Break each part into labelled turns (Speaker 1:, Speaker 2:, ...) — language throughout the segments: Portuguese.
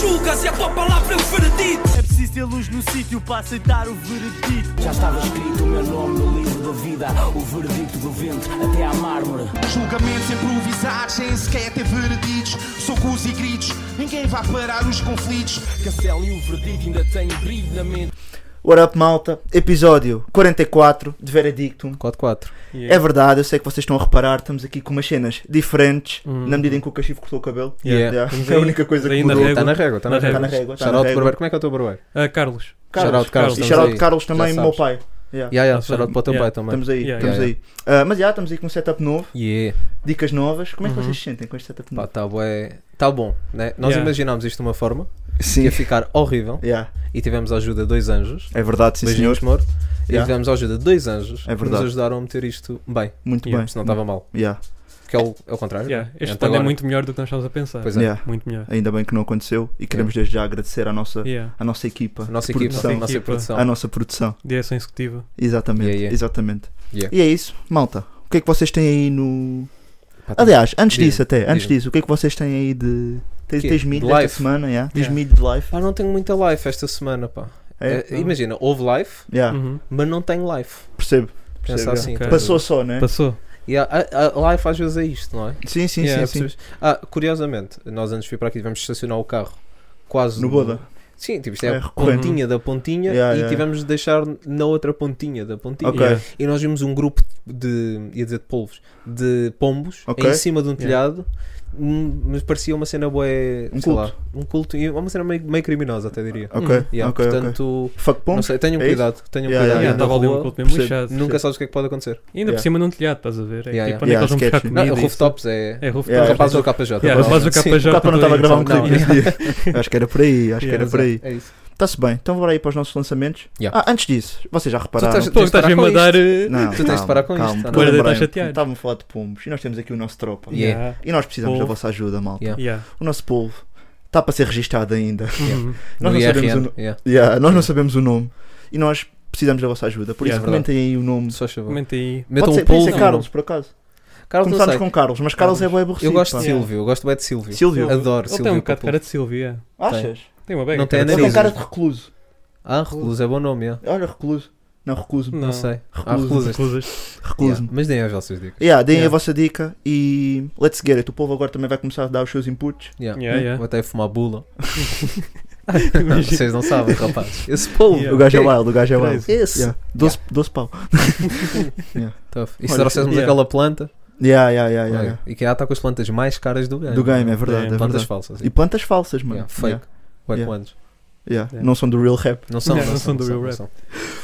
Speaker 1: julgas e a tua palavra é o veredito.
Speaker 2: É preciso ter luz no sítio para aceitar o veredito.
Speaker 3: Já estava escrito o meu nome no livro da vida, o veredito do vento até à mármore.
Speaker 4: Julgamentos improvisados, sem sequer ter vereditos, socos e gritos, ninguém vai parar os conflitos.
Speaker 5: Castelo e o veredito ainda têm brilho na mente.
Speaker 6: What up, malta? Episódio 44 de Veredictum.
Speaker 7: 4-4.
Speaker 6: É verdade, eu sei que vocês estão a reparar, estamos aqui com umas cenas diferentes, na medida em que o Cachifo cortou o cabelo.
Speaker 7: Hum. Yeah.
Speaker 6: Yeah.
Speaker 1: Estamos
Speaker 6: É a
Speaker 1: aí-
Speaker 6: única coisa que
Speaker 1: aí na
Speaker 6: mudou.
Speaker 1: régua.
Speaker 7: Está Tá na régua, está na
Speaker 1: Na
Speaker 6: Está
Speaker 7: régua.
Speaker 6: na régua, está na
Speaker 7: Shoutout de
Speaker 6: régua.
Speaker 7: barbeiro, como é que é o teu barbeiro?
Speaker 1: Ah, Carlos.
Speaker 7: Shoutout, Carlos.
Speaker 6: E
Speaker 7: estamos
Speaker 6: shoutout
Speaker 7: aí.
Speaker 6: Carlos também,
Speaker 7: Já
Speaker 6: meu
Speaker 7: sabes.
Speaker 6: pai. Yeah.
Speaker 7: Yeah, yeah,
Speaker 1: Nós
Speaker 7: shoutout
Speaker 1: estamos-
Speaker 7: para o teu
Speaker 1: yeah.
Speaker 7: pai também.
Speaker 6: Estamos aí,
Speaker 1: Yeah,
Speaker 6: estamos
Speaker 7: yeah,
Speaker 6: aí. Ah, mas já, estamos aí com um setup novo,
Speaker 7: Yeah.
Speaker 6: dicas novas. Como é que
Speaker 1: Uhum.
Speaker 6: vocês se sentem com este setup
Speaker 7: Pá,
Speaker 6: novo?
Speaker 7: tá bué- tá bom, né? Nós
Speaker 1: Yeah.
Speaker 7: imaginámos isto de uma forma, que
Speaker 6: Sim.
Speaker 7: ia ficar horrível,
Speaker 6: Yeah.
Speaker 7: e tivemos a ajuda de dois anjos.
Speaker 6: É verdade, sim senhor.
Speaker 7: Beijinhos, Moro. E
Speaker 6: Yeah.
Speaker 7: tivemos a ajuda de dois anjos
Speaker 6: É
Speaker 7: que nos
Speaker 6: verdade.
Speaker 7: ajudaram a meter isto bem,
Speaker 6: Muito
Speaker 1: Yeah,
Speaker 6: bem.
Speaker 7: se não estava mal.
Speaker 6: Yeah.
Speaker 7: Que é o, é o contrário.
Speaker 1: Yeah, Este
Speaker 7: Então
Speaker 1: plano
Speaker 7: agora-
Speaker 1: é muito melhor do que nós estávamos a pensar.
Speaker 7: Pois é.
Speaker 6: Yeah.
Speaker 1: Muito melhor.
Speaker 6: Ainda bem que não aconteceu e queremos desde já agradecer à nossa,
Speaker 1: Yeah.
Speaker 6: à nossa equipa.
Speaker 7: A nossa
Speaker 6: de
Speaker 7: equipa, Ah,
Speaker 6: produção.
Speaker 7: a nossa
Speaker 1: Equipa.
Speaker 7: produção.
Speaker 6: À nossa produção.
Speaker 1: Direção executiva.
Speaker 6: Exatamente,
Speaker 7: Yeah, yeah.
Speaker 6: exatamente.
Speaker 7: Yeah.
Speaker 6: E é isso, malta. O que é que vocês têm aí no.
Speaker 7: Pá, tá-
Speaker 6: Aliás, antes
Speaker 7: Diz-me,
Speaker 6: disso, até, antes
Speaker 7: diz-me.
Speaker 6: disso, o que é que vocês têm aí de. Tens,
Speaker 7: Quê?
Speaker 6: tens milho
Speaker 7: De
Speaker 6: esta
Speaker 7: live?
Speaker 6: semana, yeah? tens
Speaker 1: Yeah.
Speaker 6: milho de live.
Speaker 7: Ah, não tenho muita live esta semana, pá.
Speaker 6: É?
Speaker 7: É, Hum. imagina, houve live,
Speaker 6: Yeah,
Speaker 1: Uhum.
Speaker 7: mas não tenho live.
Speaker 6: percebo. percebo,
Speaker 7: Pensa
Speaker 6: yeah.
Speaker 7: assim.
Speaker 1: Ok.
Speaker 7: tá
Speaker 6: Passou só, né?
Speaker 1: Passou.
Speaker 7: E a, a, a live às vezes é isto, não é?
Speaker 6: Sim, sim,
Speaker 7: Yeah,
Speaker 6: sim. sim.
Speaker 7: percebes? Ah, curiosamente, nós antes de vir para aqui tivemos de estacionar o carro quase
Speaker 6: No Boda.
Speaker 7: Sim, tipo, isto é,
Speaker 6: É
Speaker 7: a
Speaker 6: recorrente.
Speaker 7: pontinha da pontinha
Speaker 6: Yeah,
Speaker 7: e
Speaker 6: yeah,
Speaker 7: tivemos de deixar na outra pontinha da pontinha.
Speaker 6: Ok.
Speaker 1: Yeah.
Speaker 7: E nós vimos um grupo de, ia dizer de polvos, de pombos
Speaker 6: Ok.
Speaker 7: em cima de um
Speaker 1: Yeah.
Speaker 7: telhado. Hum, Mas parecia uma cena boé,
Speaker 6: Um
Speaker 7: sei
Speaker 6: culto.
Speaker 7: lá, um culto e uma cena meio, meio criminosa, até diria.
Speaker 6: Ok,
Speaker 7: Hum.
Speaker 6: ok,
Speaker 7: Yeah,
Speaker 6: ok.
Speaker 7: portanto,
Speaker 6: Fuck
Speaker 7: não
Speaker 6: pombos?
Speaker 7: sei, tenham
Speaker 6: é isso?
Speaker 7: cuidado, tenham
Speaker 6: Yeah,
Speaker 7: cuidado.
Speaker 6: yeah,
Speaker 7: na
Speaker 6: yeah.
Speaker 1: Estava ali um
Speaker 7: rua,
Speaker 1: culto mesmo
Speaker 6: percebo.
Speaker 1: lixado.
Speaker 7: Nunca sabes o que é que pode acontecer.
Speaker 1: E Ainda
Speaker 6: Yeah.
Speaker 1: por cima num telhado, estás a ver? É
Speaker 7: Yeah,
Speaker 1: tipo, onde é que
Speaker 6: yeah. Yeah,
Speaker 1: eles vão buscar
Speaker 6: sketchy.
Speaker 7: Não,
Speaker 1: comida? e isso?
Speaker 7: rooftops é,
Speaker 1: É rooftop.
Speaker 6: Yeah.
Speaker 7: rapaz do KJ.
Speaker 1: Yeah, rapaz do
Speaker 7: provavelmente. Sim.
Speaker 6: O
Speaker 1: KJ.
Speaker 6: Capa não estava a gravar um
Speaker 7: Não,
Speaker 6: clipe nesse dia. Acho que era por aí, acho que era por aí.
Speaker 7: É isso.
Speaker 6: Está-se bem, então bora aí para os nossos lançamentos.
Speaker 7: Yeah.
Speaker 6: Ah, antes disso, vocês já
Speaker 7: Tu
Speaker 6: repararam.
Speaker 7: estás-
Speaker 1: Pô, estás
Speaker 7: parar
Speaker 1: mesmo a
Speaker 7: com
Speaker 1: dar. eh,
Speaker 6: um Não,
Speaker 7: tu tens de
Speaker 6: calma,
Speaker 7: parar com isto,
Speaker 6: calma, porque
Speaker 7: tá
Speaker 1: bem. Agora
Speaker 6: lembrei-me,
Speaker 1: tá chateado.
Speaker 6: Estavam a falar de pombos e nós temos aqui o nosso tropa.
Speaker 7: Yeah.
Speaker 6: E nós precisamos da
Speaker 1: Povo.
Speaker 6: vossa ajuda, malta.
Speaker 7: Yeah.
Speaker 1: Yeah.
Speaker 6: O nosso povo está para ser registado ainda.
Speaker 1: Uhum.
Speaker 6: Nós
Speaker 7: no
Speaker 6: não sabemos
Speaker 7: IRN,
Speaker 6: o
Speaker 7: yeah.
Speaker 6: Yeah, nós não sabemos o nome e nós precisamos da vossa ajuda. Por isso
Speaker 1: Yeah,
Speaker 7: é verdade.
Speaker 6: comentem aí o nome.
Speaker 7: Só favor.
Speaker 1: Comenta aí.
Speaker 7: Metam
Speaker 6: pode ser,
Speaker 7: um
Speaker 6: pode ser
Speaker 7: polvo.
Speaker 6: Carlos, por acaso.
Speaker 7: Carlos não
Speaker 6: Começámos
Speaker 7: sei.
Speaker 6: com Carlos, mas Carlos, é bem aborrecido.
Speaker 7: Eu gosto de
Speaker 6: pá.
Speaker 7: Silvio, eu gosto bem de Silvio.
Speaker 6: Silvio.
Speaker 7: Adoro
Speaker 1: Ele tem
Speaker 7: Silvio.
Speaker 1: um bocado de
Speaker 7: Popov.
Speaker 1: cara de Silvia.
Speaker 6: Achas?
Speaker 1: Tem uma bem.
Speaker 7: Não tem
Speaker 6: Ele
Speaker 7: nem
Speaker 6: tem
Speaker 7: Silvio.
Speaker 6: cara de recluso.
Speaker 7: Ah, Recluso é bom nome, yeah.
Speaker 6: Olha, recluso. Não, recluso.
Speaker 1: Não.
Speaker 7: não sei. Ah,
Speaker 6: Recluso.
Speaker 7: Recluso.
Speaker 1: Reclusas.
Speaker 7: Yeah.
Speaker 6: Recluso.
Speaker 7: Mas deem as vossas dicas.
Speaker 6: Yeah, deem
Speaker 1: Yeah.
Speaker 6: a vossa dica e let's get it. O povo agora também vai começar a dar os seus inputs.
Speaker 7: Yeah.
Speaker 1: Yeah, yeah.
Speaker 7: Vou até fumar bula. Vocês não sabem, rapaz. Esse polvo.
Speaker 1: Yeah.
Speaker 6: O gajo é wild, o gajo é wild.
Speaker 1: Crazy.
Speaker 6: Esse. Yeah. Doce, doce pau.
Speaker 7: Tough. Então, E se
Speaker 6: Olha,
Speaker 7: trouxéssemos
Speaker 1: yeah.
Speaker 7: aquela planta,
Speaker 6: Yeah, yeah, yeah, yeah,
Speaker 7: olha,
Speaker 6: yeah.
Speaker 7: IKEA está tá com as plantas mais caras do game. né?
Speaker 6: Do game, é verdade.
Speaker 1: Yeah,
Speaker 6: é
Speaker 7: Plantas
Speaker 6: verdade.
Speaker 7: falsas.
Speaker 6: E plantas falsas, mano.
Speaker 7: yeah. Fake. Ué, quantos?
Speaker 6: Yeah.
Speaker 1: Yeah.
Speaker 6: Não são do real rap.
Speaker 7: Não são,
Speaker 1: Não,
Speaker 7: não
Speaker 1: não
Speaker 7: são,
Speaker 1: são do
Speaker 7: não são,
Speaker 1: real
Speaker 7: não
Speaker 1: rap.
Speaker 7: são.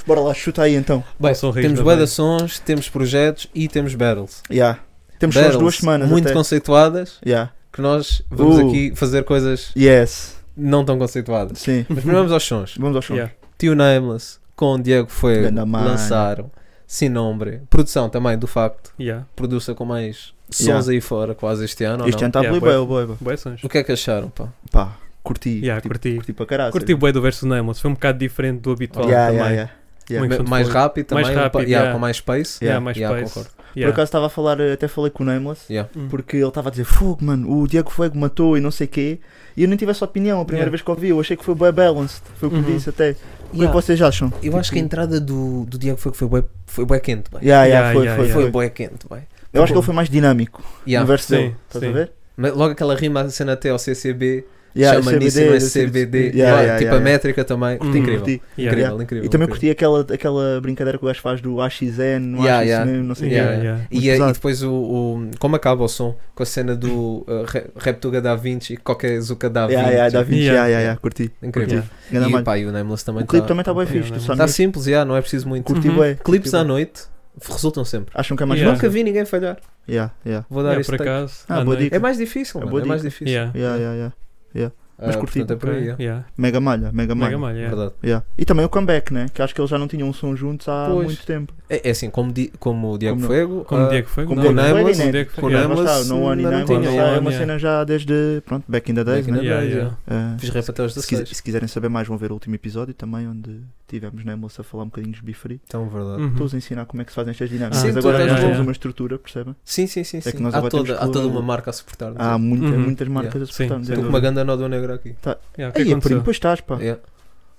Speaker 6: Bora lá, chuta aí então.
Speaker 7: Bem,
Speaker 1: são reis
Speaker 7: temos
Speaker 1: da
Speaker 7: bada
Speaker 1: banda.
Speaker 7: sons, temos projetos e temos battles.
Speaker 6: Yeah. Temos só as
Speaker 7: battles
Speaker 6: duas semanas
Speaker 7: muito
Speaker 6: até.
Speaker 7: conceituadas
Speaker 6: Yeah.
Speaker 7: que nós vamos
Speaker 6: Uh.
Speaker 7: aqui fazer coisas
Speaker 6: Yes.
Speaker 7: não tão conceituadas.
Speaker 6: Sim.
Speaker 7: Mas primeiro vamos aos sons.
Speaker 6: Vamos ao show.
Speaker 1: Yeah.
Speaker 7: Tio Nameless com Diego Fuego
Speaker 6: Ganda mano.
Speaker 7: lançaram Sin Nombre. Produção também do facto,
Speaker 1: Yeah.
Speaker 7: produça com mais sons
Speaker 6: Yeah.
Speaker 7: aí fora quase este ano. ou
Speaker 6: Este
Speaker 7: não?
Speaker 6: ano tá está
Speaker 1: Yeah,
Speaker 6: yeah,
Speaker 1: boy.
Speaker 6: boa, boa, boa.
Speaker 1: Boa sons.
Speaker 7: O que é que acharam? Pá?
Speaker 6: Pá, curti.
Speaker 1: Yeah,
Speaker 6: tipo,
Speaker 1: curti.
Speaker 6: curti para caralho.
Speaker 1: Curti o bué do verso Nameless. Foi um bocado diferente do habitual
Speaker 6: yeah,
Speaker 1: também. é
Speaker 6: yeah, yeah. Yeah.
Speaker 1: Muito
Speaker 7: Ma- Mais
Speaker 1: fundo.
Speaker 7: rápido também,
Speaker 1: Mais
Speaker 7: um pa-
Speaker 1: rápido,
Speaker 7: yeah,
Speaker 1: yeah.
Speaker 7: com mais space.
Speaker 1: Yeah,
Speaker 6: Yeah.
Speaker 1: mais
Speaker 7: Yeah,
Speaker 1: space.
Speaker 7: concordo.
Speaker 6: Por
Speaker 1: Yeah.
Speaker 6: acaso estava a falar, eh, até falei com o Nameless,
Speaker 7: Yeah.
Speaker 1: Hum.
Speaker 6: porque ele estava a dizer fogo, mano, o Diego Fuego matou e não sei quê. E eu nem tive essa opinião a primeira
Speaker 1: Yeah.
Speaker 6: vez que ouvi, eu achei que foi bem balanced. Foi o que eu
Speaker 1: Uhum.
Speaker 6: disse até. O que é
Speaker 7: Yeah.
Speaker 6: que vocês acham?
Speaker 7: Eu acho que a entrada do, do Diego Fuego foi bué, foi bué quente, bem.
Speaker 6: Yeah, yeah,
Speaker 1: Yeah,
Speaker 6: foi,
Speaker 1: yeah,
Speaker 6: foi,
Speaker 1: yeah.
Speaker 7: Foi
Speaker 6: foi.
Speaker 7: bué quente, bem.
Speaker 6: Eu acho que ele foi mais dinâmico
Speaker 7: Yeah.
Speaker 6: no verso
Speaker 1: Sim,
Speaker 6: dele. Estás a
Speaker 1: sim.
Speaker 6: ver?
Speaker 7: Mas logo aquela rima, a cena até ao CCB,
Speaker 6: Yeah,
Speaker 7: chama nisso e
Speaker 6: CBD,
Speaker 7: não é
Speaker 6: CBD.
Speaker 7: CBD.
Speaker 6: Yeah,
Speaker 7: Olha,
Speaker 6: yeah, yeah,
Speaker 7: tipo a
Speaker 6: yeah.
Speaker 7: métrica também.
Speaker 1: Curti,
Speaker 7: incrível.
Speaker 6: Curti.
Speaker 1: Yeah.
Speaker 7: Incrível,
Speaker 6: Yeah.
Speaker 7: incrível.
Speaker 6: E também
Speaker 7: incrível.
Speaker 6: curti aquela, aquela brincadeira que o gajo faz do AXN, no
Speaker 7: Yeah,
Speaker 6: AXN,
Speaker 7: yeah.
Speaker 6: não sei o
Speaker 1: Yeah,
Speaker 6: quê.
Speaker 7: Yeah.
Speaker 1: yeah.
Speaker 6: Muito
Speaker 7: E, é- e
Speaker 6: pesado.
Speaker 7: depois o, o- como acaba o som com a cena do uh, Re- Reptuga da Vinci, qualquer Zuka da Vinci.
Speaker 6: Yeah, yeah, da Vinci,
Speaker 1: Yeah.
Speaker 6: yeah, yeah, yeah, curti.
Speaker 7: Incrível.
Speaker 1: Yeah.
Speaker 6: Ganda
Speaker 7: E,
Speaker 6: malho.
Speaker 7: pá, e o Nameless também
Speaker 6: O clipe
Speaker 7: está
Speaker 6: também está bem
Speaker 1: Yeah,
Speaker 6: fixe,
Speaker 1: não é
Speaker 6: tu
Speaker 1: muito-
Speaker 6: sabes.
Speaker 7: simples, yeah, não é preciso muito.
Speaker 6: Curti
Speaker 1: Uhum.
Speaker 6: bem.
Speaker 7: Clipes
Speaker 6: curti
Speaker 7: à
Speaker 6: bué.
Speaker 7: noite resultam sempre.
Speaker 6: Acham que é mais
Speaker 1: Yeah.
Speaker 7: Nunca
Speaker 6: fácil?
Speaker 7: vi ninguém falhar.
Speaker 6: Yeah, yeah.
Speaker 7: Vou dar
Speaker 1: Yeah,
Speaker 7: este
Speaker 1: por
Speaker 7: take.
Speaker 1: acaso.
Speaker 6: Ah,
Speaker 1: à
Speaker 6: boa
Speaker 1: noite.
Speaker 6: dica.
Speaker 7: É mais difícil,
Speaker 6: É
Speaker 7: mano.
Speaker 6: boa
Speaker 7: É mais
Speaker 6: dica.
Speaker 7: difícil.
Speaker 1: Yeah.
Speaker 6: Yeah, yeah, yeah. Mas
Speaker 7: Ah,
Speaker 6: curti.
Speaker 7: portanto, é por aí.
Speaker 1: Ok,
Speaker 7: yeah.
Speaker 1: yeah.
Speaker 6: Mega malha, mega malha.
Speaker 1: Mega malha, yeah.
Speaker 7: Verdade.
Speaker 6: Yeah. E também o comeback, né? Que acho que eles já não tinham um som juntos há
Speaker 7: Pois.
Speaker 6: muito tempo.
Speaker 7: É, é assim, como, di como o Diego
Speaker 6: Como-
Speaker 7: Fuego.
Speaker 1: Como
Speaker 7: ah,
Speaker 1: Diego foi?
Speaker 6: Como
Speaker 1: não,
Speaker 6: Diego
Speaker 1: não.
Speaker 6: Fuego,
Speaker 1: Como
Speaker 6: né?
Speaker 1: Diego foi,
Speaker 7: Com
Speaker 1: yeah.
Speaker 6: Lá
Speaker 7: Nameless,
Speaker 6: está, no One e
Speaker 7: ainda
Speaker 6: Nine,
Speaker 7: não tinha,
Speaker 6: mas
Speaker 1: yeah,
Speaker 6: é uma
Speaker 1: yeah.
Speaker 6: cena já desde, pronto, back in the days,
Speaker 7: Back in
Speaker 6: né?
Speaker 7: the
Speaker 1: Yeah,
Speaker 7: days,
Speaker 1: yeah.
Speaker 7: yeah.
Speaker 6: Ah,
Speaker 7: Fiz rap até aos
Speaker 6: se, quiser-
Speaker 7: 16.
Speaker 6: se quiserem saber mais, vão ver o último episódio também, onde tivemos, né, moça, a falar um bocadinho de bifree.
Speaker 7: Então, verdade.
Speaker 1: Uhum.
Speaker 6: Estou-vos a ensinar como é que se fazem estas dinâmicas.
Speaker 1: Sim,
Speaker 6: mas
Speaker 7: tu
Speaker 6: agora
Speaker 7: tens
Speaker 6: nós
Speaker 1: boa.
Speaker 6: temos uma estrutura, percebem?
Speaker 7: Sim, sim, sim.
Speaker 6: É que
Speaker 7: sim.
Speaker 6: nós
Speaker 7: há,
Speaker 6: agora temos
Speaker 7: toda,
Speaker 6: que
Speaker 7: há toda
Speaker 6: pôr-
Speaker 7: uma marca a suportar.
Speaker 6: Há muita-
Speaker 1: Uhum.
Speaker 6: muitas marcas
Speaker 1: Yeah.
Speaker 6: a suportar.
Speaker 1: Sim,
Speaker 6: não
Speaker 1: sim.
Speaker 6: é
Speaker 7: Estou com
Speaker 6: dúvida.
Speaker 7: uma ganda nódoa negra karaoke.
Speaker 1: Yeah, o que
Speaker 6: Aí, primo,
Speaker 1: aconteceu?
Speaker 6: depois estás, pá.
Speaker 7: Yeah,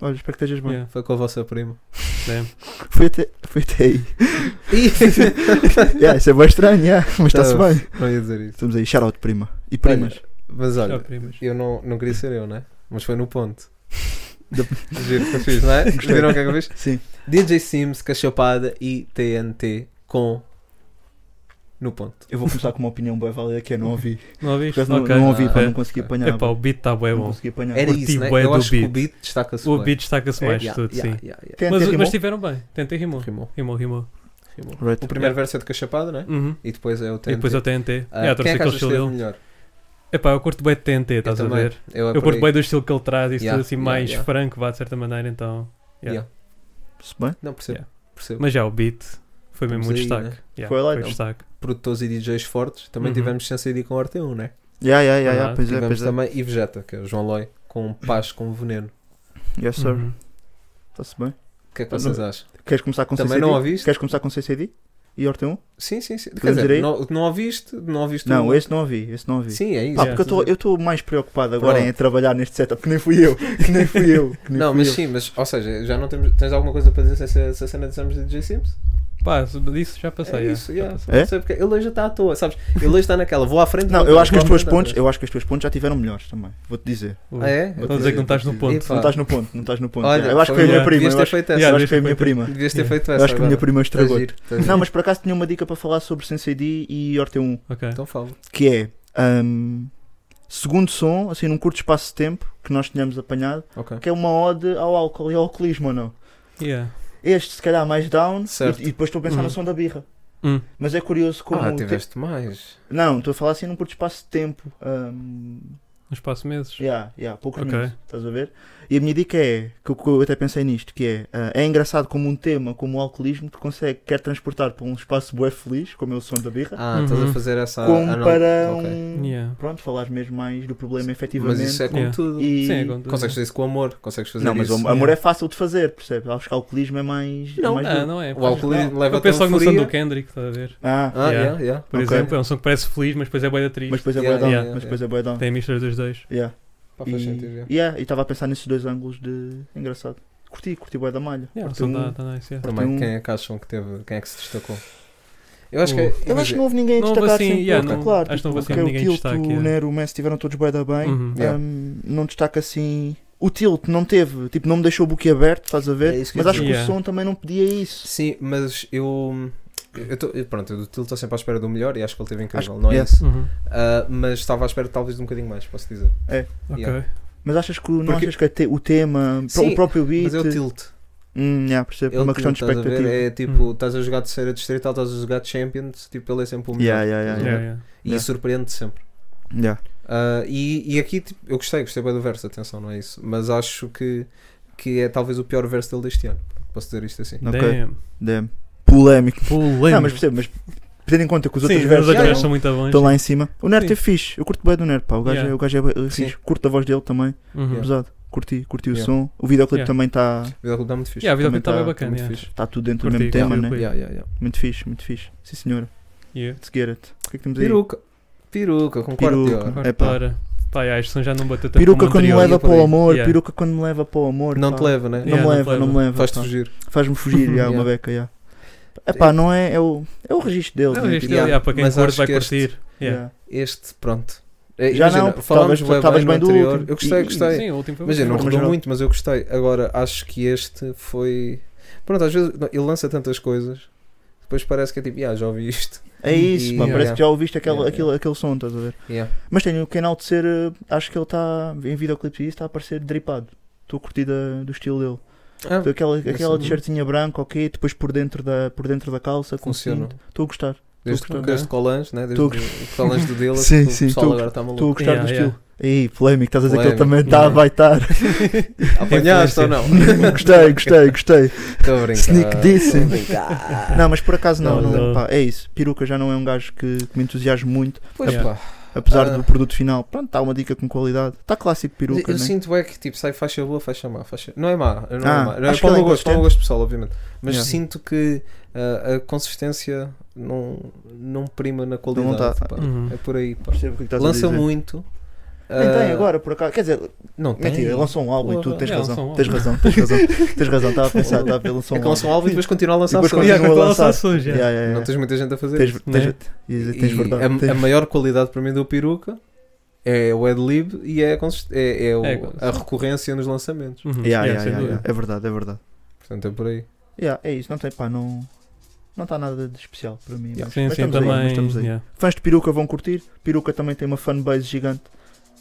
Speaker 6: Olha, espero que estejas bem.
Speaker 1: Yeah,
Speaker 7: foi com a vossa prima.
Speaker 1: damn.
Speaker 6: Foi até, foi até aí. Yeah, isso é bem estranho, yeah, mas
Speaker 7: Tá.
Speaker 6: está-se bem.
Speaker 7: não ia dizer isso.
Speaker 6: Estamos aí, shout-out, prima. E primas.
Speaker 7: Mas
Speaker 1: Já,
Speaker 7: olha,
Speaker 1: primas.
Speaker 7: eu não, não queria ser eu, né? Mas foi no ponto.
Speaker 6: Da-
Speaker 7: Giro que eu fiz, não é?
Speaker 6: Gostei.
Speaker 7: Viram o que é que eu fiz?
Speaker 6: Sim.
Speaker 7: DJ Sims, Cachapada e TNT com. No ponto.
Speaker 6: Eu vou começar com uma opinião bem válida que é não ouvi.
Speaker 1: Não
Speaker 6: Por
Speaker 1: ouviste?
Speaker 6: acaso não,
Speaker 1: Ok.
Speaker 6: não ouvi, pá,
Speaker 1: É.
Speaker 6: não consegui apanhar.
Speaker 1: Epá, o beat
Speaker 7: é
Speaker 1: está bem
Speaker 6: não
Speaker 1: bom.
Speaker 6: consegui apanhar.
Speaker 7: Era
Speaker 1: Curti
Speaker 7: isso, né?
Speaker 1: bué
Speaker 7: Eu
Speaker 1: do
Speaker 7: acho que o
Speaker 1: beat.
Speaker 7: beat destaca-se
Speaker 1: O
Speaker 7: bué.
Speaker 1: beat destaca-se mais
Speaker 7: Yeah,
Speaker 1: de tudo,
Speaker 7: yeah,
Speaker 1: sim.
Speaker 7: yeah, yeah.
Speaker 6: TNT
Speaker 1: Mas, mas
Speaker 6: rimou?
Speaker 1: tiveram bem. Tentei rimou.
Speaker 7: Rimou,
Speaker 1: Rimou, rimou.
Speaker 7: rimou.
Speaker 6: Right.
Speaker 7: tipo, O primeiro verso é de Cachapada, né?
Speaker 1: Uhum.
Speaker 7: E depois é o TNT.
Speaker 1: E depois eu TNT.
Speaker 7: Ah,
Speaker 1: yeah,
Speaker 7: quem
Speaker 1: trouxe
Speaker 7: é que
Speaker 1: aquele
Speaker 7: achas que
Speaker 1: estilo
Speaker 7: esteve
Speaker 1: dele.
Speaker 7: melhor?
Speaker 1: Epá, eu curto bem de TNT, estás a
Speaker 7: também.
Speaker 1: ver?
Speaker 7: Eu,
Speaker 1: Eu curto bem do estilo que ele traz e
Speaker 7: Yeah,
Speaker 1: tudo assim
Speaker 7: yeah,
Speaker 1: mais
Speaker 7: yeah.
Speaker 1: franco, vá, de certa maneira, então... yeah.
Speaker 6: Se bem?
Speaker 7: Não, percebo.
Speaker 1: Yeah.
Speaker 7: percebo.
Speaker 1: Mas já, o beat foi mesmo um
Speaker 7: Estamos aí,
Speaker 1: destaque. Yeah,
Speaker 6: Foi lá,
Speaker 1: foi
Speaker 6: então.
Speaker 1: destaque.
Speaker 7: Produtores e DJs fortes. Também
Speaker 1: Uhum.
Speaker 7: tivemos Chance ID com Arte 1, né?
Speaker 6: Yeah, yeah, yeah, yeah,
Speaker 1: Ah,
Speaker 6: pois é,
Speaker 7: Tivemos
Speaker 6: pois é.
Speaker 7: também e Vegeta, que é o João Loi, com Paz com um Veneno.
Speaker 6: Yes, sir.
Speaker 1: Uhum.
Speaker 6: Está-se bem.
Speaker 7: O que é que vocês acham?
Speaker 6: Queres começar com
Speaker 7: Também
Speaker 6: CCD?
Speaker 7: não ouviste?
Speaker 6: Queres começar com CCD? E Horta 1?
Speaker 7: Sim, sim, sim. Quer
Speaker 6: Podemos ir
Speaker 7: dizer,
Speaker 6: aí?
Speaker 7: não, não ouviste? Não ouviste
Speaker 6: Não,
Speaker 7: o...
Speaker 6: esse não ouvi, esse não ouvi.
Speaker 7: Sim, é isso.
Speaker 1: Yeah,
Speaker 6: Pá, Ah, porque eu tô-
Speaker 1: sim.
Speaker 6: eu estou mais preocupado agora
Speaker 7: Pronto.
Speaker 6: em trabalhar neste setup, que nem fui eu, que nem fui eu. que nem
Speaker 7: Não,
Speaker 6: fui
Speaker 7: mas
Speaker 6: eu.
Speaker 7: sim, mas, ou seja, já não temos. Tens alguma coisa para dizer se essa, se a cena dissemos de DJ Sims?
Speaker 1: Pá, disso já passei.
Speaker 7: é
Speaker 1: yeah.
Speaker 7: isso, yeah.
Speaker 6: É?
Speaker 7: Não sei porque ele hoje já está à toa, sabes? Ele hoje está naquela, vou à frente.
Speaker 6: Não,
Speaker 7: vou
Speaker 6: eu
Speaker 7: atrás,
Speaker 6: acho que
Speaker 7: vou
Speaker 6: as
Speaker 7: à
Speaker 6: tuas
Speaker 7: frente,
Speaker 6: pontes,
Speaker 7: atrás.
Speaker 6: eu acho que as tuas pontes já tiveram melhores também, vou-te dizer.
Speaker 1: Ui.
Speaker 7: Ah, é?
Speaker 1: Estão a dizer que não estás no ponto.
Speaker 7: Epá.
Speaker 6: Não estás no ponto, não estás no ponto.
Speaker 7: Olha,
Speaker 6: eu acho que foi
Speaker 7: foi
Speaker 6: a minha
Speaker 1: melhor.
Speaker 6: prima,
Speaker 7: Devias
Speaker 6: eu
Speaker 7: ter
Speaker 6: acho,
Speaker 7: feito
Speaker 6: eu
Speaker 7: essa.
Speaker 6: acho
Speaker 1: Devias
Speaker 6: que foi a
Speaker 1: ter
Speaker 6: minha
Speaker 1: feito
Speaker 6: prima.
Speaker 7: Devias ter
Speaker 1: Yeah.
Speaker 7: feito essa.
Speaker 6: Eu acho que a minha
Speaker 7: agora.
Speaker 6: prima
Speaker 7: Tá
Speaker 6: estragou.
Speaker 7: giro, tá giro.
Speaker 6: Não, mas por acaso tinha uma dica para falar sobre Sensei D e Horta 1,
Speaker 1: Ok.
Speaker 7: Então fala.
Speaker 6: que é hum, segundo som, assim, num curto espaço de tempo que nós tínhamos apanhado,
Speaker 7: Ok.
Speaker 6: que é uma ode ao álcool e ao alcoolismo, ou não?
Speaker 1: Yeah.
Speaker 6: Este, se calhar, mais down,
Speaker 7: Certo.
Speaker 6: e, e depois estou a pensar
Speaker 1: Uhum.
Speaker 6: no som da birra.
Speaker 1: Hum.
Speaker 6: Mas é curioso como.
Speaker 7: Ah,
Speaker 6: te-
Speaker 7: tiveste mais.
Speaker 6: Não, estou a falar assim num curto espaço de tempo. Um,
Speaker 1: Um espaço meses.
Speaker 6: yeah, yeah, poucos
Speaker 1: Ok.
Speaker 6: minutos, estás a ver? E a minha dica é, que eu, que eu até pensei nisto, que é, ah, é engraçado como um tema, como o alcoolismo, te consegue, quer transportar para um espaço bué feliz, como é o som da birra,
Speaker 7: Ah, estás a
Speaker 1: Uhum.
Speaker 7: fazer essa.
Speaker 6: como
Speaker 7: ah, não.
Speaker 6: para
Speaker 7: Ok.
Speaker 6: um...
Speaker 1: Yeah.
Speaker 6: Pronto, falar mesmo mais do problema
Speaker 7: Mas
Speaker 6: efetivamente.
Speaker 7: isso é como
Speaker 1: Yeah.
Speaker 7: tudo.
Speaker 6: e...
Speaker 1: Sim, é quando-
Speaker 7: Consegues fazer isso com amor, consegues fazer
Speaker 6: Não, mas
Speaker 7: isso.
Speaker 6: o amor
Speaker 1: yeah.
Speaker 6: é fácil de fazer, percebes? Acho que o alcoolismo é mais... é
Speaker 1: Não,
Speaker 6: mais
Speaker 1: ah,
Speaker 6: duro.
Speaker 1: não é.
Speaker 7: O alcoolismo leva
Speaker 1: Eu penso logo no som do Kendrick, estás a ver?
Speaker 6: Ah,
Speaker 7: Ah,
Speaker 1: Yeah.
Speaker 7: yeah, yeah.
Speaker 1: Por
Speaker 6: Ok.
Speaker 1: exemplo, é um som que parece feliz, mas depois é boia da triste.
Speaker 6: mas depois é
Speaker 7: Yeah,
Speaker 6: bué down,
Speaker 1: yeah,
Speaker 6: mas
Speaker 7: yeah.
Speaker 6: depois é bué down.
Speaker 1: Tem mistas dos dois.
Speaker 6: Yeah.
Speaker 7: Pá, faz sentido,
Speaker 6: E
Speaker 7: yeah.
Speaker 6: yeah, e estava a pensar nesses dois ângulos de. Engraçado. Curti, curti bué da malha.
Speaker 1: Yeah, o
Speaker 6: Curti
Speaker 1: som
Speaker 6: um-
Speaker 1: está tá nice. Yeah.
Speaker 7: Também,
Speaker 6: um- Uh,
Speaker 7: quem é que acham que teve, quem é que se destacou? Eu acho que.
Speaker 1: Eu
Speaker 6: Eu acho que não houve ninguém a
Speaker 1: Não houve
Speaker 6: destacar
Speaker 1: assim,
Speaker 6: assim,
Speaker 1: yeah, não-
Speaker 6: particular.
Speaker 1: acho que não houve assim
Speaker 6: porque
Speaker 1: ninguém
Speaker 6: o
Speaker 1: de
Speaker 6: Tilt,
Speaker 1: destaque,
Speaker 6: o
Speaker 1: yeah.
Speaker 6: Nero, o Messi tiveram todos bué da bem.
Speaker 1: Uhum.
Speaker 7: Yeah.
Speaker 6: Um, não destaca assim. O Tilt não teve, tipo, não me deixou o boquiaberto, estás a ver?
Speaker 7: É isso que eu
Speaker 6: Mas
Speaker 7: ia
Speaker 6: acho que
Speaker 1: dizer.
Speaker 6: o som também não pedia isso.
Speaker 7: Sim, mas eu. Eu tô, eu- pronto, eu do Tilo estou sempre à espera do melhor e acho que ele teve incrível,
Speaker 6: Acho-
Speaker 7: não é
Speaker 6: yeah.
Speaker 7: isso?
Speaker 1: Uhum.
Speaker 7: Ah, mas estava à espera talvez de um bocadinho mais, posso dizer.
Speaker 6: É.
Speaker 1: Ok.
Speaker 7: Yeah.
Speaker 6: Mas achas que o- não
Speaker 7: Porque-
Speaker 6: achas que até o tema,
Speaker 7: Sim,
Speaker 6: o próprio beat.
Speaker 7: Mas é o tilt.
Speaker 6: Hum, yeah, percebo,
Speaker 7: É
Speaker 6: é
Speaker 7: o
Speaker 6: uma
Speaker 7: tilt,
Speaker 6: questão de
Speaker 7: estás a ver?
Speaker 6: expectativa. Hum.
Speaker 7: É tipo, estás a jogar terceira distrital, estás a jogar Champions, tipo, ele é sempre o melhor.
Speaker 6: Yeah, yeah, yeah,
Speaker 7: estás a
Speaker 1: Yeah,
Speaker 7: ver?
Speaker 1: yeah.
Speaker 7: E
Speaker 6: Yeah.
Speaker 7: surpreende sempre.
Speaker 6: Yeah.
Speaker 7: Ah, e, e aqui tipo, eu gostei, gostei bem do verso, atenção, não é isso? Mas acho que, que é talvez o pior verso dele deste ano. Posso dizer isto assim?
Speaker 6: Ok.
Speaker 1: Damn.
Speaker 6: Damn. Polémico.
Speaker 1: Polêmico.
Speaker 6: Não, mas percebo, mas tendo em conta que os
Speaker 1: Sim,
Speaker 6: outros
Speaker 1: os
Speaker 6: versos
Speaker 1: outros
Speaker 7: já
Speaker 1: versos
Speaker 7: não-
Speaker 1: são muito bons.
Speaker 6: estão lá em cima. O Nerd
Speaker 1: Sim.
Speaker 6: é fixe, eu curto bem do Nerd, pá. O gajo,
Speaker 1: Yeah.
Speaker 6: é, o gajo é bué- é
Speaker 7: Sim.
Speaker 6: fixe, curto a voz dele também,
Speaker 1: Uhum.
Speaker 7: Yeah.
Speaker 6: pesado. Curti, curti o
Speaker 7: Yeah.
Speaker 6: som. O videoclipe
Speaker 1: Yeah.
Speaker 6: também está
Speaker 7: O videoclube está muito fixe.
Speaker 1: Yeah, a vida
Speaker 6: Também
Speaker 1: está bem
Speaker 6: tá-
Speaker 7: Está
Speaker 1: bacana.
Speaker 7: muito
Speaker 1: yeah.
Speaker 7: fixe.
Speaker 6: tá tudo dentro do
Speaker 1: Curti,
Speaker 6: mesmo tema,
Speaker 1: curti o
Speaker 6: né?
Speaker 1: clipe.
Speaker 7: Yeah, yeah, yeah.
Speaker 6: Muito fixe, muito fixe. Sim, senhora.
Speaker 1: Yeah.
Speaker 6: Let's get it. O que é que temos aí?
Speaker 7: Peruca, peruca, concordo.
Speaker 6: Peruca.
Speaker 7: Diogo.
Speaker 1: Agora,
Speaker 6: Epá.
Speaker 1: para. Pá, yeah, este som já não bateu
Speaker 7: Tá
Speaker 1: tanto
Speaker 6: Peruca
Speaker 1: como
Speaker 7: um
Speaker 1: o
Speaker 6: quando me
Speaker 1: anterior.
Speaker 6: leva
Speaker 7: por
Speaker 6: para
Speaker 7: aí.
Speaker 6: o amor,
Speaker 1: Yeah.
Speaker 6: peruca quando me leva para o amor.
Speaker 7: Não
Speaker 6: pá.
Speaker 7: te leva, né?
Speaker 6: Não
Speaker 1: Yeah,
Speaker 6: me
Speaker 1: não te
Speaker 6: leva, não me
Speaker 1: leva.
Speaker 6: leva.
Speaker 7: Faz-te
Speaker 6: pá.
Speaker 7: fugir.
Speaker 6: Faz-me fugir, já, uma
Speaker 7: Yeah.
Speaker 6: beca, já. Epá, não é, é o, é o registro dele.
Speaker 1: Não,
Speaker 6: né?
Speaker 1: este
Speaker 6: Tipo,
Speaker 1: yeah.
Speaker 7: Yeah,
Speaker 1: para quem
Speaker 7: mas
Speaker 1: curte
Speaker 7: acho
Speaker 1: vai
Speaker 7: que este-
Speaker 1: curtir. Yeah.
Speaker 6: yeah.
Speaker 7: Este, pronto. É,
Speaker 6: Já não,
Speaker 7: imagina,
Speaker 6: porque
Speaker 7: falámos
Speaker 6: estavas-
Speaker 7: bué
Speaker 6: estavas
Speaker 7: bem no
Speaker 6: bem do
Speaker 7: anterior.
Speaker 6: último.
Speaker 7: Eu gostei,
Speaker 6: E-
Speaker 7: gostei.
Speaker 1: Sim, o último foi bom.
Speaker 7: Imagina, não
Speaker 6: Mas
Speaker 7: rodou
Speaker 6: geral-
Speaker 7: muito, mas eu gostei. Agora, acho que este foi. Pronto, às vezes não, ele lança tantas coisas, depois parece que é tipo, ah, já ouvi isto.
Speaker 6: É isso,
Speaker 7: E-
Speaker 6: pá,
Speaker 1: Yeah,
Speaker 6: parece
Speaker 7: yeah.
Speaker 6: que já ouviste aquele,
Speaker 7: Yeah,
Speaker 6: aquele, aquele som, estás a ver?
Speaker 7: Yeah.
Speaker 6: Mas tenho que enaltecer, eh, acho que ele está, em videoclipes e isso, está a parecer dripado. Estou a curtir da- do estilo dele.
Speaker 7: Ah,
Speaker 6: Então, aquela aquela
Speaker 7: sabia.
Speaker 6: t-shirtinha branca, ok, depois por dentro da, por dentro da calça, com
Speaker 7: Funciona.
Speaker 6: cinto. Estou a gostar.
Speaker 7: desde,
Speaker 6: gostando.
Speaker 7: desde Colange, né? desde
Speaker 6: é. Tô-
Speaker 7: o Colange do Dilla,
Speaker 6: Sim,
Speaker 7: o
Speaker 6: sim,
Speaker 7: pessoal
Speaker 6: tô-
Speaker 7: agora está maluco.
Speaker 6: Estou a gostar
Speaker 1: Yeah,
Speaker 6: do
Speaker 1: yeah.
Speaker 6: estilo. Aí, polémico, estás a dizer que ele também
Speaker 7: Polémico,
Speaker 6: está,
Speaker 7: yeah.
Speaker 6: vai estar.
Speaker 7: Ah, Apanhaste ou não?
Speaker 6: gostei, gostei, gostei.
Speaker 7: Estou a brincar.
Speaker 6: Sneak dissing.
Speaker 7: Estou a brincar.
Speaker 6: Não, mas por acaso não,
Speaker 1: Não,
Speaker 6: não,
Speaker 1: não.
Speaker 6: pá, é isso. Peruca já não é um gajo que, que me entusiasmo muito,
Speaker 7: Pois
Speaker 1: Yeah.
Speaker 7: pá,
Speaker 6: apesar
Speaker 7: Ah.
Speaker 6: do produto final. Pronto, está uma dica com qualidade. Está clássico peruca,
Speaker 7: eu
Speaker 6: né?
Speaker 7: sinto é que tipo, sai faixa boa, faixa má. Faixa... Não é má, não é
Speaker 6: Ah,
Speaker 7: má. Não é
Speaker 6: acho
Speaker 7: para o
Speaker 6: que ela é
Speaker 7: meu gosto, para o meu
Speaker 6: consistente.
Speaker 7: gosto pessoal, obviamente. Mas
Speaker 6: Yeah.
Speaker 7: sinto que ah, a consistência não, não prima na qualidade.
Speaker 6: tá-
Speaker 7: pá.
Speaker 1: Uhum.
Speaker 7: É por aí, pá.
Speaker 6: Percebo o que é que estás a
Speaker 7: lança
Speaker 6: dizer.
Speaker 7: muito,
Speaker 6: Nem
Speaker 7: Ah,
Speaker 6: tem agora, por acaso. Quer dizer,
Speaker 7: Não tem.
Speaker 6: mentira, lançou um álbum e tudo, tens
Speaker 1: É,
Speaker 6: razão.
Speaker 1: lançou um
Speaker 6: Tens razão, tens razão. Tens razão, estava a pensar, estava a ver, lançou
Speaker 7: É
Speaker 6: um
Speaker 7: que lançam um álbum e depois continua a lançar
Speaker 6: depois
Speaker 7: sons.
Speaker 6: continua
Speaker 1: Yeah, com
Speaker 6: a
Speaker 1: todas
Speaker 6: lançar.
Speaker 1: as ações, yeah.
Speaker 6: Yeah, yeah, yeah.
Speaker 7: Não tens muita gente a fazer.
Speaker 6: Tens,
Speaker 7: isso.
Speaker 1: né?
Speaker 6: tens, tens, tens
Speaker 7: E é-
Speaker 6: verdade.
Speaker 7: a,
Speaker 6: tens-
Speaker 7: a maior qualidade para mim do peruca é o Adlib e é, a consist- é, é o-
Speaker 1: É, consist-
Speaker 7: a recorrência nos lançamentos.
Speaker 1: Uhum,
Speaker 6: Yeah,
Speaker 1: yeah,
Speaker 6: yeah,
Speaker 1: sem
Speaker 6: yeah,
Speaker 1: dúvida.
Speaker 6: yeah. É verdade, é verdade.
Speaker 7: Portanto, é por aí.
Speaker 6: Yeah, é isso, não tem, pá, não. Não está nada de especial para mim. mas-
Speaker 1: Sim,
Speaker 6: mas
Speaker 1: sim,
Speaker 6: estamos aí, mas
Speaker 1: também.
Speaker 6: estamos aí.
Speaker 1: yeah.
Speaker 6: Fãs de peruca vão curtir. Peruca também tem uma fanbase gigante.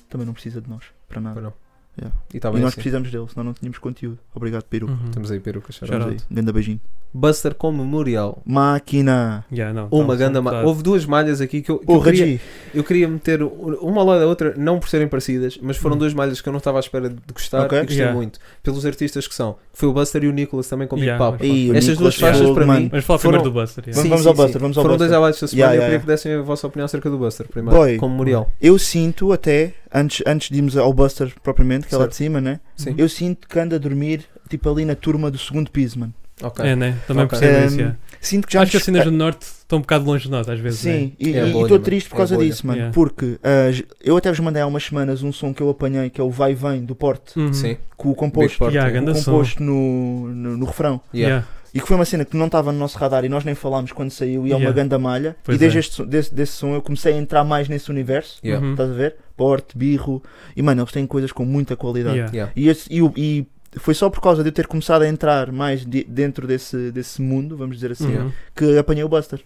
Speaker 6: Também não precisa de nós, para nada.
Speaker 7: Para não.
Speaker 6: Yeah.
Speaker 7: E está
Speaker 6: e
Speaker 7: bem
Speaker 6: nós
Speaker 7: assim.
Speaker 6: precisamos dele, senão não tínhamos conteúdo. Obrigado, peruca.
Speaker 1: Uhum.
Speaker 7: Temos aí peruca. shout out.
Speaker 1: Shout
Speaker 6: Estamos
Speaker 1: out.
Speaker 6: aí. Ganda beijinho.
Speaker 7: Buster com memorial.
Speaker 6: Máquina!
Speaker 1: Yeah, não,
Speaker 7: Uma
Speaker 1: tá,
Speaker 7: ganda
Speaker 1: tá.
Speaker 7: malha. Houve duas malhas aqui que eu, que
Speaker 6: O
Speaker 7: eu queria,
Speaker 6: Raji!
Speaker 7: eu queria meter uma ao lado da outra, não por serem parecidas, mas foram
Speaker 1: Hum.
Speaker 7: duas malhas que eu não estava à espera de gostar
Speaker 6: Ok.
Speaker 7: e gostei
Speaker 1: Yeah.
Speaker 7: muito. Pelos artistas que são. que Foi o Buster e o Nicholas também com o
Speaker 1: Yeah,
Speaker 7: Big Papa.
Speaker 1: mas-
Speaker 6: Ei, o
Speaker 7: Estas
Speaker 6: Nicolas
Speaker 7: duas faixas
Speaker 6: Fogo,
Speaker 7: para
Speaker 6: mano.
Speaker 7: mim.
Speaker 1: Vamos falar
Speaker 7: Foram-
Speaker 1: primeiro do Buster. yeah.
Speaker 6: Sim. Vamos ao Buster, vamos ao
Speaker 7: Foram
Speaker 6: Buster.
Speaker 7: dois abaixo da semana
Speaker 6: Yeah,
Speaker 7: eu queria
Speaker 6: yeah,
Speaker 7: que dessem a vossa opinião acerca do Buster primeiro,
Speaker 6: Boy.
Speaker 7: como Muriel.
Speaker 6: Eu sinto até, antes, antes de irmos ao Buster propriamente, que é lá de
Speaker 7: Certo.
Speaker 6: cima, né?
Speaker 7: Sim.
Speaker 6: Eu sinto que anda a dormir, tipo ali na turma do segundo piso, mano.
Speaker 7: Ok.
Speaker 1: É, né? Também
Speaker 7: Ok.
Speaker 1: percebo isso.
Speaker 6: Um,
Speaker 1: yeah.
Speaker 6: Sinto que já
Speaker 1: Acho que
Speaker 6: nos-
Speaker 1: as cenas do Norte estão um bocado longe de nós, às vezes. né?
Speaker 6: Sim, e
Speaker 7: É a
Speaker 6: e- e
Speaker 7: bolha,
Speaker 6: estou
Speaker 7: mano.
Speaker 6: triste por
Speaker 7: É a
Speaker 6: causa
Speaker 7: bolha.
Speaker 6: disso, mano.
Speaker 1: Yeah.
Speaker 6: Porque ah, j- eu até vos mandei há umas semanas um som que eu apanhei, que é o Vai Vem do Porte,
Speaker 1: Uhum.
Speaker 7: Sim.
Speaker 6: com o
Speaker 7: Big
Speaker 6: composto,
Speaker 7: Porta.
Speaker 1: Yeah,
Speaker 6: com
Speaker 1: ganda
Speaker 6: o
Speaker 1: som.
Speaker 6: composto no, no, no refrão.
Speaker 7: Yeah.
Speaker 1: Yeah.
Speaker 6: E que foi uma cena que não estava no nosso radar e nós nem falámos quando saiu, e é uma
Speaker 1: Yeah.
Speaker 6: ganda malha.
Speaker 1: Pois
Speaker 6: e desde
Speaker 1: é.
Speaker 6: este, som- desse, desse som eu comecei a entrar mais nesse universo.
Speaker 7: Yeah.
Speaker 1: Uhum.
Speaker 6: Estás a ver? Porte, birro. E mano, eles têm coisas com muita qualidade.
Speaker 1: Yeah.
Speaker 7: Yeah.
Speaker 6: E, esse- e o- e foi só por causa de eu ter começado a entrar mais de- dentro desse, desse mundo, vamos dizer assim,
Speaker 1: Uhum.
Speaker 6: que apanhei o Buster.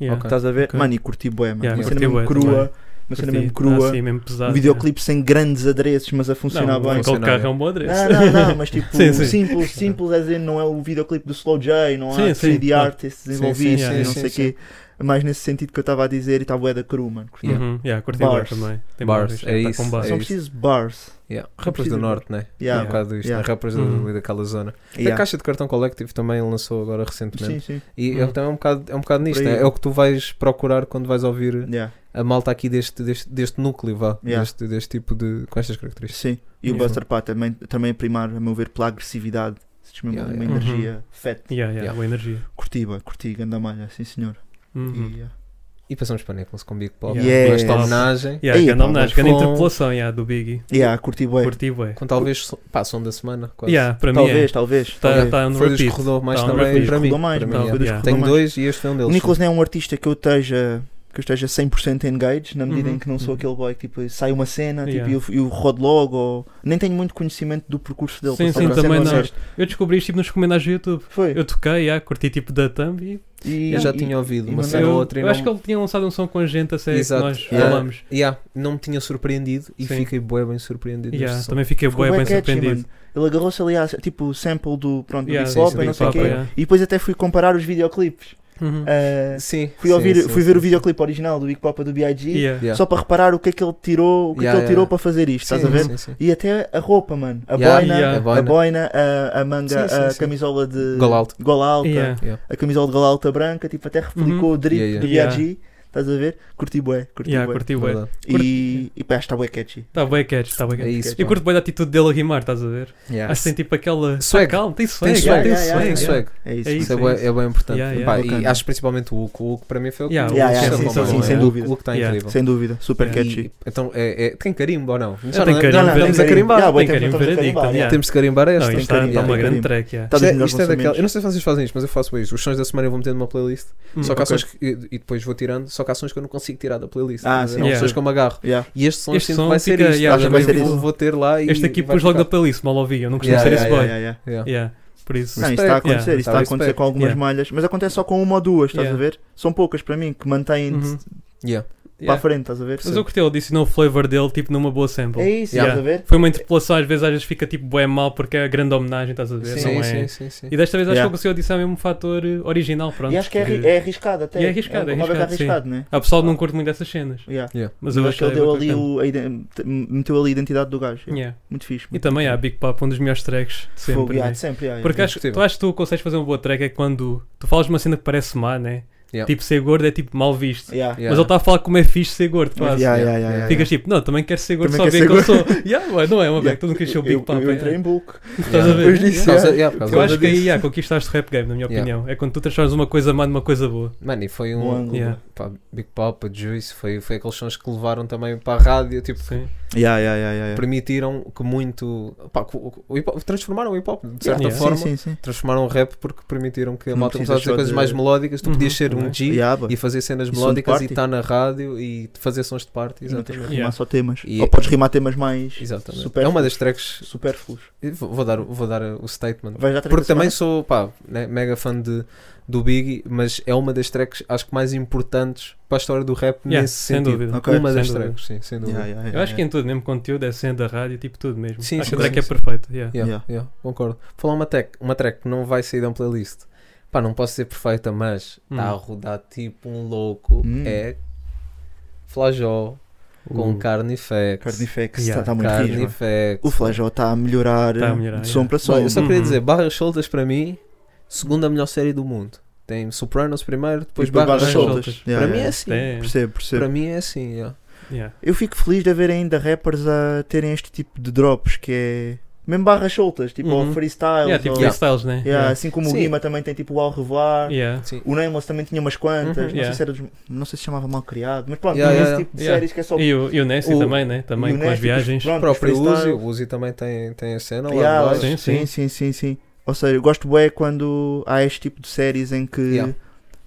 Speaker 1: Yeah.
Speaker 7: Ok.
Speaker 6: Estás a ver?
Speaker 1: Ok.
Speaker 6: Mano, e curti boé, mano.
Speaker 1: Yeah,
Speaker 6: uma
Speaker 1: curti
Speaker 6: cena mesmo
Speaker 1: bué
Speaker 6: crua,
Speaker 1: também.
Speaker 6: uma cena
Speaker 1: Curti.
Speaker 6: mesmo crua,
Speaker 1: Ah, sim, mesmo pesado.
Speaker 6: um videoclipe sem grandes adereços, mas a
Speaker 1: yeah.
Speaker 6: funcionar
Speaker 1: não,
Speaker 6: bem.
Speaker 1: Aquele
Speaker 7: Funciona
Speaker 1: carro
Speaker 7: bem.
Speaker 1: é um bom adereço.
Speaker 6: Não, não, não, mas tipo,
Speaker 1: Sim, sim.
Speaker 6: simples, simples, as in, não é o videoclipe do Slow J, não
Speaker 1: Sim,
Speaker 6: há
Speaker 1: sim,
Speaker 6: 3D
Speaker 1: claro.
Speaker 6: artists desenvolvidos,
Speaker 1: sim,
Speaker 6: e
Speaker 1: sim,
Speaker 6: não
Speaker 7: sim,
Speaker 6: sei o
Speaker 7: sim.
Speaker 6: quê. Mais nesse sentido que eu estava a dizer, e estava bué da cru, mano. curti.
Speaker 1: Uhum. Yeah, curti bué
Speaker 6: Bars.
Speaker 1: também. Tem
Speaker 7: Bars,
Speaker 1: bars,
Speaker 7: é
Speaker 1: yeah, tá
Speaker 7: isso,
Speaker 1: com bars.
Speaker 7: é
Speaker 6: São
Speaker 7: isso.
Speaker 6: precisos bars.
Speaker 7: Yeah.
Speaker 6: Não
Speaker 7: Rappers
Speaker 6: precisa
Speaker 7: do
Speaker 6: de-
Speaker 7: Norte, né?
Speaker 6: Yeah.
Speaker 7: Um bocado isto,
Speaker 6: Yeah.
Speaker 7: né? Rappers
Speaker 1: Uhum.
Speaker 7: ali daquela zona. A
Speaker 6: Yeah.
Speaker 7: Caixa de Cartão Collective também lançou agora recentemente.
Speaker 6: Sim, sim.
Speaker 7: E
Speaker 1: Uhum.
Speaker 7: é também um bocado, é um bocado nisto,
Speaker 6: Por aí.
Speaker 7: né? É o que tu vais procurar quando vais ouvir
Speaker 6: Yeah.
Speaker 7: a malta aqui deste, deste, deste núcleo, vá.
Speaker 6: Yeah.
Speaker 7: Deste, deste tipo de. com estas características.
Speaker 6: Sim. E o
Speaker 1: Yeah.
Speaker 6: Buster Pá também, também a primar, a meu ver, pela agressividade. Sentes mesmo
Speaker 7: Yeah,
Speaker 6: uma
Speaker 7: yeah.
Speaker 1: Uhum.
Speaker 6: energia fat.
Speaker 1: Yeah, yeah,
Speaker 7: Yeah.
Speaker 1: boa energia.
Speaker 6: Curti, bué, curti, ganda malha, sim senhor.
Speaker 1: Uhum.
Speaker 6: E, yeah.
Speaker 7: E passamos para Nicholas com Big Pop.
Speaker 6: Yeah.
Speaker 7: Com esta
Speaker 1: Yes.
Speaker 7: homenagem.
Speaker 1: Yeah,
Speaker 6: Ei,
Speaker 1: grande
Speaker 6: pá,
Speaker 1: homenagem,
Speaker 7: mas
Speaker 1: grande
Speaker 7: com-
Speaker 1: interpelação yeah, do Biggie.
Speaker 6: Yeah, curti bué.
Speaker 1: Curti, bué.
Speaker 7: Com talvez. so- pá, som da semana. Quase.
Speaker 1: Yeah, para mim é.
Speaker 6: Talvez, talvez.
Speaker 1: Está
Speaker 6: talvez.
Speaker 1: tá no
Speaker 7: Foi dos que
Speaker 1: repeat.
Speaker 7: rodou mais
Speaker 1: Tá um
Speaker 7: também
Speaker 1: repeat.
Speaker 7: para mim.
Speaker 6: Rodou mais,
Speaker 7: para mim,
Speaker 6: mano,
Speaker 7: yeah.
Speaker 6: foi dos que
Speaker 1: Yeah.
Speaker 6: rodou
Speaker 7: Tenho
Speaker 6: mais.
Speaker 7: dois e este é um
Speaker 6: O
Speaker 7: deles.
Speaker 6: Nicholas não é um artista que eu esteja que eu esteja 100% engaged, na medida
Speaker 1: Uhum.
Speaker 6: em que não sou aquele boy que tipo, sai uma cena tipo,
Speaker 1: Yeah.
Speaker 6: e eu, eu rodo logo, ou... nem tenho muito conhecimento do percurso dele.
Speaker 1: Sim,
Speaker 6: para
Speaker 1: sim,
Speaker 6: ser
Speaker 1: também não.
Speaker 6: honesto.
Speaker 1: Eu descobri isto tipo, nos comentários do YouTube.
Speaker 6: Foi.
Speaker 1: Eu toquei, yeah, curti tipo da thumb e
Speaker 6: E-
Speaker 7: Eu já
Speaker 6: e-
Speaker 7: tinha ouvido
Speaker 6: e
Speaker 7: uma
Speaker 6: mandei-
Speaker 7: cena
Speaker 1: eu,
Speaker 7: ou outra e
Speaker 1: eu
Speaker 7: não,
Speaker 1: acho que ele tinha lançado um som com a gente a sério que
Speaker 7: Exato.
Speaker 1: nós
Speaker 6: Yeah.
Speaker 1: falamos.
Speaker 7: Yeah, não me tinha surpreendido e
Speaker 1: Sim.
Speaker 7: fiquei bué bem surpreendido. neste
Speaker 1: Yeah,
Speaker 7: som.
Speaker 1: também fiquei
Speaker 6: Ficou
Speaker 1: bué,
Speaker 6: bué
Speaker 1: bem
Speaker 6: catchy,
Speaker 1: surpreendido.
Speaker 6: mano. Ele agarrou-se ali a tipo o sample do, pronto, do
Speaker 1: Yeah,
Speaker 6: Big
Speaker 7: sim,
Speaker 6: Pop,
Speaker 7: sim,
Speaker 6: e não
Speaker 7: do
Speaker 6: sei o
Speaker 7: Big
Speaker 6: quê.
Speaker 7: Pop,
Speaker 1: yeah.
Speaker 6: E depois até fui comparar os videoclipes.
Speaker 1: Uhum.
Speaker 6: Ah,
Speaker 7: Sim,
Speaker 6: fui
Speaker 7: sim,
Speaker 6: ouvir,
Speaker 7: sim,
Speaker 6: fui
Speaker 7: sim,
Speaker 6: ver o
Speaker 7: sim.
Speaker 6: videoclipe original do Big Pop do B.I.G.
Speaker 1: Yeah.
Speaker 7: Yeah.
Speaker 6: Só para reparar o que é que ele tirou, o que
Speaker 7: Yeah,
Speaker 6: é que ele tirou
Speaker 7: yeah.
Speaker 6: para fazer isto, estás
Speaker 7: Sim,
Speaker 6: a ver?
Speaker 7: sim, sim.
Speaker 6: E até a roupa, mano. A
Speaker 7: Yeah,
Speaker 6: boina,
Speaker 1: yeah.
Speaker 7: A
Speaker 6: a
Speaker 7: boina.
Speaker 6: boina, a, a manga,
Speaker 7: Sim, sim,
Speaker 6: a
Speaker 7: sim.
Speaker 6: camisola de
Speaker 7: Gola alta.
Speaker 6: gola alta,
Speaker 1: Yeah.
Speaker 6: a camisola de gola alta branca, tipo, até replicou
Speaker 1: Uhum.
Speaker 6: o drip
Speaker 7: Yeah,
Speaker 6: do
Speaker 1: yeah.
Speaker 6: B.I.G. Estás a ver? Curti bué, curti
Speaker 1: Yeah,
Speaker 6: bué.
Speaker 1: curti bué.
Speaker 7: Verdade.
Speaker 6: E, e pá, está bué catchy.
Speaker 1: Está bué catch, está bué
Speaker 7: É
Speaker 1: catch.
Speaker 7: isso.
Speaker 1: Eu
Speaker 7: pá.
Speaker 1: curto bem da atitude dele a rimar, estás a ver?
Speaker 7: Yeah.
Speaker 1: Acho que tem tipo aquela.
Speaker 7: Swag.
Speaker 1: Ah, calma, tem swag,
Speaker 7: Tem
Speaker 1: yeah,
Speaker 7: swag,
Speaker 1: tem
Speaker 6: yeah,
Speaker 1: swag.
Speaker 7: Tem
Speaker 6: yeah.
Speaker 7: swag.
Speaker 6: É isso.
Speaker 1: É
Speaker 7: Isso
Speaker 1: isso,
Speaker 7: é bué- é bem importante.
Speaker 1: Yeah,
Speaker 7: Pá,
Speaker 1: yeah.
Speaker 7: e
Speaker 6: Bacana.
Speaker 7: acho principalmente o Hulk. O Hulk para mim foi o que
Speaker 1: Yeah,
Speaker 7: me
Speaker 6: yeah,
Speaker 7: chamou
Speaker 6: sim,
Speaker 7: mais,
Speaker 6: sim, sim,
Speaker 7: não é?
Speaker 6: sem
Speaker 7: O-
Speaker 6: dúvida.
Speaker 7: O Hulk está
Speaker 1: Yeah.
Speaker 7: incrível.
Speaker 6: Sem dúvida, super
Speaker 1: Yeah.
Speaker 6: catchy.
Speaker 7: E, então, é, é- tem carimbo ou não? Já
Speaker 1: tem
Speaker 7: não-
Speaker 1: carimbo,
Speaker 7: não, não,
Speaker 1: tem
Speaker 7: Estamos a
Speaker 6: carimbo.
Speaker 7: carimbar.
Speaker 6: Ah, bué,
Speaker 1: Tem carimbo
Speaker 6: estamos a
Speaker 1: veredicto,
Speaker 6: carimbar,
Speaker 1: yeah.
Speaker 7: Temos de carimbar
Speaker 1: Não, isto
Speaker 7: esta.
Speaker 1: tá-
Speaker 6: tem
Speaker 1: está
Speaker 6: carimbo,
Speaker 1: está uma
Speaker 6: tem
Speaker 1: grande
Speaker 6: carimbo.
Speaker 1: track. yeah. Uhum.
Speaker 6: Tá
Speaker 7: Isto é-
Speaker 6: dos melhores
Speaker 7: isto é daquela-
Speaker 6: lançamentos.
Speaker 7: eu não sei se vocês fazem isto, mas eu faço isto. Os sons da semana eu vou meter numa playlist.
Speaker 1: Hum.
Speaker 7: só que há sons que, e, e depois vou tirando, só que há sons que eu não consigo tirar da playlist.
Speaker 6: Ah,
Speaker 7: Não,
Speaker 6: sim.
Speaker 7: Há
Speaker 1: Yeah.
Speaker 7: sons que eu me agarro.
Speaker 6: Yeah.
Speaker 7: E este som
Speaker 1: Este
Speaker 7: este
Speaker 1: som
Speaker 7: vai ser
Speaker 1: fica-
Speaker 7: isto.
Speaker 1: yeah,
Speaker 7: acho que
Speaker 6: vai ser
Speaker 7: vou,
Speaker 6: isto.
Speaker 7: vou ter lá e.
Speaker 1: Este aqui
Speaker 7: e vai
Speaker 1: pus logo da
Speaker 7: ficar.
Speaker 1: playlist, mal ouvi. Eu não costumo
Speaker 7: Yeah,
Speaker 1: ser
Speaker 7: yeah,
Speaker 1: esse boy.
Speaker 6: yeah, yeah.
Speaker 7: Yeah.
Speaker 1: Yeah, Por isso.
Speaker 6: Não,
Speaker 7: Respect,
Speaker 6: isto está a acontecer,
Speaker 1: yeah.
Speaker 6: isto está a acontecer
Speaker 7: Respect.
Speaker 6: com algumas
Speaker 1: Yeah.
Speaker 6: malhas, mas acontece só com uma ou duas, estás
Speaker 1: Yeah.
Speaker 6: a ver? São poucas para mim que mantêm
Speaker 1: Uhum.
Speaker 7: Yeah.
Speaker 6: para a
Speaker 1: Yeah.
Speaker 6: frente, estás a ver?
Speaker 1: Mas eu curti, ele adicionou o flavor dele tipo numa boa sample.
Speaker 6: É isso,
Speaker 1: Yeah.
Speaker 6: estás a ver?
Speaker 1: Foi uma interpelação, às vezes, às vezes fica tipo bué mal porque é a grande homenagem, estás a ver?
Speaker 7: Sim,
Speaker 1: não é?
Speaker 7: sim, sim, sim.
Speaker 1: E desta vez acho
Speaker 6: Yeah.
Speaker 1: que ele conseguiu adicionar mesmo um fator eh, original, pronto.
Speaker 6: E acho que é, arri-
Speaker 1: que-
Speaker 6: é arriscado até.
Speaker 1: E é arriscado, é
Speaker 6: uma vez
Speaker 1: arriscado, sim.
Speaker 6: arriscado, né?
Speaker 1: Há pessoal que não curte muito dessas cenas.
Speaker 6: Yeah.
Speaker 1: Mas eu
Speaker 6: acho que ele
Speaker 1: achei
Speaker 6: deu
Speaker 1: bacana.
Speaker 6: ali o, a iden- te- meteu ali a identidade do gajo.
Speaker 1: Yeah.
Speaker 6: Muito fixe.
Speaker 1: E
Speaker 6: mano.
Speaker 1: também há Big Pop, um dos melhores tracks de
Speaker 6: Fogo,
Speaker 1: sempre.
Speaker 6: yeah, é
Speaker 1: né?
Speaker 6: de sempre, yeah, yeah.
Speaker 1: Porque acho, tu
Speaker 7: Indiscutível.
Speaker 1: acho que tu consegues fazer uma boa track é quando tu falas de uma cena que parece má, né?
Speaker 7: Yeah.
Speaker 1: Tipo, ser gordo é tipo mal visto.
Speaker 6: Yeah.
Speaker 1: Mas ele está a falar como é fixe ser gordo, quase.
Speaker 6: Yeah,
Speaker 7: Yeah.
Speaker 6: yeah, yeah, yeah,
Speaker 1: Ficas tipo, não, também quero ser gordo,
Speaker 6: Também
Speaker 1: só
Speaker 6: quero
Speaker 1: ver que eu
Speaker 6: ser
Speaker 1: sou. yeah, ué, não é uma
Speaker 6: Yeah.
Speaker 1: vez que tu não querias ser o
Speaker 6: Eu-
Speaker 1: Big Pop.
Speaker 6: Eu
Speaker 1: é.
Speaker 6: entrei em bulk.
Speaker 1: Estás a ver?
Speaker 6: Depois disso,
Speaker 1: Yeah.
Speaker 7: Por causa- yeah, por causa
Speaker 1: Eu acho que aí
Speaker 7: disso.
Speaker 1: yeah, conquistaste rap game, na minha
Speaker 7: Yeah.
Speaker 1: opinião. É quando tu transformas uma coisa má numa coisa boa.
Speaker 7: Mano, e foi
Speaker 6: Bom
Speaker 7: um.
Speaker 6: ângulo.
Speaker 1: Yeah.
Speaker 7: pá, Big Pop, Juice, foi, foi aqueles sons que levaram também para a rádio. Tipo,
Speaker 1: Sim.
Speaker 6: Yeah, yeah, yeah, yeah, yeah.
Speaker 7: permitiram que muito. pá, que o- o hip-hop- transformaram o hip hop, de certa
Speaker 1: Yeah.
Speaker 7: forma.
Speaker 6: Sim, sim, sim.
Speaker 7: Transformaram o rap porque permitiram que a
Speaker 6: Não
Speaker 7: malta
Speaker 6: precisa
Speaker 7: começasse
Speaker 6: só
Speaker 7: a fazer coisas
Speaker 6: de-
Speaker 7: mais melódicas. Tu
Speaker 1: Uhum.
Speaker 7: podias ser um
Speaker 1: Também.
Speaker 7: G
Speaker 6: Yeah, bah.
Speaker 7: e fazer
Speaker 6: E
Speaker 7: cenas
Speaker 6: som de
Speaker 7: melódicas e
Speaker 6: party.
Speaker 7: estar na rádio e fazer sons de parte.
Speaker 6: Não tens que
Speaker 7: Exatamente.
Speaker 6: rimar
Speaker 1: Yeah.
Speaker 6: só temas.
Speaker 7: E-
Speaker 6: Ou podes rimar temas mais
Speaker 7: Exatamente.
Speaker 6: Super
Speaker 7: é uma
Speaker 6: fixe.
Speaker 7: das tracks.
Speaker 6: superflus.
Speaker 7: Vou vou dar, vou dar o statement.
Speaker 6: Vais dar três
Speaker 7: Porque
Speaker 6: da
Speaker 7: também
Speaker 6: semana?
Speaker 7: sou, pá, né, mega fã de, do Biggie, mas é uma das tracks, acho que mais importantes para a história do rap
Speaker 1: Yeah,
Speaker 7: nesse
Speaker 1: sem
Speaker 7: sentido.
Speaker 1: dúvida.
Speaker 6: Ok.
Speaker 7: Uma
Speaker 1: Sem
Speaker 7: das
Speaker 1: dúvida.
Speaker 7: tracks, sim, sem
Speaker 1: é?
Speaker 7: dúvida.
Speaker 6: Yeah, yeah, yeah,
Speaker 1: Eu acho que
Speaker 6: yeah.
Speaker 1: em tudo, mesmo conteúdo, é sendo da rádio, tipo tudo mesmo.
Speaker 7: Sim,
Speaker 1: acho
Speaker 7: sim,
Speaker 1: que a track
Speaker 7: sim,
Speaker 1: é
Speaker 7: sim.
Speaker 1: perfeita. yeah.
Speaker 7: Yeah,
Speaker 6: Yeah.
Speaker 7: yeah, concordo. Falar uma, tec, uma track que não vai sair da playlist, pá, não posso ser perfeita, mas
Speaker 1: Hum.
Speaker 7: está a rodar tipo um louco.
Speaker 6: Hum.
Speaker 7: É Flajó com
Speaker 1: Uh,
Speaker 7: Carnifex.
Speaker 6: Carnifex
Speaker 1: Yeah,
Speaker 6: está muito rijo. mano.
Speaker 7: Carnifex.
Speaker 6: O Flajó está a melhorar
Speaker 1: Tá a melhorar,
Speaker 6: de som
Speaker 1: yeah.
Speaker 6: para som. hum.
Speaker 7: Bom, eu só queria
Speaker 1: Uhum.
Speaker 7: dizer, Barras Soltas para mim, segunda melhor série do mundo. Tem Sopranos primeiro,
Speaker 6: E
Speaker 7: depois Barras
Speaker 1: Barras
Speaker 7: Soltas.
Speaker 1: Soltas.
Speaker 6: Yeah,
Speaker 7: para mim
Speaker 6: Tipo yeah.
Speaker 7: é assim.
Speaker 1: tem-
Speaker 6: Percebo, percebo.
Speaker 7: Para mim é assim, yeah.
Speaker 1: yeah.
Speaker 6: Eu fico feliz de haver ainda rappers a terem este tipo de drops que é mesmo barras soltas, tipo
Speaker 1: Uhum.
Speaker 6: ao freestyle.
Speaker 1: Yeah, tipo
Speaker 6: ou...
Speaker 7: Yeah.
Speaker 1: freestyles, né?
Speaker 6: Yeah, Assim como
Speaker 7: Sim.
Speaker 6: o Guima também tem tipo o Al Revoar,
Speaker 1: Yeah.
Speaker 7: Sim.
Speaker 6: o Nameless também tinha umas quantas,
Speaker 7: Uhum,
Speaker 6: não,
Speaker 1: yeah.
Speaker 6: sei se era dos- não sei se chamava mal criado, mas pronto,
Speaker 7: Yeah,
Speaker 6: tinha
Speaker 7: yeah,
Speaker 6: esse tipo de
Speaker 1: yeah.
Speaker 6: séries que é só
Speaker 1: E o, e o Nessie
Speaker 7: O-
Speaker 1: também, né? Também com as
Speaker 6: Lunáticos,
Speaker 1: viagens.
Speaker 6: pronto,
Speaker 7: O próprio
Speaker 6: os
Speaker 7: Uzi,
Speaker 6: freestyle.
Speaker 7: o Uzi também tem, tem a cena
Speaker 6: Yeah,
Speaker 7: lá. atrás.
Speaker 1: sim,
Speaker 6: sim,
Speaker 1: sim.
Speaker 6: sim. sim, sim, Ou seja, eu gosto bem quando há este tipo de séries em que
Speaker 7: Yeah.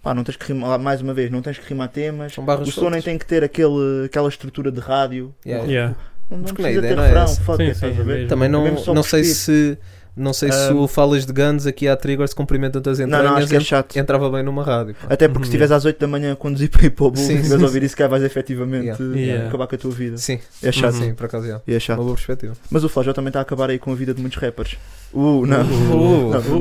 Speaker 6: pá, não tens que rimar, mais uma vez, não tens que rimar temas.
Speaker 7: São barras
Speaker 6: O som é nem
Speaker 7: soltas.
Speaker 6: tem que ter aquele, aquela estrutura de rádio.
Speaker 7: Yeah.
Speaker 1: Yeah.
Speaker 6: Não, não
Speaker 7: Porque
Speaker 6: precisa
Speaker 7: a ideia
Speaker 6: ter
Speaker 7: não é
Speaker 6: refrão,
Speaker 7: essa.
Speaker 6: fuck
Speaker 1: Sim,
Speaker 6: it,
Speaker 1: sim,
Speaker 6: estás a
Speaker 1: é
Speaker 6: ver?
Speaker 1: mesmo.
Speaker 7: Também não,
Speaker 6: Mesmo um só
Speaker 7: não
Speaker 6: por
Speaker 7: sei
Speaker 6: espírito.
Speaker 7: se não sei se
Speaker 6: Um,
Speaker 7: o falas de Guns aqui há Triggers cumprimentam as
Speaker 6: Não,
Speaker 7: entranhas
Speaker 6: não, acho que é
Speaker 7: en-
Speaker 6: chato.
Speaker 7: entrava bem numa rádio. pá.
Speaker 6: Até porque se estiveres às 8 da manhã a conduzir para ir para o bolo,
Speaker 7: Sim,
Speaker 6: se
Speaker 7: sim,
Speaker 6: estiveres a ouvir isso, cá vais efetivamente
Speaker 7: Yeah. Uhum.
Speaker 6: eh,
Speaker 1: Yeah.
Speaker 6: acabar com a tua vida.
Speaker 7: Sim,
Speaker 6: É
Speaker 1: Hum.
Speaker 6: chato.
Speaker 7: sim, por acaso yeah.
Speaker 6: E é
Speaker 7: Uma
Speaker 6: chato.
Speaker 7: boa perspectiva.
Speaker 6: Mas o Flajó também está a acabar aí com a vida de muitos rappers. Uh, não.
Speaker 7: Uh,
Speaker 6: Não, não,
Speaker 7: uh,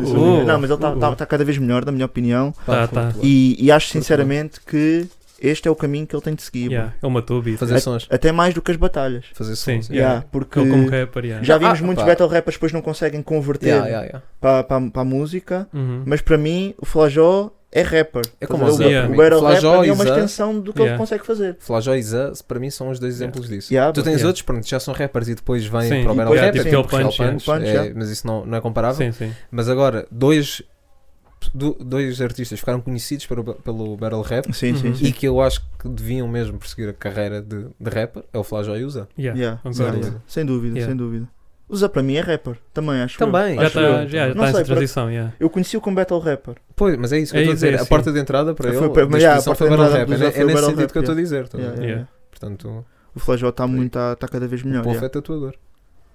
Speaker 6: não,
Speaker 7: uh,
Speaker 6: não, mas ele está
Speaker 7: uh.
Speaker 6: tá, tá cada vez melhor, na minha opinião.
Speaker 1: Tá,
Speaker 7: Pá,
Speaker 1: tá.
Speaker 6: E, e acho sinceramente que este é o caminho que ele tem de seguir.
Speaker 1: Yeah. É uma tubi.
Speaker 7: Fazer sons.
Speaker 6: mano. Até mais do que as batalhas.
Speaker 7: Fazer
Speaker 1: Sim,
Speaker 7: sons.
Speaker 1: yeah.
Speaker 6: Yeah, porque
Speaker 1: Ele como é. rapper, yeah.
Speaker 6: já vimos
Speaker 7: Ah,
Speaker 6: muitos
Speaker 7: pá.
Speaker 6: battle rappers depois não conseguem
Speaker 1: é-
Speaker 6: converter
Speaker 7: Yeah, yeah, yeah.
Speaker 6: Para, para, para a música.
Speaker 1: Uhum.
Speaker 6: Mas para mim, o Flajó é rapper.
Speaker 7: É
Speaker 6: Estás
Speaker 7: como
Speaker 6: a ver?
Speaker 7: o Zé.
Speaker 1: Yeah.
Speaker 7: para
Speaker 6: O
Speaker 7: mim.
Speaker 6: battle
Speaker 7: Flajó
Speaker 6: rapper
Speaker 7: e
Speaker 6: é uma
Speaker 7: Zé,
Speaker 6: extensão do que ele
Speaker 1: Yeah.
Speaker 6: consegue fazer.
Speaker 7: Flajó e Zé, para mim são os dois exemplos disso.
Speaker 6: Yeah,
Speaker 7: tu
Speaker 6: bro.
Speaker 7: tens
Speaker 1: Yeah.
Speaker 7: outros, pronto, já são rappers e depois vêm
Speaker 1: Sim,
Speaker 7: para o
Speaker 1: e
Speaker 7: Battle
Speaker 6: depois
Speaker 7: Rap,
Speaker 6: é
Speaker 7: é
Speaker 6: tipo
Speaker 1: Kill Punch,
Speaker 7: Punch,
Speaker 6: yeah.
Speaker 7: é,
Speaker 6: Punch, yeah.
Speaker 7: mas isso não, não é
Speaker 1: Sim,
Speaker 7: comparável.
Speaker 1: sim.
Speaker 7: Mas agora, dois, do- dois artistas ficaram conhecidos pelo, pelo Battle Rap
Speaker 6: Sim, sim,
Speaker 1: Uhum.
Speaker 6: sim.
Speaker 7: e que eu acho que deviam mesmo perseguir a carreira de, de rapper, é o Flajó e o Zé.
Speaker 1: Yeah.
Speaker 6: Yeah,
Speaker 1: concordo.
Speaker 6: yeah,
Speaker 7: Zé.
Speaker 6: yeah. Sem dúvida,
Speaker 1: Yeah.
Speaker 6: sem dúvida. O Zé para mim é rapper, também acho eu.
Speaker 7: Também.
Speaker 1: Já
Speaker 6: Acho
Speaker 1: está
Speaker 6: eu.
Speaker 1: já,
Speaker 6: Não
Speaker 1: tá
Speaker 6: sei,
Speaker 1: essa
Speaker 6: por-
Speaker 1: transição, yeah.
Speaker 6: Eu conheci-o como battle rapper.
Speaker 7: Pois, mas é isso que
Speaker 1: É
Speaker 7: eu estou a
Speaker 1: isso, é
Speaker 7: dizer. a
Speaker 1: isso,
Speaker 7: porta de entrada para
Speaker 6: Foi
Speaker 7: ele,
Speaker 6: para- yeah,
Speaker 7: da
Speaker 6: a
Speaker 7: exposição
Speaker 6: porta
Speaker 7: foi
Speaker 6: de
Speaker 7: Battle
Speaker 6: entrada
Speaker 7: Rap.
Speaker 6: do
Speaker 7: É,
Speaker 6: Zé
Speaker 7: ne-
Speaker 6: foi
Speaker 7: é
Speaker 6: o
Speaker 7: nesse
Speaker 6: Battle
Speaker 7: sentido
Speaker 6: Rap,
Speaker 7: que eu estou a dizer. tá ligado?
Speaker 6: Yeah, yeah, yeah.
Speaker 7: Portanto,
Speaker 6: O Flajó está muito, está tá cada vez
Speaker 7: o
Speaker 6: melhor.
Speaker 7: povo
Speaker 6: yeah.
Speaker 7: é tatuador.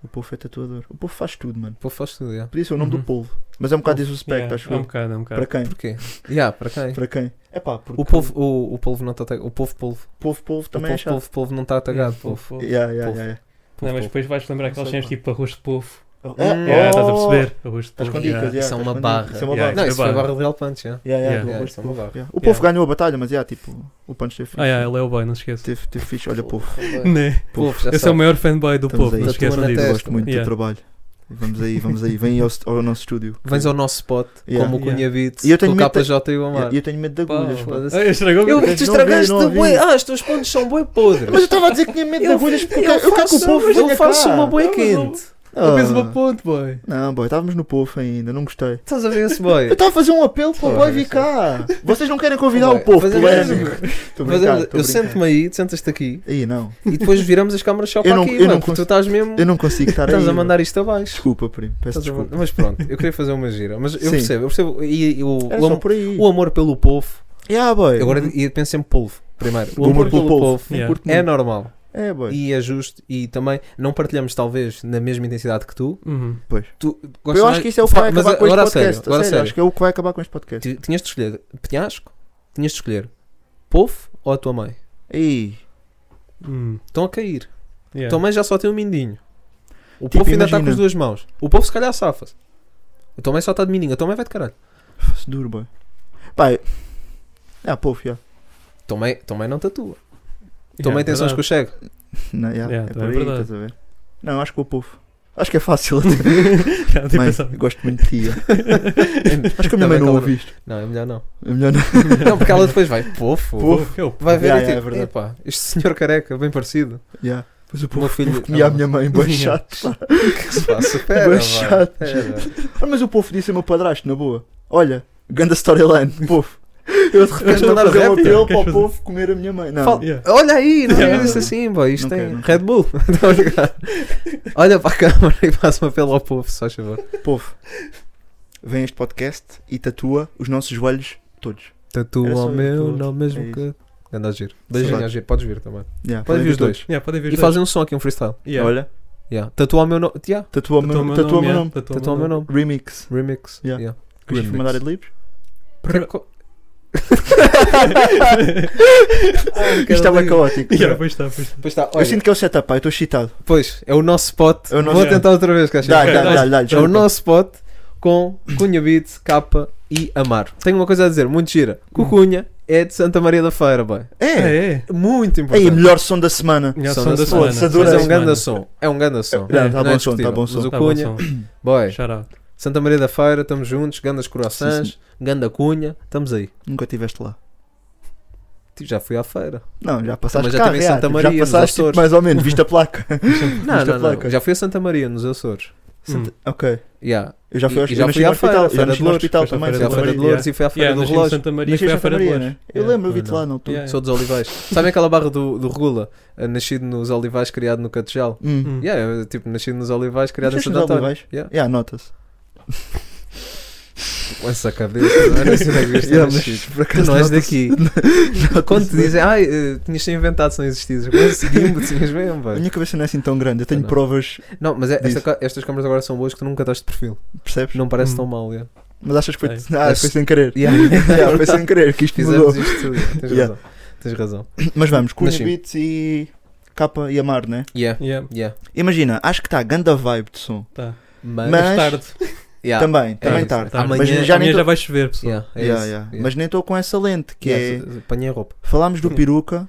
Speaker 6: O povo é tatuador. O povo faz tudo, mano.
Speaker 7: O povo faz tudo, yeah.
Speaker 6: Podia ser o nome
Speaker 1: Uhum.
Speaker 6: do povo. Mas é um bocado
Speaker 1: Yeah,
Speaker 6: desrespeito, acho
Speaker 1: É um
Speaker 6: eu.
Speaker 1: bocado, é um bocado.
Speaker 6: Para quem?
Speaker 7: Porquê? Yeah, para quem?
Speaker 6: Para quem? É pá, porque
Speaker 7: O povo, o, o povo não está O povo, polvo.
Speaker 6: povo, povo
Speaker 7: O
Speaker 6: também é
Speaker 7: povo,
Speaker 6: chato.
Speaker 7: polvo, polvo não está atacado. Povo.
Speaker 1: Fofo.
Speaker 6: Yeah, yeah,
Speaker 7: Povo.
Speaker 6: yeah, yeah.
Speaker 1: É Não, mas depois vais lembrar aquelas cenas tipo arroz de povo.
Speaker 6: Oh,
Speaker 7: Hum.
Speaker 1: Yeah, estás a
Speaker 6: oh!
Speaker 1: perceber? Arroz de
Speaker 6: Estás
Speaker 1: povo. yeah.
Speaker 6: com dicas, yeah,
Speaker 7: Isso é
Speaker 6: estás
Speaker 7: uma
Speaker 6: com
Speaker 7: barra.
Speaker 6: dicas. Isso é uma
Speaker 1: Yeah,
Speaker 6: barra.
Speaker 7: Não, isso foi a
Speaker 1: barra.
Speaker 7: barra do Real Punch, yeah.
Speaker 6: Yeah, yeah,
Speaker 1: Yeah,
Speaker 6: do
Speaker 7: yeah,
Speaker 6: arroz
Speaker 7: isso é
Speaker 6: de
Speaker 7: uma
Speaker 6: povo,
Speaker 7: barra.
Speaker 6: yeah. O povo
Speaker 1: Yeah.
Speaker 6: ganhou a batalha, mas yeah, tipo, o Punch teve
Speaker 1: Ah,
Speaker 6: fixe.
Speaker 1: yeah, ele é o boy, não se esqueça.
Speaker 6: Teve teve fixe, olha, povo.
Speaker 1: Né?
Speaker 7: Povo, já
Speaker 1: Esse é o
Speaker 7: sabe.
Speaker 1: maior fanboy do
Speaker 6: Estamos
Speaker 1: povo,
Speaker 6: aí.
Speaker 1: não se esqueçam
Speaker 7: Tatua na
Speaker 1: disso.
Speaker 7: testa.
Speaker 6: Gosto muito
Speaker 1: Yeah.
Speaker 6: do teu trabalho. Vamos aí, vamos aí. Vem ao, ao nosso estúdio.
Speaker 7: Vens ao nosso spot,
Speaker 6: Yeah.
Speaker 7: como o
Speaker 1: Yeah.
Speaker 7: Cunha Beats,
Speaker 6: E eu tenho
Speaker 7: com o
Speaker 6: medo de-
Speaker 7: KJ e o Omar.
Speaker 6: E eu tenho medo de
Speaker 7: Pá,
Speaker 6: agulhas. pá.
Speaker 7: foda-se.
Speaker 1: Ah, estragou-me.
Speaker 7: Eu
Speaker 6: Não
Speaker 7: tu estragaste
Speaker 6: ouvi, não
Speaker 7: o
Speaker 6: ouvi.
Speaker 7: bué. Ah, as tuas pontes são bué podres.
Speaker 6: Mas eu estava a dizer que tinha medo de agulhas porque eu, eu quero que o povo venha
Speaker 7: Eu faço
Speaker 6: cá.
Speaker 7: uma bué quente.
Speaker 6: Ah.
Speaker 7: ponte, boy.
Speaker 6: Não, boy, estávamos no povo ainda, não gostei.
Speaker 7: Estás a ver esse
Speaker 6: Eu
Speaker 7: boy?
Speaker 6: estava a fazer um apelo para o
Speaker 7: Porra,
Speaker 6: boy vir
Speaker 7: sim.
Speaker 6: cá. Vocês não querem convidar
Speaker 7: Boy,
Speaker 6: o povo,
Speaker 7: fazemos-
Speaker 6: polémico. Estou a brincar,
Speaker 7: Mas eu
Speaker 6: estou a
Speaker 7: um- eu
Speaker 6: brincar.
Speaker 7: sento-me aí, tu sentas-te aqui
Speaker 6: Aí não,
Speaker 7: e depois viramos as câmaras só
Speaker 6: Eu
Speaker 7: para
Speaker 6: não-
Speaker 7: aqui,
Speaker 6: eu não
Speaker 7: mano. porque Tu
Speaker 6: consigo-
Speaker 7: estás mesmo.
Speaker 6: eu não consigo estar aí.
Speaker 7: Estás a
Speaker 6: boy.
Speaker 7: mandar isto abaixo.
Speaker 6: Desculpa, primo, peço
Speaker 7: Estás a
Speaker 6: desculpa.
Speaker 7: mandar- Mas pronto, eu queria fazer uma gira. Mas eu
Speaker 6: Sim.
Speaker 7: percebo, eu percebo. E e o
Speaker 6: Era
Speaker 7: o
Speaker 6: É só
Speaker 7: am-
Speaker 6: por aí.
Speaker 7: o amor pelo povo.
Speaker 6: Yeah, boy.
Speaker 7: Eu Agora e penso sempre polvo, primeiro. O
Speaker 6: O amor
Speaker 7: amor
Speaker 6: pelo
Speaker 7: pelo
Speaker 6: polvo.
Speaker 7: povo
Speaker 1: Yeah.
Speaker 7: é normal.
Speaker 6: É, boy.
Speaker 7: e é justo e também não partilhamos talvez na mesma intensidade que tu.
Speaker 1: Uhum.
Speaker 7: tu gostas
Speaker 6: Eu
Speaker 7: mais-
Speaker 6: acho que isso é o que
Speaker 7: Pá,
Speaker 6: vai
Speaker 7: mas
Speaker 6: acabar com este
Speaker 7: agora a
Speaker 6: podcast.
Speaker 7: sério, agora a
Speaker 6: sério,
Speaker 7: sério.
Speaker 6: Acho que é o que vai acabar com este podcast.
Speaker 7: Ti- Tinhas de escolher penhasco, tinhas de escolher povo ou a tua mãe.
Speaker 6: Ei,
Speaker 1: Hum.
Speaker 7: Estão a cair.
Speaker 1: Yeah.
Speaker 7: Tua mãe já só tem um mindinho. O
Speaker 6: É. Tipo,
Speaker 7: povo ainda está com
Speaker 6: imagina.
Speaker 7: as duas mãos. O povo se calhar safa-se. A tua mãe só está de mindinho. A tua mãe vai de caralho.
Speaker 6: fosse duro, boy. Pai, ah, povo, já.
Speaker 7: A tua mãe, a tua mãe não tatua. A tua
Speaker 1: Yeah,
Speaker 7: mãe tem sons
Speaker 1: É verdade.
Speaker 7: que eu chego.
Speaker 6: Não, yeah,
Speaker 1: Yeah,
Speaker 6: é
Speaker 1: também
Speaker 6: por
Speaker 1: é
Speaker 6: aí,
Speaker 1: verdade.
Speaker 6: estás a ver? Não, acho que o povo. Acho que é fácil.
Speaker 1: Yeah, tipo
Speaker 6: Mãe,
Speaker 1: essa-
Speaker 6: eu gosto muito de ti. Acho que a minha mãe
Speaker 7: Também
Speaker 6: não
Speaker 7: calma.
Speaker 6: ouve isto.
Speaker 7: Não, é melhor não.
Speaker 6: É melhor não.
Speaker 7: Não, porque ela depois vai, pofo.
Speaker 6: Povo.
Speaker 1: Eu-
Speaker 7: Vai ver
Speaker 6: Yeah, yeah,
Speaker 7: e
Speaker 6: é
Speaker 7: tipo,
Speaker 6: verdade.
Speaker 7: "Epá, este senhor careca, bem parecido.
Speaker 6: Yeah. Mas o
Speaker 7: O meu
Speaker 6: povo
Speaker 7: filho.
Speaker 6: comia a minha mãe, bem
Speaker 1: Yeah.
Speaker 6: chato. pá.
Speaker 7: que se passa? Pera,
Speaker 6: Bué
Speaker 7: vá,
Speaker 6: chato.
Speaker 7: pera.
Speaker 6: "É Ah, mas o povo podia ser meu padrasto, na boa. Olha, ganda storyline, povo. Eu de repente
Speaker 7: mandar
Speaker 6: vou fazer um
Speaker 7: rap,
Speaker 6: apelo
Speaker 1: é?
Speaker 6: para o
Speaker 1: Queres
Speaker 6: povo comer a minha mãe. Não,
Speaker 7: Fala-
Speaker 1: Yeah.
Speaker 7: Olha aí, não
Speaker 1: Yeah.
Speaker 7: digas isso assim, boy. Isto
Speaker 6: Não
Speaker 7: tem
Speaker 6: quero, não
Speaker 7: Red Bull. Tá ligado? Olha para a câmara e faz uma pela ao povo, só favor.
Speaker 6: povo, vem este podcast e tatua os nossos joelhos todos. Era
Speaker 7: Tatua
Speaker 6: só
Speaker 7: ao
Speaker 6: isso,
Speaker 7: meu
Speaker 6: tudo.
Speaker 7: nome mesmo
Speaker 6: É isso.
Speaker 7: que. Anda a giro. Beijinho
Speaker 6: Saudades.
Speaker 7: a giro, podes vir também.
Speaker 6: Yeah,
Speaker 7: Podem
Speaker 6: podem
Speaker 7: vir os
Speaker 6: todos.
Speaker 7: dois.
Speaker 1: Yeah, podem ver
Speaker 7: E
Speaker 1: os dois.
Speaker 7: fazem um som aqui, um freestyle.
Speaker 1: Yeah.
Speaker 6: Olha,
Speaker 7: Yeah. Tatua ao meu nome. Yeah.
Speaker 6: tatua o
Speaker 1: Tatua o
Speaker 6: meu tatua o meu
Speaker 1: yeah,
Speaker 6: nome.
Speaker 1: tatua o
Speaker 7: Tatua ao meu nome.
Speaker 6: Remix.
Speaker 7: Remix.
Speaker 6: Yeah.
Speaker 7: Yeah.
Speaker 6: Queres
Speaker 7: Remix.
Speaker 6: mandar livros?
Speaker 1: Pra-
Speaker 7: Co-
Speaker 6: Isto
Speaker 7: é
Speaker 6: estava caótico.
Speaker 1: Yeah, pois está, pois está.
Speaker 7: Pois está,
Speaker 6: Eu
Speaker 7: olha,
Speaker 6: sinto que é o setup, pá, eu estou excitado.
Speaker 7: pois, é o nosso spot.
Speaker 6: É o nosso-
Speaker 7: Vou tentar outra vez, que acho
Speaker 6: Dá,
Speaker 7: que-
Speaker 6: dá, dá, dá.
Speaker 7: É o
Speaker 6: desculpa.
Speaker 7: nosso spot com Cunha Beat, Capa e Amar. Tenho uma coisa a dizer, muito gira.
Speaker 6: Hum.
Speaker 7: Que o Cunha é de Santa Maria da Feira, boy.
Speaker 6: É,
Speaker 1: É, é.
Speaker 7: Muito
Speaker 6: aí,
Speaker 7: importante.
Speaker 6: melhor som da semana.
Speaker 1: Melhor
Speaker 7: Som
Speaker 1: som
Speaker 7: da
Speaker 1: da
Speaker 6: semana.
Speaker 1: semana.
Speaker 6: Foda-se,
Speaker 1: Som
Speaker 7: Mas
Speaker 6: adorei.
Speaker 1: da
Speaker 7: é um grande
Speaker 1: semana.
Speaker 7: som. É um grande som.
Speaker 6: Não, tá
Speaker 7: Não é
Speaker 6: bom som, tá
Speaker 7: discutível.
Speaker 6: bom
Speaker 7: Mas
Speaker 6: som.
Speaker 7: o
Speaker 1: Tá bom,
Speaker 7: Cunha,
Speaker 1: som.
Speaker 7: boy,
Speaker 1: Shout out.
Speaker 7: Santa Maria da Feira, estamos juntos, grandes
Speaker 6: Sim,
Speaker 7: corações, ganda Cunha, estamos aí.
Speaker 6: Nunca estiveste lá.
Speaker 7: Tipo, Já fui à feira.
Speaker 6: Não, já passaste
Speaker 7: Mas já
Speaker 6: cá,
Speaker 7: tive em Santa
Speaker 6: tipo,
Speaker 7: Maria,
Speaker 6: já
Speaker 7: nos
Speaker 6: passaste tipo,
Speaker 7: Açores.
Speaker 6: mais ou menos, viste a placa.
Speaker 7: Não,
Speaker 6: Viste a
Speaker 7: não, não.
Speaker 6: placa?
Speaker 7: é Já fui a Santa Maria, nos Açores.
Speaker 1: Santa-
Speaker 6: Ok,
Speaker 7: Yeah.
Speaker 6: eu já fui ao
Speaker 7: E- e já
Speaker 6: eu nasci
Speaker 7: fui
Speaker 6: no
Speaker 7: à feira,
Speaker 6: hospital,
Speaker 7: à Feira
Speaker 6: já nasci
Speaker 7: de
Speaker 6: no
Speaker 7: Louros,
Speaker 6: hospital
Speaker 1: foste à
Speaker 6: também.
Speaker 1: Feira
Speaker 7: Fui à
Speaker 1: Santa
Speaker 7: Feira de
Speaker 1: Maria.
Speaker 7: Louros e fui à Feira
Speaker 1: Yeah,
Speaker 7: do
Speaker 1: nasci em
Speaker 7: Relógio.
Speaker 1: Santa Maria,
Speaker 6: Nasci
Speaker 1: foi
Speaker 6: em
Speaker 1: à
Speaker 6: Santa
Speaker 1: Feira de
Speaker 6: Maria,
Speaker 1: Lourdes.
Speaker 6: né? Eu lembro, eu vi-te
Speaker 7: Não,
Speaker 6: lá na altura.
Speaker 1: Yeah.
Speaker 7: Sou dos Olivais. Sabem aquela barra do, do Regula? Eh, Nascido nos Olivais, criado no Catejal?
Speaker 6: Hum.
Speaker 1: Hum.
Speaker 7: Yeah, eu, tipo, nascido nos Olivais, criado em
Speaker 6: Nasceste
Speaker 7: Santo
Speaker 6: nos
Speaker 7: António.
Speaker 6: Olivais?
Speaker 7: Yeah.
Speaker 6: Yeah, nota-se.
Speaker 7: Com essa cabeça, não era assim onde é que devias ter
Speaker 6: Yeah, mas
Speaker 7: nascido. Tu não és daqui. Quando te dizem, ai, eh, tinhas-te inventado se não existisses. Mas seguimos, tinhas mesmo,
Speaker 6: A
Speaker 7: velho.
Speaker 6: minha cabeça não é assim tão grande, eu tenho
Speaker 7: Não.
Speaker 6: provas,
Speaker 7: Não, mas é- esta
Speaker 6: Diz.
Speaker 7: ca- estas câmaras agora são boas que tu nunca estás de perfil.
Speaker 6: percebes?
Speaker 7: Não parece
Speaker 1: Hum.
Speaker 7: tão mal, yeah.
Speaker 6: Mas achas que foi,
Speaker 1: Sei.
Speaker 6: ah, foi sem querer?
Speaker 7: Yeah.
Speaker 6: Yeah, foi sem querer que isto mudou.
Speaker 7: Fizemos isto tudo. Tens
Speaker 6: Yeah.
Speaker 7: razão. Tens razão.
Speaker 6: Mas vamos, Cunha
Speaker 7: Nasci.
Speaker 6: Beats e Capa e Amar, né?
Speaker 7: Yeah,
Speaker 1: Yeah,
Speaker 7: yeah.
Speaker 6: Imagina, acho que está ganda vibe de som.
Speaker 1: tá.
Speaker 7: Mas,
Speaker 6: Mas-
Speaker 1: Mas tarde.
Speaker 7: yeah.
Speaker 6: Também, também
Speaker 7: isso,
Speaker 6: tarde.
Speaker 7: tá. Amanhã-
Speaker 6: mas já nem
Speaker 1: Amanhã
Speaker 6: tô-
Speaker 1: já vai chover, pessoal.
Speaker 7: Yeah, é
Speaker 6: Yeah,
Speaker 7: isso.
Speaker 6: yeah.
Speaker 7: Yeah.
Speaker 6: Mas nem estou com essa lente, que é.
Speaker 7: Yeah, apanhei a roupa.
Speaker 6: Falámos do
Speaker 1: Hum.
Speaker 6: peruca.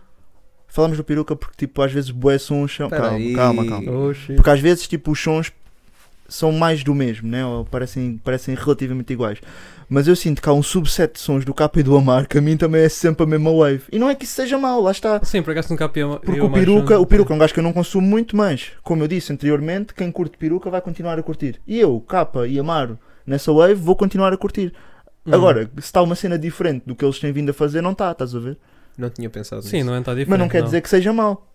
Speaker 6: Falámos do peruca porque, tipo, às vezes bué sons são.
Speaker 7: Pera
Speaker 6: Calma,
Speaker 7: aí.
Speaker 6: calma, calma.
Speaker 1: Oh, shit.
Speaker 6: Porque às vezes, tipo, os sons são mais do mesmo, né? Ou parecem, parecem relativamente iguais. Mas eu sinto que há um subset de sons do Capa e do Amar que a mim também é sempre a mesma wave. E não é que isso seja mau, lá está.
Speaker 1: Sim, por acaso nunca apiou.
Speaker 6: Porque o peruca, o peruca é um gajo que eu não consumo muito, mas, como eu disse anteriormente, quem curte peruca vai continuar a curtir. E eu, Capa e Amaro, nessa wave, vou continuar a curtir.
Speaker 1: Hum.
Speaker 6: Agora, se está uma cena diferente do que eles têm vindo a fazer, não está, estás a ver?
Speaker 7: Não tinha pensado
Speaker 1: Sim,
Speaker 7: nisso.
Speaker 1: não é tá diferente.
Speaker 6: Mas não quer dizer que seja mau.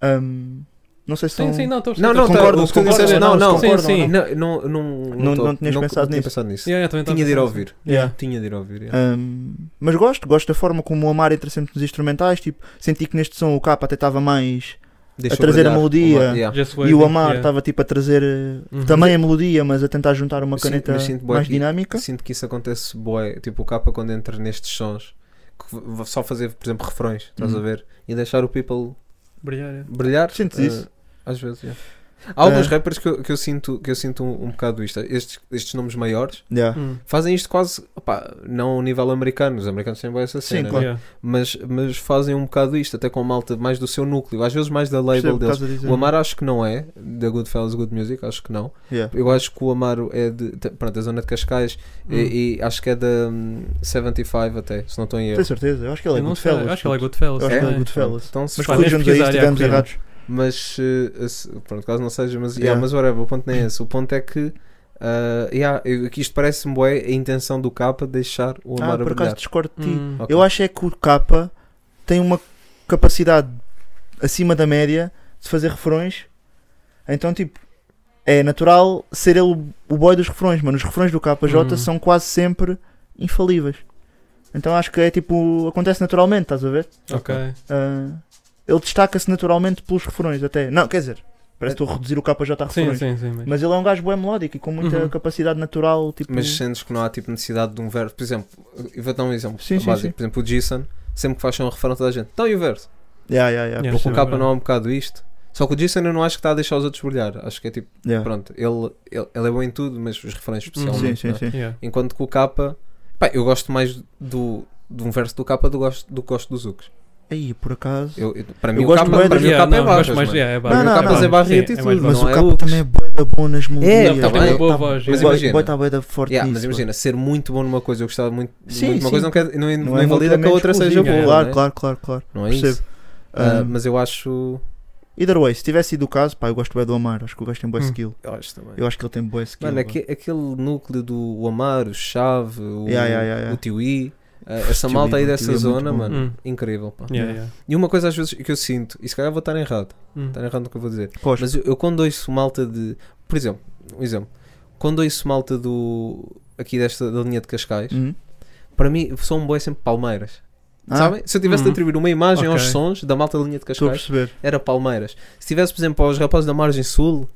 Speaker 6: Ahm, não sei se
Speaker 1: Sim,
Speaker 6: são...
Speaker 1: sim, não, estou
Speaker 7: Não, não,
Speaker 6: Concordo,
Speaker 7: tá, o que tu
Speaker 6: concordo,
Speaker 7: disseste- não,
Speaker 6: não,
Speaker 7: não,
Speaker 1: concordo,
Speaker 7: sim, sim.
Speaker 1: não,
Speaker 7: Não, não, não,
Speaker 6: Não-
Speaker 7: tô-
Speaker 6: não tinhas pensado
Speaker 7: tinha
Speaker 6: nisso. É,
Speaker 7: pensado nisso.
Speaker 1: Yeah, yeah, também tava
Speaker 7: Tinha de ir
Speaker 1: pensando
Speaker 7: ouvir.
Speaker 1: assim. Yeah.
Speaker 7: Tinha de ir ouvir. yeah.
Speaker 6: Ahm, Hum, mas gosto, gosto da forma como o Amar entra sempre nos instrumentais. Tipo, senti que neste som o Capa até estava mais.
Speaker 7: Deixa
Speaker 6: a trazer a
Speaker 7: brilhar.
Speaker 6: melodia.
Speaker 7: Uma- yeah.
Speaker 1: Just
Speaker 6: e o
Speaker 1: waiting,
Speaker 6: Amar
Speaker 1: é, yeah.
Speaker 6: estava tipo a trazer eh,
Speaker 1: Uhum.
Speaker 6: também a melodia, mas a tentar juntar uma
Speaker 7: Sim,
Speaker 6: caneta
Speaker 7: mas sinto bué
Speaker 6: mais
Speaker 7: que-
Speaker 6: dinâmica.
Speaker 7: Sinto que isso acontece bué, tipo o capa quando entra nestes sons, que v- só fazer, por exemplo, refrões, estás
Speaker 6: Uhum.
Speaker 7: a ver? E deixar o people
Speaker 1: Brilhar, yeah.
Speaker 7: brilhar.
Speaker 6: Sentes
Speaker 7: eh,
Speaker 6: isso?
Speaker 7: Às vezes, yeah. Há alguns
Speaker 6: Ah.
Speaker 7: rappers que eu, que eu sinto, que eu sinto um, um bocado isto. Estes, estes nomes maiores
Speaker 6: Yeah.
Speaker 1: Hum.
Speaker 7: fazem isto quase, opá, não ao nível americano. Os americanos têm bué essa
Speaker 6: Sim,
Speaker 7: cena. né?
Speaker 6: claro.
Speaker 1: Yeah.
Speaker 7: mas, mas fazem um bocado isto, até com malta mais do seu núcleo, às vezes mais da label
Speaker 6: Percebo o que
Speaker 7: deles.
Speaker 6: estás a dizer.
Speaker 7: O Amar acho que não é, da Goodfellas Good Music, acho que não.
Speaker 6: Yeah.
Speaker 7: Eu acho que o Amaro é de, te- pronto, da zona de Cascais
Speaker 6: Hum.
Speaker 7: e, e acho que é da hum, 75 até, se não estou em erro.
Speaker 6: Tenho certeza, eu acho que ele é
Speaker 1: Eu não sei,
Speaker 6: Goodfellas.
Speaker 1: acho que ela é
Speaker 6: puto.
Speaker 1: Goodfellas.
Speaker 6: Eu acho que ele é
Speaker 1: também.
Speaker 6: Goodfellas.
Speaker 7: Então, se
Speaker 6: Mas
Speaker 1: Pá,
Speaker 7: for-
Speaker 1: deve
Speaker 6: corrijam-nos aí se
Speaker 1: pesquisar,
Speaker 6: estivermos
Speaker 1: é,
Speaker 6: errados.
Speaker 7: mas, eh, se- pronto, caso não seja, mas, yeah,
Speaker 6: Yeah.
Speaker 7: mas whatever, o ponto nem é esse. O ponto é que, ah, yeah, eu- que isto parece-me bué a intenção do capa deixar o é
Speaker 6: Ah,
Speaker 7: Amaro
Speaker 6: por acaso
Speaker 7: brilhar.
Speaker 6: discordo de ti.
Speaker 1: Hum.
Speaker 7: Ok.
Speaker 6: Eu acho é que o Capa tem uma capacidade acima da média de fazer refrões. Então, tipo, é natural ser ele o- o boy dos refrões, mas os refrões do KJ
Speaker 1: Hum.
Speaker 6: são quase sempre infalíveis. Então acho que é tipo, acontece naturalmente, estás a ver?
Speaker 1: Ok.
Speaker 6: Ah, ele destaca-se naturalmente pelos refrões, até. Não, quer dizer, parece que estou a reduzir o KJ a
Speaker 1: Sim,
Speaker 6: refrões.
Speaker 1: sim, sim. mas-
Speaker 6: Mas ele é um gajo boé melódico e com muita
Speaker 1: Uhum.
Speaker 6: capacidade natural, tipo.
Speaker 7: Mas sentes que não há tipo necessidade de um verso. Por exemplo, eu vou dar um exemplo
Speaker 6: Sim, sim,
Speaker 7: básico.
Speaker 6: sim.
Speaker 7: Por exemplo, o Jason, sempre que faz um refrão toda a gente. Então e o verso?
Speaker 6: Yeah, yeah, yeah,
Speaker 1: Yeah,
Speaker 6: pouco-
Speaker 7: Com o
Speaker 1: Sim,
Speaker 7: capa
Speaker 1: verdade.
Speaker 7: não há um bocado isto. Só que o Jason eu não acho que está a deixar os outros brilhar. Acho que é tipo,
Speaker 6: yeah.
Speaker 7: pronto, ele, ele, ele é bom em tudo, mas os refrões especialmente.
Speaker 6: Uhum. Sim, sim,
Speaker 7: não é?
Speaker 6: sim.
Speaker 1: Yeah.
Speaker 7: Enquanto que o capa. Pá, eu gosto mais do, de um verso do capa do, gosto- do que gosto dos Zucos.
Speaker 6: Aí, por acaso.
Speaker 7: Eu, eu- para
Speaker 6: Eu
Speaker 7: mim, o
Speaker 6: gosto
Speaker 7: capa,
Speaker 6: bué
Speaker 7: para
Speaker 6: dos-
Speaker 7: mim o
Speaker 1: Yeah,
Speaker 7: capa é
Speaker 1: não, gosto
Speaker 7: baixo.
Speaker 1: mais, yeah, é
Speaker 7: Para mim o
Speaker 6: Não, não,
Speaker 7: capa é
Speaker 6: não.
Speaker 7: barra
Speaker 1: Sim,
Speaker 7: e
Speaker 1: é
Speaker 7: atitude.
Speaker 1: mais
Speaker 7: não
Speaker 6: Mas o
Speaker 7: é
Speaker 6: Capa
Speaker 7: looks.
Speaker 6: também é bué da bom nas melodias.
Speaker 7: tá bem.
Speaker 1: Tem uma boa
Speaker 6: Tá-
Speaker 1: voz.
Speaker 7: Mas
Speaker 6: o boy-
Speaker 7: imagina.
Speaker 6: o boy tá bué da forte
Speaker 7: Yeah, mas
Speaker 6: nisso,
Speaker 7: imagina, ser muito bom numa coisa, eu gostava muito,
Speaker 6: Sim,
Speaker 7: muito de
Speaker 6: sim.
Speaker 7: uma coisa, é, não, quer, não,
Speaker 6: bro.
Speaker 7: não invalida que a
Speaker 6: mutuamente
Speaker 7: outra seja
Speaker 6: exclusivo.
Speaker 7: boa.
Speaker 6: Claro,
Speaker 7: não é?
Speaker 6: claro, claro, claro.
Speaker 7: Não é
Speaker 6: Percebo.
Speaker 7: isso. Ah,
Speaker 6: Um,
Speaker 7: mas eu acho.
Speaker 6: Either way, se tivesse sido o caso, pá, eu gosto bem do Amar. Acho que o gajo tem boa
Speaker 1: Hum.
Speaker 6: skill.
Speaker 7: Eu acho também.
Speaker 6: Eu acho que ele tem boa skill.
Speaker 7: Mano,
Speaker 6: pá.
Speaker 7: aque- aquele núcleo do o Amar, o Chave, o,
Speaker 6: Yeah, yeah, yeah, yeah.
Speaker 7: o Tiwi, Ah, essa malta aí dessa
Speaker 6: Aquilo é muito
Speaker 7: zona,
Speaker 6: bom.
Speaker 7: mano,
Speaker 1: Hum.
Speaker 7: incrível, pá.
Speaker 1: Yeah, yeah.
Speaker 7: E uma coisa às vezes que eu sinto, e se calhar vou estar errado,
Speaker 1: Hum.
Speaker 7: estar errado no que eu vou dizer,
Speaker 6: Poxa,
Speaker 7: mas eu, eu quando ouço malta de. Por exemplo, um exemplo, quando ouço malta do. aqui desta da linha de Cascais,
Speaker 6: Uhum.
Speaker 7: para mim sou um boi sempre Palmeiras.
Speaker 6: Ah,
Speaker 7: Sabem? Se eu tivesse de
Speaker 1: Uhum.
Speaker 7: atribuir uma imagem aos
Speaker 1: Ok.
Speaker 7: sons da malta da linha de
Speaker 6: Estou a
Speaker 7: Cascais,
Speaker 6: perceber.
Speaker 7: era Palmeiras. Se tivesse, por exemplo, aos rapazes da Margem Sul,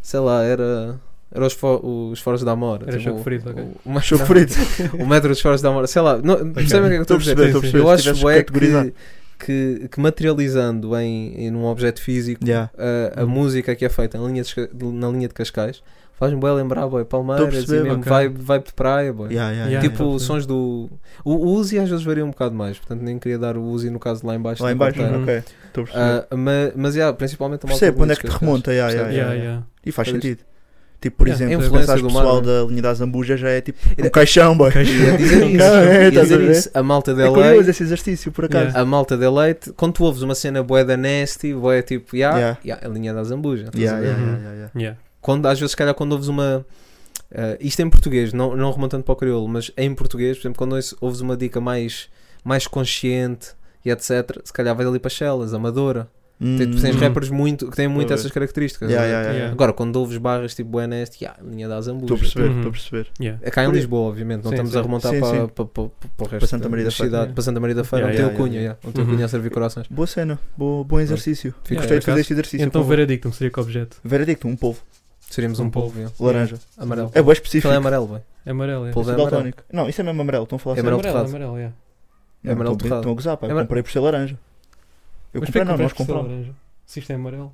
Speaker 7: sei lá, era. Era os, fo os Foros da Amora.
Speaker 1: Era
Speaker 7: tipo,
Speaker 1: Choco Frito, ok.
Speaker 7: o- o-
Speaker 6: Show frito.
Speaker 7: o metro dos foros da amor, sei lá, não, percebem o que é que eu estou a dizer?
Speaker 6: perceber, estou a perceber,
Speaker 7: Eu
Speaker 6: se
Speaker 7: acho
Speaker 6: tivesse
Speaker 7: bué
Speaker 6: categorizado.
Speaker 7: que, que, que materializando em, em um objeto físico
Speaker 6: Yeah.
Speaker 7: a, a
Speaker 1: Uhum.
Speaker 7: música que é feita na linha de, Casca- na linha de Cascais, faz-me bem lembrar, boy,
Speaker 6: Estou a
Speaker 7: Palmeiras
Speaker 6: perceber,
Speaker 7: e mesmo
Speaker 1: ok.
Speaker 7: vibe, vibe de praia, boy.
Speaker 6: Yeah,
Speaker 1: Yeah.
Speaker 6: yeah, yeah.
Speaker 7: Tipo,
Speaker 1: estou a perceber.
Speaker 7: sons do. O, o Uzi às vezes varia um bocado mais, portanto nem queria dar o Uzi no caso de lá embaixo.
Speaker 6: Lá
Speaker 7: da
Speaker 6: em baixo,
Speaker 7: carteira.
Speaker 1: Uhum.
Speaker 6: ok. Estou a perceber.
Speaker 7: Ah, mas, mas yeah, principalmente a malta
Speaker 6: Percebo
Speaker 7: do
Speaker 6: onde é que te
Speaker 7: Cascais.
Speaker 6: remonta. yeah, yeah,
Speaker 7: percebes?
Speaker 1: Yeah,
Speaker 6: yeah, yeah.
Speaker 1: yeah.
Speaker 6: E faz
Speaker 7: Pois.
Speaker 6: sentido. Tipo, por
Speaker 1: Yeah.
Speaker 6: exemplo,
Speaker 7: A
Speaker 6: se
Speaker 7: influência
Speaker 6: pensares
Speaker 7: do
Speaker 6: pessoal
Speaker 7: mar,
Speaker 6: da linha da Zambuja já é tipo
Speaker 7: Era-
Speaker 6: um caixão, boy.
Speaker 7: E a dizer isso,
Speaker 6: Não, é,
Speaker 7: e a
Speaker 6: estás a
Speaker 7: dizer
Speaker 6: ver?
Speaker 7: isso, a malta da
Speaker 6: É
Speaker 7: LA
Speaker 6: curioso esse exercício, por acaso.
Speaker 1: Yeah.
Speaker 7: a malta de leite, quando tu ouves uma cena bué da nasty, bué tipo, yeah,
Speaker 6: Yeah.
Speaker 7: yeah, a linha da zambuja. estás
Speaker 6: Yeah,
Speaker 7: a ver?
Speaker 6: yeah,
Speaker 1: Uhum.
Speaker 6: yeah, yeah, yeah.
Speaker 1: Yeah.
Speaker 7: Quando, às vezes, se calhar, quando ouves uma. eh, isto em português, não, não remontando para o crioulo, mas é em português, por exemplo, quando ouves- ouves uma dica mais, mais consciente e etc., se calhar vais ali para Shellas, Amadora. Tem- Tu tens
Speaker 1: Hum.
Speaker 7: rappers muito, que têm muito
Speaker 6: Estou a
Speaker 7: essas
Speaker 6: ver.
Speaker 7: características.
Speaker 6: Yeah,
Speaker 7: estás a ver?
Speaker 6: yeah, yeah.
Speaker 1: Yeah.
Speaker 7: Agora, quando ouves barras tipo bué nasty, yeah, linha da zambuja.
Speaker 6: Estou a perceber,
Speaker 1: Uhum.
Speaker 6: estou a perceber.
Speaker 1: Yeah.
Speaker 7: É cá em
Speaker 6: Por-
Speaker 7: Lisboa, obviamente, não
Speaker 1: Sim,
Speaker 7: estamos
Speaker 1: sim.
Speaker 7: a remontar
Speaker 6: Sim,
Speaker 7: para,
Speaker 6: sim.
Speaker 7: Para, para, para o resto
Speaker 6: Santa Maria
Speaker 7: da
Speaker 6: da Feira.
Speaker 7: cidade. Para Santa Maria da Feira,
Speaker 1: Yeah,
Speaker 7: onde tem o
Speaker 6: yeah,
Speaker 7: cunha, yeah, onde tem o
Speaker 1: Uhum.
Speaker 7: cunha a servir corações.
Speaker 6: Boa cena, boa, bom exercício.
Speaker 7: Fica-
Speaker 1: Yeah,
Speaker 6: Gostei de
Speaker 1: por
Speaker 6: fazer
Speaker 1: acaso.
Speaker 6: este exercício.
Speaker 1: Então,
Speaker 6: por favor.
Speaker 1: veredicto, não seria que objeto?
Speaker 6: Veredicto, um polvo,
Speaker 7: Seríamos
Speaker 1: Um
Speaker 7: um polvo, yeah.
Speaker 6: laranja.
Speaker 7: amarelo.
Speaker 6: É boa
Speaker 7: Aquele
Speaker 6: específico.
Speaker 7: é amarelo, bem.
Speaker 1: Amarelo, é.
Speaker 7: Polvo
Speaker 6: Isso
Speaker 7: é
Speaker 6: é
Speaker 7: amarelo.
Speaker 6: daltónico. Não, isso é mesmo amarelo, estão a falar
Speaker 7: É amarelo
Speaker 6: sério.
Speaker 1: amarelo,
Speaker 7: torrado.
Speaker 1: amarelo, yeah.
Speaker 6: Não,
Speaker 7: é amarelo
Speaker 6: estão-
Speaker 7: torrado.
Speaker 6: Estão a gozar, pá.
Speaker 7: É
Speaker 6: Eu
Speaker 7: amarelo-
Speaker 6: comprei por ser laranja. Eu
Speaker 1: Mas
Speaker 6: comprei,
Speaker 1: porquê
Speaker 6: não,
Speaker 1: que
Speaker 6: nós
Speaker 1: compraste essa
Speaker 6: compramos.
Speaker 1: laranja? Se isto é amarelo.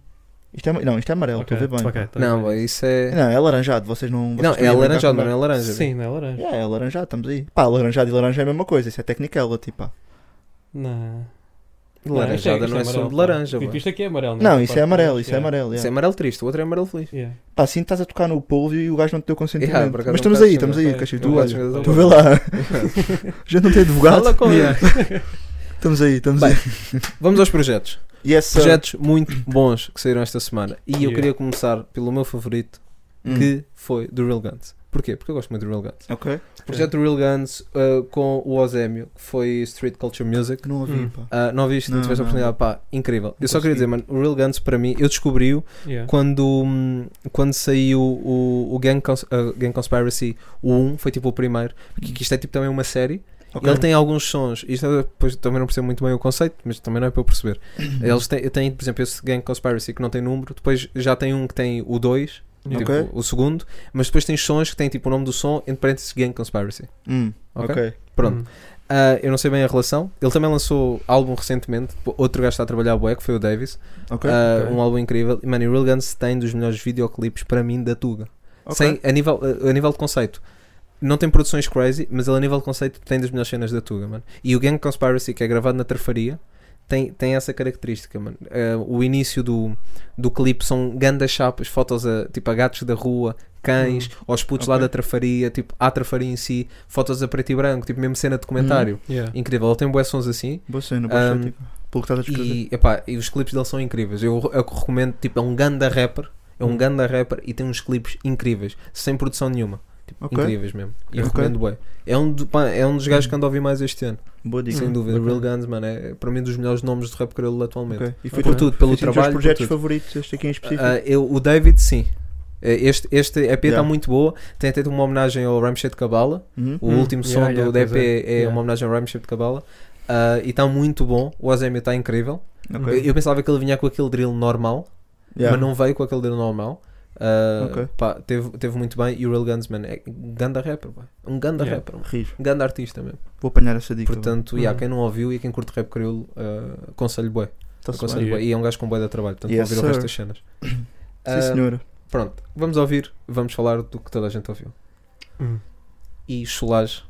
Speaker 6: Isto é- Não, isto é amarelo, estou a ver bem.
Speaker 1: ok,
Speaker 6: pá.
Speaker 1: tá
Speaker 7: Não,
Speaker 1: bem.
Speaker 7: bem, isso é.
Speaker 6: Não, é laranjado, vocês não.
Speaker 7: Não, é laranjado, não é laranja. bem.
Speaker 1: Sim, não é laranja.
Speaker 6: É, é laranjado, estamos aí. Pá, laranjado e laranja é a mesma coisa, isso é ela tipo. pá.
Speaker 1: Não.
Speaker 7: Laranjada não é
Speaker 1: amarelo,
Speaker 7: som de
Speaker 1: pá.
Speaker 7: laranja,
Speaker 1: Isto-
Speaker 7: bem.
Speaker 1: Isto aqui é amarelo,
Speaker 6: Não,
Speaker 1: é?
Speaker 6: isso é amarelo, isso é
Speaker 1: Yeah.
Speaker 6: amarelo.
Speaker 7: Isso é
Speaker 6: yeah.
Speaker 7: amarelo triste, o outro é amarelo feliz.
Speaker 1: Yeah.
Speaker 6: Pá, assim estás a tocar no polvo e o gajo não te deu consentimento.
Speaker 7: Yeah, por acaso
Speaker 6: Mas
Speaker 7: não
Speaker 6: estamos aí,
Speaker 7: posso
Speaker 6: estamos aí,
Speaker 1: chegar.
Speaker 6: Cachito. Tu
Speaker 7: Não podes
Speaker 6: olha,
Speaker 7: chegar da
Speaker 6: tu vê lá. Já não tem advogado?
Speaker 7: Fala com ele.
Speaker 6: Estamos aí, estamos
Speaker 7: Bem.
Speaker 6: aí.
Speaker 7: Vamos aos projetos.
Speaker 6: Yes, sir.
Speaker 7: Projetos muito bons que saíram esta semana. E eu
Speaker 1: Yeah.
Speaker 7: queria começar pelo meu favorito,
Speaker 6: Hum,
Speaker 7: que foi do Real Guns. Porquê? Porque eu gosto muito do Real Guns.
Speaker 6: Ok.
Speaker 7: O projeto do Real Guns eh, com o Ozemio, que foi Street Culture Music.
Speaker 6: Que não ouvi,
Speaker 1: Hum.
Speaker 6: pá.
Speaker 7: Ah, não viste, não,
Speaker 6: Não,
Speaker 7: tiveste a
Speaker 6: não.
Speaker 7: oportunidade, pá, incrível. eu só
Speaker 6: consegui.
Speaker 7: queria dizer, mano, o Real Guns para mim, eu descobri-o
Speaker 1: Yeah.
Speaker 7: quando, hum, quando saiu o, o Gang, Cons- ah, Gang Conspiracy, o 1, foi tipo o primeiro, que, que isto é tipo também uma série.
Speaker 6: Ok.
Speaker 7: Ele tem alguns sons, isto eu depois também não percebo muito bem o conceito, mas também não é para eu perceber.
Speaker 6: Uhum.
Speaker 7: Eles têm, têm, por exemplo, esse Gang Conspiracy que não tem número, depois já tem um que tem o 2,
Speaker 1: Yeah.
Speaker 6: Ok.
Speaker 7: o segundo, mas depois tem sons que têm tipo o nome do som, entre parênteses Gang Conspiracy.
Speaker 6: Hum,
Speaker 7: Ok?
Speaker 6: Ok.
Speaker 7: Pronto.
Speaker 1: Hum.
Speaker 7: Ah, eu não sei bem a relação. Ele também lançou álbum recentemente. Outro gajo que está a trabalhar bué, que foi o Davis.
Speaker 6: Ok.
Speaker 7: Ah,
Speaker 1: ok.
Speaker 7: Um álbum incrível. E, Mano, e Real Guns tem dos melhores videoclipes para mim da Tuga.
Speaker 6: ok.
Speaker 7: Sem, a, nível, a nível de conceito. Não tem produções crazy, mas ele a nível de conceito tem das melhores cenas da Tuga, mano. E o Gang Conspiracy, que é gravado na Trafaria, tem, tem essa característica, mano. Ah, o início do, do clipe são grandes chapas, fotos a, tipo a gatos da rua, cães, aos putos lá
Speaker 6: Hum. Ok.
Speaker 7: da Trafaria, tipo à Trafaria em si, fotos a preto e branco, tipo mesmo cena de documentário.
Speaker 6: Hum.
Speaker 1: Yeah.
Speaker 7: Incrível, ele tem boas sons assim
Speaker 6: Boa cena, boa
Speaker 7: Ahm,
Speaker 6: estética. Pelo que estás a descrever.
Speaker 7: e, epá, e os clipes dele são incríveis. Eu, eu recomendo, tipo, é um ganda rapper, é
Speaker 6: Hum.
Speaker 7: um ganda rapper e tem uns clipes incríveis, sem produção nenhuma. Tipo,
Speaker 6: Ok.
Speaker 7: Incríveis mesmo. E
Speaker 6: Ok.
Speaker 7: eu
Speaker 6: Hum.
Speaker 7: recomendo bem. É um, do- pá, é um dos gajos que ando a ouvir mais este ano,
Speaker 6: Boa dica.
Speaker 7: sem dúvida.
Speaker 1: Ok.
Speaker 7: Real Guns, mano, é para mim um dos melhores nomes de rap crioulo atualmente.
Speaker 6: Ok. E foi
Speaker 7: Por
Speaker 1: Ok.
Speaker 7: tudo, pelo
Speaker 6: foi um dos
Speaker 7: trabalho.
Speaker 6: teus
Speaker 7: por
Speaker 6: projetos
Speaker 7: tudo.
Speaker 6: favoritos, este aqui em específico.
Speaker 7: Ah, eu, o David, sim. Eh, Este, este EP está
Speaker 6: Yeah.
Speaker 7: muito boa. Tem até uma homenagem ao Ramshed Cabala.
Speaker 6: Hum?
Speaker 7: O
Speaker 1: Hum,
Speaker 7: último som
Speaker 1: yeah, yeah,
Speaker 7: do EP
Speaker 1: pois é.
Speaker 7: é,
Speaker 1: Yeah.
Speaker 7: uma homenagem ao Rhymeship de Cabala. ah, e está muito bom. O Ozemio está tá incrível.
Speaker 6: Ok.
Speaker 7: Eu, eu pensava que ele vinha com aquele drill normal,
Speaker 6: Yeah.
Speaker 7: mas não veio com aquele drill normal. Ah,
Speaker 6: Ok.
Speaker 7: pá, teve, teve muito bem. E o Real Gunsman é um ganda rapper, pá. um ganda
Speaker 1: Yeah.
Speaker 7: rapper, mano.
Speaker 6: Rijo.
Speaker 7: um ganda artista mesmo.
Speaker 6: Vou apanhar essa dica.
Speaker 7: Portanto,
Speaker 1: Uhum.
Speaker 7: yeah, quem não ouviu e quem curte rap crioulo, ah, aconselho bué.
Speaker 6: Tá
Speaker 7: Aconselho
Speaker 1: bem.
Speaker 7: bué. E é um gajo com bué de trabalho, portanto
Speaker 6: Yes,
Speaker 7: vão ouvir o resto
Speaker 6: sir.
Speaker 7: das cenas. Ah,
Speaker 6: Sim, senhora.
Speaker 7: Pronto, vamos ouvir, vamos falar do que toda a gente ouviu.
Speaker 1: Hum.
Speaker 7: E Solage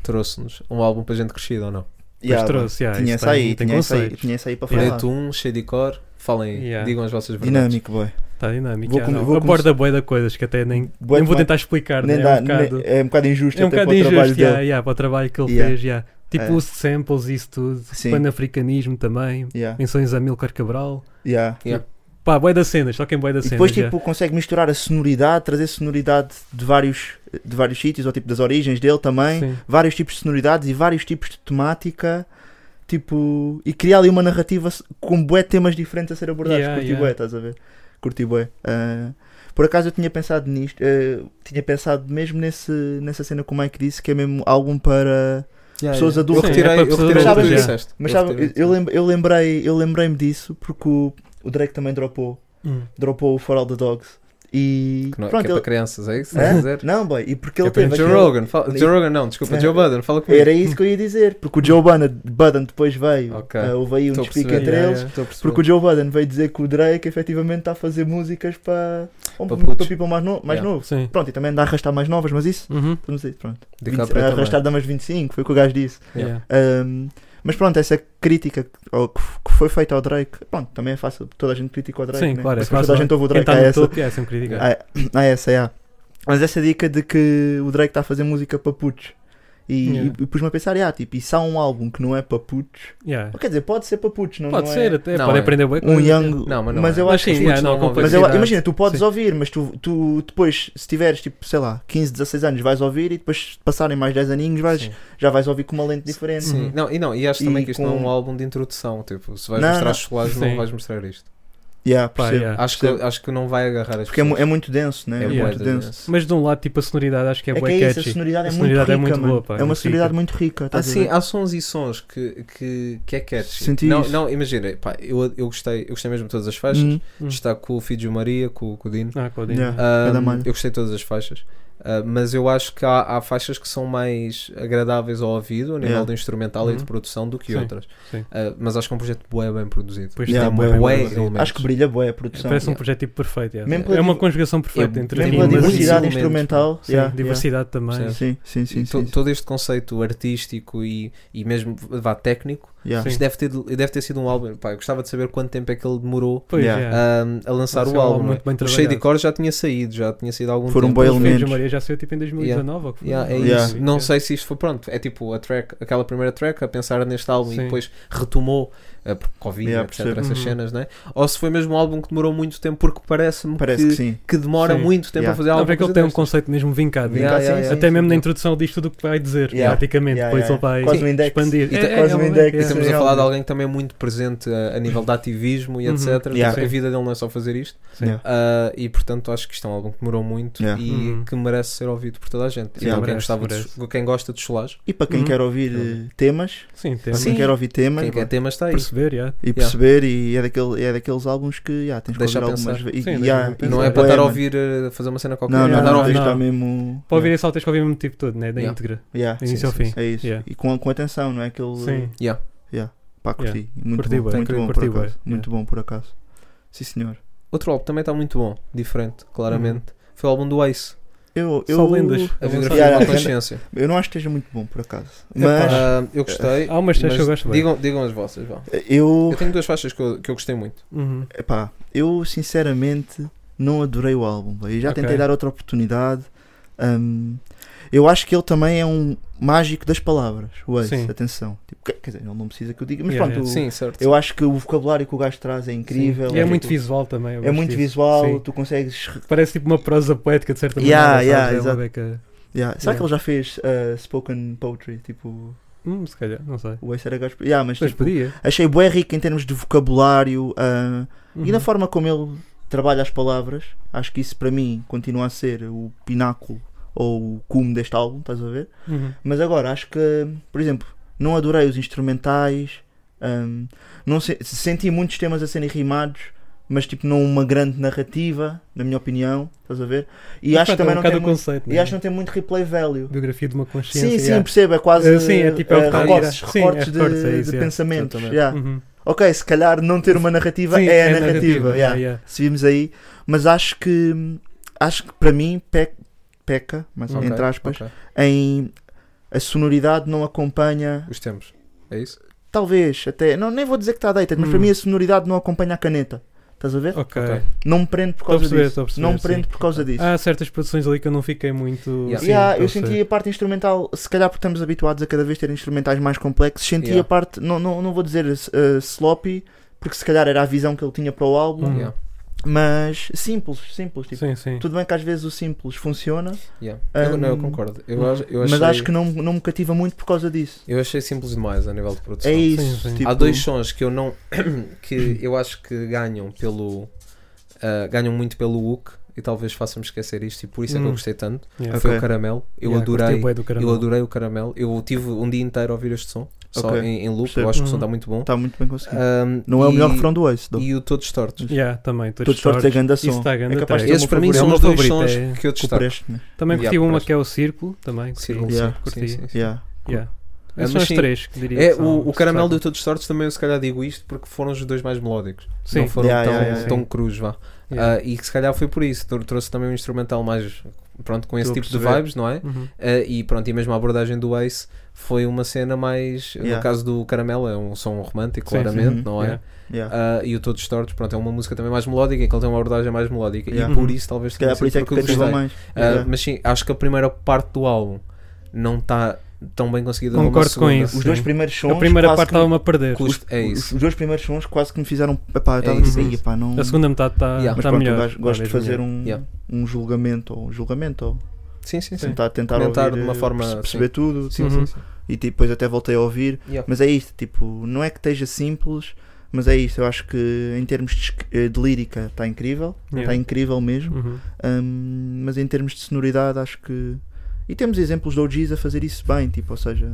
Speaker 7: trouxe-nos um álbum para gente crescida ou não?
Speaker 1: Mas
Speaker 6: Yeah,
Speaker 1: trouxe, yeah,
Speaker 6: Tinha
Speaker 1: isso
Speaker 6: essa
Speaker 1: tem-
Speaker 6: aí,
Speaker 1: tem
Speaker 6: tinha essa aí,
Speaker 1: conceitos.
Speaker 6: tinha essa aí para falar.
Speaker 7: Preto um, cheio de cor, falem,
Speaker 1: Yeah.
Speaker 7: digam as vossas verdades.
Speaker 6: Dinâmico, boy.
Speaker 1: Está dinâmico.
Speaker 6: Vou
Speaker 1: yeah,
Speaker 6: com-
Speaker 1: não.
Speaker 6: vou com-
Speaker 1: Aborda boia da coisas que até nem,
Speaker 6: Bué
Speaker 1: nem vou
Speaker 6: demais.
Speaker 1: tentar explicar.
Speaker 6: Nem
Speaker 1: né?
Speaker 6: dá-
Speaker 1: é um bocado,
Speaker 6: nem- é um bocado injusto
Speaker 1: é um
Speaker 6: até
Speaker 1: bocado
Speaker 6: para o trabalho
Speaker 1: injusto yeah,
Speaker 6: dele.
Speaker 1: yeah, para o trabalho que ele
Speaker 6: Yeah.
Speaker 1: fez. yeah. Tipo
Speaker 6: É.
Speaker 1: os samples, isso tudo.
Speaker 6: Sim.
Speaker 1: Panafricanismo também.
Speaker 6: Yeah,
Speaker 1: Menções a Milcar Cabral.
Speaker 6: yeah.
Speaker 1: Pá, boia das cenas, só quem boia das
Speaker 6: E
Speaker 1: cenas.
Speaker 6: depois
Speaker 1: yeah.
Speaker 6: tipo, consegue misturar a sonoridade, trazer sonoridade de vários de vários sítios, ou tipo das origens dele também,
Speaker 1: Sim.
Speaker 6: vários tipos de sonoridades e vários tipos de temática, tipo, e criar ali uma narrativa s- com bué temas diferentes a ser abordados,
Speaker 1: Yeah,
Speaker 6: curti
Speaker 1: yeah.
Speaker 6: bué, estás a ver? Curti bué. Ah, por acaso eu tinha pensado nisto, ah, tinha pensado mesmo nesse, nessa cena que o Mike disse, que é mesmo álbum para... Pessoas
Speaker 7: Eu
Speaker 6: adultas.
Speaker 7: retirei,
Speaker 1: Sim, é
Speaker 7: eu
Speaker 1: para
Speaker 7: retirei o que
Speaker 6: pessoas
Speaker 7: tu
Speaker 6: adultas.
Speaker 7: disseste.
Speaker 6: Mas
Speaker 7: Eu
Speaker 6: sabe,
Speaker 7: retirei o que
Speaker 6: eu,
Speaker 7: tu
Speaker 6: lem- eu lembrei, eu lembrei-me disso porque o, o Drake também dropou,
Speaker 1: Hum.
Speaker 6: dropou o For All The Dogs e...
Speaker 7: disseste. Que, não,
Speaker 6: pronto,
Speaker 7: que é
Speaker 6: ele-
Speaker 7: para crianças, é isso? que
Speaker 6: Hã?
Speaker 7: estás a dizer?
Speaker 6: Não, boy, e porque
Speaker 7: É
Speaker 6: ele
Speaker 7: para
Speaker 6: teve
Speaker 7: Joe
Speaker 6: aquele-
Speaker 7: Rogan. Fala- Joe Rogan não, desculpa,
Speaker 6: É.
Speaker 7: Joe Budden, fala comigo.
Speaker 6: Era isso que eu ia dizer, porque o Joe Budden, Budden depois veio,
Speaker 7: Ok.
Speaker 6: ah, houve aí um
Speaker 7: Estou a
Speaker 6: despique
Speaker 7: perceber,
Speaker 6: entre
Speaker 7: yeah,
Speaker 6: eles,
Speaker 7: yeah, estou a perceber.
Speaker 6: porque o Joe Budden veio dizer que o Drake efetivamente está a fazer músicas para um
Speaker 7: Para
Speaker 6: para
Speaker 7: putos.
Speaker 6: people mais, no, mais
Speaker 7: Yeah.
Speaker 6: novo.
Speaker 1: Sim.
Speaker 6: Pronto, e também anda a arrastar mais novas, mas isso,
Speaker 1: Uhum.
Speaker 6: vamos dizer, pronto.
Speaker 7: De
Speaker 6: 20
Speaker 7: Caprio
Speaker 6: a
Speaker 7: também.
Speaker 6: arrastar damas de 25, foi o que o gajo disse.
Speaker 1: Yeah.
Speaker 6: Ahm, mas pronto, essa crítica que- ou que f- que foi feita ao Drake, pronto, também é fácil, toda a gente critica o Drake,
Speaker 1: Sim,
Speaker 6: né?
Speaker 1: claro, é
Speaker 6: Mas toda a
Speaker 1: fácil.
Speaker 6: gente ouve o
Speaker 1: Quem
Speaker 6: Drake,
Speaker 1: está
Speaker 6: há
Speaker 1: no
Speaker 6: essa,
Speaker 1: topo, yeah, é sempre criticado.
Speaker 6: ah, ah, essa, yeah. Mas essa dica de que o Drake está a fazer música para putos. E,
Speaker 1: Yeah.
Speaker 6: e pus-me a pensar, ah, tipo, e se há um álbum que não é para putos?
Speaker 1: Yeah.
Speaker 6: Ou, Quer dizer, pode ser para putos, não,
Speaker 1: Pode
Speaker 6: não
Speaker 1: ser,
Speaker 6: é
Speaker 1: até
Speaker 7: Não,
Speaker 1: pode
Speaker 7: é.
Speaker 1: aprender bué
Speaker 6: um
Speaker 1: coisa.
Speaker 6: young.
Speaker 7: Não, mas não
Speaker 6: mas
Speaker 7: é.
Speaker 6: eu
Speaker 1: Mas
Speaker 6: acho que.
Speaker 1: sim,
Speaker 7: os
Speaker 1: yeah,
Speaker 7: putos
Speaker 1: não,
Speaker 7: não vão ver.
Speaker 6: Mas
Speaker 1: comparação.
Speaker 6: eu-
Speaker 1: Sim.
Speaker 6: imagina, tu podes
Speaker 1: Sim.
Speaker 6: ouvir, mas tu, tu depois, se tiveres, tipo, sei lá, 15, 16 anos, vais ouvir e depois, se passarem mais 10 aninhos, vais,
Speaker 7: Sim.
Speaker 6: já vais ouvir com uma lente diferente.
Speaker 7: Sim, não, e não, e acho também
Speaker 6: E
Speaker 7: que isto
Speaker 6: com-
Speaker 7: não é um álbum de introdução. Tipo, se vais
Speaker 6: Não,
Speaker 7: mostrar
Speaker 6: não.
Speaker 7: chocolates,
Speaker 1: Sim.
Speaker 7: não vais mostrar isto.
Speaker 6: Yeah,
Speaker 1: Pá,
Speaker 6: percebo.
Speaker 1: yeah.
Speaker 7: Acho que,
Speaker 6: percebo.
Speaker 7: acho que não vai agarrar as
Speaker 6: Porque é, mu-
Speaker 7: pessoas.
Speaker 6: é muito denso, né? É
Speaker 7: bué
Speaker 6: muito
Speaker 7: de
Speaker 6: denso.
Speaker 7: denso.
Speaker 1: Mas de um lado, tipo, a sonoridade acho que é,
Speaker 6: É,
Speaker 1: bué
Speaker 6: que é isso, a
Speaker 1: catchy.
Speaker 6: sonoridade,
Speaker 1: A sonoridade
Speaker 6: é
Speaker 1: é
Speaker 6: muito rica,
Speaker 1: muito boa,
Speaker 6: mano.
Speaker 1: pá,
Speaker 6: é uma
Speaker 1: muito
Speaker 6: sonoridade
Speaker 1: rica.
Speaker 6: muito rica, estás a
Speaker 7: Assim,
Speaker 6: ver?
Speaker 7: há sons e sons que, que, que é catchy.
Speaker 6: Senti
Speaker 7: não,
Speaker 6: isso.
Speaker 7: não, imagina, pá, eu, eu, gostei, eu gostei mesmo de todas as faixas.
Speaker 6: Hum.
Speaker 1: Hum.
Speaker 7: Destaco o Fídio Maria, com, com o Dino.
Speaker 1: Ah, Claudinho.
Speaker 6: Yeah.
Speaker 7: Ah,
Speaker 6: Cada malho.
Speaker 7: eu gostei de todas as faixas, Ah, mas eu acho que há, há faixas que são mais agradáveis ao ouvido a nível
Speaker 6: Yeah.
Speaker 7: do instrumental e de
Speaker 1: Uhum.
Speaker 7: produção do que
Speaker 1: Sim,
Speaker 7: outras.
Speaker 1: sim.
Speaker 7: Ah, mas acho que é um projeto bué bem produzido.
Speaker 1: Pois é
Speaker 6: Yeah,
Speaker 7: tem
Speaker 6: bué
Speaker 7: bué
Speaker 6: bem
Speaker 1: produzido.
Speaker 7: elementos.
Speaker 6: Acho que brilha boa a produção.
Speaker 1: Parece um
Speaker 7: Yeah.
Speaker 1: projeto tipo perfeito. yeah.
Speaker 6: Mesmo
Speaker 1: É
Speaker 6: pela
Speaker 1: uma
Speaker 6: di-
Speaker 1: conformação perfeita
Speaker 7: é-
Speaker 1: entre
Speaker 6: Mesmo
Speaker 7: Sim,
Speaker 6: pela
Speaker 1: rimas e-
Speaker 7: mas-
Speaker 6: diversidade
Speaker 7: Sim,
Speaker 6: instrumental.
Speaker 1: Sim,
Speaker 6: yeah,
Speaker 1: diversidade também.
Speaker 6: yeah.
Speaker 7: Percebes?
Speaker 6: Sim, sim, sim.
Speaker 7: E to-
Speaker 6: sim, sim.
Speaker 7: todo este conceito artístico e, e mesmo vá técnico,
Speaker 6: Yeah.
Speaker 1: Sim.
Speaker 7: isto deve ter, deve ter sido um álbum. Pá, eu gostava de saber quanto tempo é que ele demorou
Speaker 1: Pois
Speaker 6: Yeah.
Speaker 1: yeah.
Speaker 7: ah, a lançar
Speaker 1: É. Deve
Speaker 7: o
Speaker 1: ser um álbum
Speaker 7: álbum. não é?
Speaker 1: muito bem
Speaker 7: o Cheio de
Speaker 1: trabalhado.
Speaker 7: Cores já tinha saído, já tinha saído há algum
Speaker 6: Foram
Speaker 7: tempo.
Speaker 6: bué
Speaker 1: O Filho de
Speaker 6: elementos.
Speaker 1: Maria já saiu tipo em 2019 ou que foi?
Speaker 7: Yeah, é
Speaker 6: Yeah.
Speaker 7: isso. Não sei se isto foi pronto. É tipo a track, aquela primeira track a pensar neste álbum
Speaker 1: Sim.
Speaker 7: e depois retomou uh, por Covid,
Speaker 6: Yeah,
Speaker 7: etc.
Speaker 6: percebo.
Speaker 7: Essas
Speaker 1: Uhum.
Speaker 7: cenas, né? Ou se foi mesmo um álbum que demorou muito tempo, porque parece-me
Speaker 6: Parece
Speaker 7: que,
Speaker 6: que, sim.
Speaker 7: que demora
Speaker 1: Sim.
Speaker 7: muito tempo
Speaker 6: Yeah.
Speaker 7: a fazer
Speaker 1: Não,
Speaker 7: algo.
Speaker 1: porque ele tem um conceito mesmo vincado.
Speaker 7: Yeah,
Speaker 1: né?
Speaker 7: yeah, yeah,
Speaker 1: Até
Speaker 6: sim,
Speaker 1: mesmo
Speaker 6: sim.
Speaker 1: na introdução diz tudo o que vai dizer,
Speaker 6: Yeah.
Speaker 1: praticamente.
Speaker 6: Yeah,
Speaker 1: Depois
Speaker 6: yeah,
Speaker 1: ele vai
Speaker 6: Quase um index.
Speaker 1: expandir.
Speaker 7: E
Speaker 1: É,
Speaker 7: tem-
Speaker 1: é,
Speaker 6: quase um
Speaker 1: é,
Speaker 6: index.
Speaker 1: é.
Speaker 7: E estamos
Speaker 6: Sim,
Speaker 7: a falar de
Speaker 6: realmente.
Speaker 7: alguém que também é muito presente uh, a, nível de ativismo e
Speaker 1: Uhum.
Speaker 7: etc.
Speaker 6: Yeah.
Speaker 7: A vida dele não é só fazer isto.
Speaker 1: Sim.
Speaker 6: Yeah.
Speaker 7: Uh, e portanto acho que isto é um álbum que demorou muito
Speaker 6: Yeah.
Speaker 7: e
Speaker 1: Uhum.
Speaker 7: que merece ser ouvido por toda a gente.
Speaker 6: Yeah.
Speaker 7: e para quem,
Speaker 1: Merece,
Speaker 7: gostava de- quem gosta de cholares,
Speaker 6: E para quem
Speaker 1: Uhum.
Speaker 6: quer ouvir eh, temas,
Speaker 1: Sim, tem.
Speaker 6: para
Speaker 7: Sim.
Speaker 6: quem quer ouvir temas
Speaker 7: quem quer
Speaker 6: bom,
Speaker 7: tema está aí.
Speaker 1: Perceber, yeah.
Speaker 6: e perceber, e é, daquele, é daqueles álbuns que yeah, tens que
Speaker 7: Deixa
Speaker 6: ouvir
Speaker 7: pensar.
Speaker 6: algumas vezes.
Speaker 1: Sim,
Speaker 6: e,
Speaker 1: deixa
Speaker 6: yeah,
Speaker 1: pensar.
Speaker 7: Não é
Speaker 1: Isso é
Speaker 7: para
Speaker 6: bué,
Speaker 7: estar a
Speaker 6: mano.
Speaker 7: ouvir uh, fazer uma cena qualquer,
Speaker 6: Não,
Speaker 7: é
Speaker 6: não,
Speaker 7: estar a
Speaker 6: não,
Speaker 7: ouvir.
Speaker 6: tens de
Speaker 1: Não.
Speaker 6: estar mesmo.
Speaker 1: Para ouvir
Speaker 6: yeah,
Speaker 1: esse álbum tens que ouvir mesmo tipo todo, né? da
Speaker 7: Yeah.
Speaker 1: íntegra,
Speaker 6: yeah,
Speaker 1: do
Speaker 7: Sim,
Speaker 1: início ao
Speaker 7: sim,
Speaker 1: fim.
Speaker 7: sim.
Speaker 6: É isso.
Speaker 1: Yeah.
Speaker 6: E com, com atenção, não é aquele.
Speaker 1: Sim.
Speaker 6: Pá, curti. Muito
Speaker 1: Curti
Speaker 6: bom,
Speaker 1: bué.
Speaker 6: muito bom por
Speaker 1: Curti bué,
Speaker 6: acaso.
Speaker 1: yeah.
Speaker 6: Muito bom por acaso. Sim, senhor.
Speaker 7: Outro álbum também está muito bom, diferente, claramente. Foi o álbum do Ace,
Speaker 6: Eu,
Speaker 1: Só
Speaker 6: Uhum. eu, Ah,
Speaker 1: lendas.
Speaker 7: A
Speaker 1: Eu vou
Speaker 7: Biografia
Speaker 1: só-
Speaker 6: Yeah,
Speaker 7: de uma
Speaker 6: yeah.
Speaker 7: Consciência.
Speaker 6: eu não acho que esteja muito bom por acaso.
Speaker 1: Epá,
Speaker 6: Mas
Speaker 7: Ah, eu gostei.
Speaker 1: Há umas três
Speaker 7: mas
Speaker 1: que eu gosto bem.
Speaker 7: digam, digam as vossas, vá.
Speaker 6: eu.
Speaker 7: Eu tenho duas faixas que eu, que eu gostei muito.
Speaker 1: Uhum.
Speaker 6: Epá, eu sinceramente não adorei o álbum. Eu já
Speaker 1: Ok.
Speaker 6: tentei dar outra oportunidade. Hum, eu acho que ele também é um mágico das palavras. O Ace,
Speaker 1: Sim.
Speaker 6: atenção. Tipo, que- quer dizer, ele não precisa que eu diga, mas
Speaker 1: Yeah,
Speaker 6: pronto.
Speaker 1: O-
Speaker 7: Sim, certo.
Speaker 6: Eu acho que o vocabulário que o gajo traz é incrível.
Speaker 1: E é muito
Speaker 6: tipo,
Speaker 1: visual também. eu
Speaker 6: É
Speaker 1: gosto
Speaker 6: muito
Speaker 1: disso.
Speaker 6: visual,
Speaker 1: Sim.
Speaker 6: tu consegues. re-
Speaker 1: Parece tipo uma prosa poética de certa
Speaker 6: Yeah,
Speaker 1: maneira.
Speaker 6: yeah,
Speaker 1: sabes? É uma
Speaker 6: exato.
Speaker 1: beca-
Speaker 6: Yeah. Será
Speaker 1: Yeah.
Speaker 6: que ele já fez uh, spoken poetry? Tipo,
Speaker 1: Hum, se calhar, não sei.
Speaker 6: o Ace era gajo. Yeah, mas,
Speaker 1: Mas
Speaker 6: tipo,
Speaker 1: podia.
Speaker 6: achei bué rico em termos de vocabulário. ah,
Speaker 1: Uhum.
Speaker 6: E na forma como ele trabalha as palavras, acho que isso para mim continua a ser o pináculo ou o cume deste álbum, estás a ver?
Speaker 1: Uhum.
Speaker 6: Mas agora, acho que, por exemplo, não adorei os instrumentais, hum, não se- senti muitos temas a serem rimados, mas tipo não uma grande narrativa, na minha opinião, estás a ver? E
Speaker 1: Mas
Speaker 6: acho
Speaker 1: pronto,
Speaker 6: que também
Speaker 1: é um
Speaker 6: não
Speaker 1: bocado
Speaker 6: tem
Speaker 1: o
Speaker 6: muito,
Speaker 1: conceito,
Speaker 6: e
Speaker 1: né?
Speaker 6: acho que não tem muito replay value.
Speaker 1: Biografia de uma consciência.
Speaker 6: Sim, sim,
Speaker 1: yeah.
Speaker 6: percebo, é quase
Speaker 1: Eh, sim, é tipo, é
Speaker 6: eh,
Speaker 1: o que está a
Speaker 6: recortes,
Speaker 1: virar. Sim, é
Speaker 6: recortes de,
Speaker 1: recortes, é isso,
Speaker 6: de
Speaker 1: yeah.
Speaker 6: pensamentos.
Speaker 7: Exatamente.
Speaker 6: yeah.
Speaker 1: Uhum.
Speaker 6: Ok, se calhar não ter uma narrativa
Speaker 1: Sim,
Speaker 6: é a narrativa. yeah
Speaker 1: yeah.
Speaker 6: se vimos aí, mas acho que acho que para mim pe- peca, mas
Speaker 7: Ok,
Speaker 6: entre aspas,
Speaker 7: ok.
Speaker 6: em a sonoridade não acompanha,
Speaker 7: Os tempos. É isso?
Speaker 6: talvez até, não, nem vou dizer que está deita, mas
Speaker 1: Hum.
Speaker 6: para mim a sonoridade não acompanha a caneta. Estás a ver?
Speaker 1: Ok.
Speaker 7: Ok.
Speaker 6: Não me prendo por
Speaker 1: Estou a
Speaker 6: causa
Speaker 1: perceber,
Speaker 6: disso.
Speaker 1: estou a perceber.
Speaker 6: Não me
Speaker 1: sim.
Speaker 6: prendo por causa disso.
Speaker 1: Há certas produções ali que eu não fiquei muito.
Speaker 7: Yeah.
Speaker 1: sim,
Speaker 6: E há-
Speaker 1: estou a
Speaker 6: eu senti
Speaker 1: perceber.
Speaker 6: a parte instrumental, se calhar porque estamos habituados a cada vez ter instrumentais mais complexos, senti
Speaker 7: Yeah.
Speaker 6: a uh, parte, não, não, não vou dizer eh, sloppy, porque se calhar era a visão que ele tinha para o álbum,
Speaker 1: Hum.
Speaker 7: Yeah.
Speaker 6: Mas simples, simples. Tipo,
Speaker 1: Sim, sim.
Speaker 6: Tudo bem que às vezes o simples funciona,
Speaker 7: Yeah. Eu, não, eu
Speaker 6: Um,
Speaker 7: concordo. Eu, acho- eu achei,
Speaker 6: mas acho que não, não me cativa muito por causa disso.
Speaker 7: eu achei simples demais a nível de produção.
Speaker 6: É isso.
Speaker 1: Sim, sim.
Speaker 6: tipo,
Speaker 7: Há dois sons que eu não que eu acho que ganham pelo ah, ganham muito pelo Wook e talvez façam-me esquecer isto e por isso é que eu
Speaker 1: Hum.
Speaker 7: gostei tanto.
Speaker 1: Yeah.
Speaker 7: Foi o
Speaker 6: Ok.
Speaker 7: caramelo. Eu
Speaker 1: Yeah,
Speaker 7: adorei.
Speaker 1: curti bué do
Speaker 7: Eu
Speaker 1: caramelo.
Speaker 7: adorei o caramelo. Eu tive um dia inteiro a ouvir este som, só
Speaker 6: Ok,
Speaker 7: em, em loop.
Speaker 6: percebo.
Speaker 7: Eu acho que o som
Speaker 1: Uhum.
Speaker 7: está muito bom.
Speaker 6: Está muito bem conseguido.
Speaker 7: Ahm,
Speaker 6: não é o
Speaker 7: Ah, e-
Speaker 6: melhor refrão do Ace,
Speaker 7: E o Todos Tortos.
Speaker 1: Yeah, também. Todos
Speaker 6: Todos tortos é
Speaker 1: tortos.
Speaker 6: grande
Speaker 1: Isso
Speaker 6: som.
Speaker 1: está grande
Speaker 6: É capaz
Speaker 1: track.
Speaker 6: de ser
Speaker 7: Esses
Speaker 6: meu
Speaker 7: para mim
Speaker 1: favorito.
Speaker 7: são
Speaker 1: É o
Speaker 7: os
Speaker 1: meu
Speaker 7: dois sons
Speaker 1: favorito, é-
Speaker 7: que eu destaco.
Speaker 6: Copreste, né?
Speaker 1: Também
Speaker 7: Yeah,
Speaker 1: curti uma
Speaker 7: parece.
Speaker 1: que é o Círculo, também. curti.
Speaker 7: Círculo,
Speaker 6: Yeah.
Speaker 7: sim,
Speaker 1: Curti.
Speaker 7: sim, sim, sim.
Speaker 6: Yeah.
Speaker 1: Yeah.
Speaker 7: Ah,
Speaker 1: Esses
Speaker 7: mas
Speaker 1: são os
Speaker 7: sim,
Speaker 1: três que diria.
Speaker 7: É,
Speaker 1: que são-
Speaker 7: o, o
Speaker 1: que
Speaker 7: caramelo do
Speaker 1: destacam.
Speaker 7: Todos Tortos também eu se calhar digo isto porque foram os dois mais melódicos.
Speaker 1: Sim.
Speaker 7: Não foram
Speaker 6: Yeah,
Speaker 7: tão,
Speaker 6: yeah, yeah.
Speaker 7: tão crus, vá.
Speaker 1: Yeah.
Speaker 7: Ah, e que se calhar foi por isso. Trou- Trouxe também um instrumental mais pronto com esse
Speaker 6: Estou a
Speaker 7: tipo de
Speaker 6: perceber.
Speaker 7: vibes, não é?
Speaker 1: Uhum.
Speaker 7: Ah, e pronto, e mesmo a abordagem do Ace foi uma cena mais. No
Speaker 6: Yeah.
Speaker 7: caso do Caramelo, é um som romântico,
Speaker 1: Sim, sim.
Speaker 7: claramente,
Speaker 6: Uhum.
Speaker 7: não é?
Speaker 1: Yeah.
Speaker 6: Yeah.
Speaker 7: Ah, e o Todos Tortos, pronto, é uma música também mais melódica, em que ele tem uma abordagem mais melódica.
Speaker 6: Yeah.
Speaker 7: E por
Speaker 1: Uhum.
Speaker 7: isso talvez
Speaker 6: Se calhar por
Speaker 7: tenha
Speaker 6: isso é
Speaker 7: sido
Speaker 6: que
Speaker 7: porque eu
Speaker 6: cativa
Speaker 7: gostei.
Speaker 6: mais.
Speaker 7: Ah,
Speaker 6: Yeah.
Speaker 7: Mas sim, acho que a primeira parte do álbum não está tão bem conseguida como a
Speaker 1: Concordo com
Speaker 7: segunda.
Speaker 1: isso.
Speaker 6: Os dois
Speaker 1: sim.
Speaker 6: primeiros sons.
Speaker 1: A primeira
Speaker 6: quase
Speaker 1: parte
Speaker 6: que me-
Speaker 1: estava-me a perder.
Speaker 7: Custo- tá é
Speaker 6: os-
Speaker 7: isso.
Speaker 6: Os dois primeiros sons quase que me fizeram. Epá, eu estava
Speaker 7: É
Speaker 6: a dizer,
Speaker 1: isso.
Speaker 6: "Epá, não.
Speaker 1: A segunda metade está
Speaker 7: Yeah.
Speaker 6: Mas
Speaker 1: tá
Speaker 6: pronto,
Speaker 1: melhor.
Speaker 6: eu gosto-
Speaker 1: Tá
Speaker 6: gosto de
Speaker 1: mesmo
Speaker 6: fazer
Speaker 1: melhor.
Speaker 6: um,
Speaker 7: é Yeah.
Speaker 6: um julgamento ou um julgamento ou
Speaker 7: Sim, sim, sim.
Speaker 6: tentar, tentar
Speaker 7: Comentar
Speaker 6: ouvir,
Speaker 7: de uma
Speaker 6: eh,
Speaker 7: forma, assim.
Speaker 6: perce- perceber tudo
Speaker 7: Sim,
Speaker 1: Uhum.
Speaker 7: sim, sim.
Speaker 6: e tipo, depois até voltei a ouvir.
Speaker 7: Yeah.
Speaker 6: Mas é isto, tipo, não é que esteja simples, mas é isto. Eu acho que em termos de, esc- eh, de lírica está incrível, está
Speaker 1: Yeah.
Speaker 6: incrível mesmo.
Speaker 1: Uhum.
Speaker 6: Ahm, mas em termos de sonoridade, acho que. E temos exemplos de OGs a fazer isso bem, tipo, ou seja.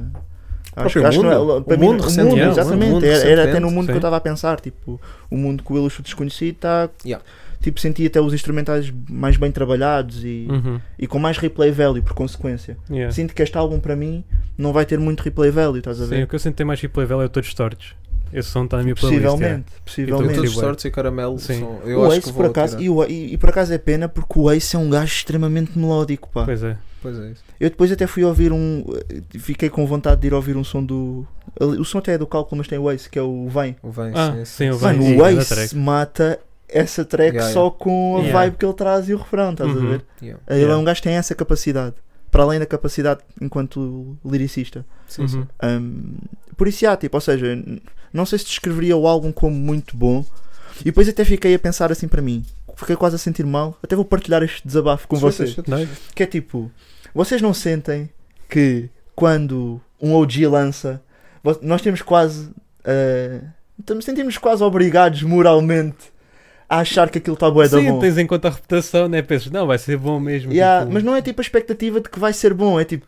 Speaker 7: próprio mundo.
Speaker 6: para
Speaker 7: O
Speaker 6: mim,
Speaker 7: mundo recente,
Speaker 1: é, o
Speaker 6: exatamente.
Speaker 7: mundo
Speaker 6: era, era até
Speaker 7: recente,
Speaker 6: no mundo
Speaker 1: sim.
Speaker 6: que eu estava a pensar, tipo, o mundo que o Illuxo desconhecido está.
Speaker 7: Yeah.
Speaker 6: Tipo, senti até os instrumentais mais bem trabalhados e,
Speaker 1: Uhum.
Speaker 6: e com mais replay value, por consequência.
Speaker 1: Yeah.
Speaker 6: Sinto que este álbum, para mim, não vai ter muito replay value, estás a
Speaker 1: Sim,
Speaker 6: ver?
Speaker 1: o que eu sinto tem mais replay value é o Todos Tortos. Esse som está na minha playlist. yeah.
Speaker 6: possivelmente,
Speaker 7: Eu
Speaker 6: possivelmente.
Speaker 7: Então, todos
Speaker 1: Contribui.
Speaker 7: tortos e caramelo
Speaker 1: Sim.
Speaker 7: são- eu
Speaker 6: O
Speaker 7: acho que
Speaker 6: Ace,
Speaker 7: vou
Speaker 6: por acaso,
Speaker 7: tirar.
Speaker 6: e, o- e- e por acaso é pena porque o Ace é um gajo extremamente melódico, pá.
Speaker 1: Pois é.
Speaker 7: Pois é isso.
Speaker 6: Eu depois até fui ouvir um. Fiquei com vontade de ir ouvir um som do. ali- O som até é do cálculo, mas tem o Ace, que é o Vem.
Speaker 7: O Vem,
Speaker 1: Ah,
Speaker 7: sim,
Speaker 1: sim, o Vem.
Speaker 6: Mano,
Speaker 1: sim,
Speaker 6: o
Speaker 1: cada
Speaker 6: Ace
Speaker 1: track.
Speaker 6: mata essa track
Speaker 7: Yeah,
Speaker 6: só com a
Speaker 1: Yeah.
Speaker 6: vibe que ele traz e o refrão, estás
Speaker 1: Uhum.
Speaker 6: a ver?
Speaker 7: Yeah.
Speaker 6: Ele
Speaker 1: Yeah.
Speaker 6: é um gajo que tem essa capacidade. Para além da capacidade enquanto liricista.
Speaker 7: Sim, sim.
Speaker 1: Uhum.
Speaker 6: Hum, por isso há, tipo, ou seja, n- não sei se descreveria o álbum como muito bom. E depois até fiquei a pensar assim para mim. Fiquei quase a sentir mal. Até vou partilhar este desabafo com
Speaker 7: Chuta,
Speaker 6: vocês.
Speaker 7: chuta,
Speaker 1: Não é?
Speaker 7: chuta.
Speaker 6: Que é tipo, vocês não sentem que quando um OG lança, vo- nós temos quase. eh, tam- sentimos quase obrigados moralmente a achar que aquilo está bué da
Speaker 1: Sim,
Speaker 6: bom.
Speaker 1: tens em conta a reputação, né? Pensas, não, vai ser bom mesmo.
Speaker 6: Yeah,
Speaker 1: tipo,
Speaker 6: Mas não é tipo a expectativa de que vai ser bom, é tipo,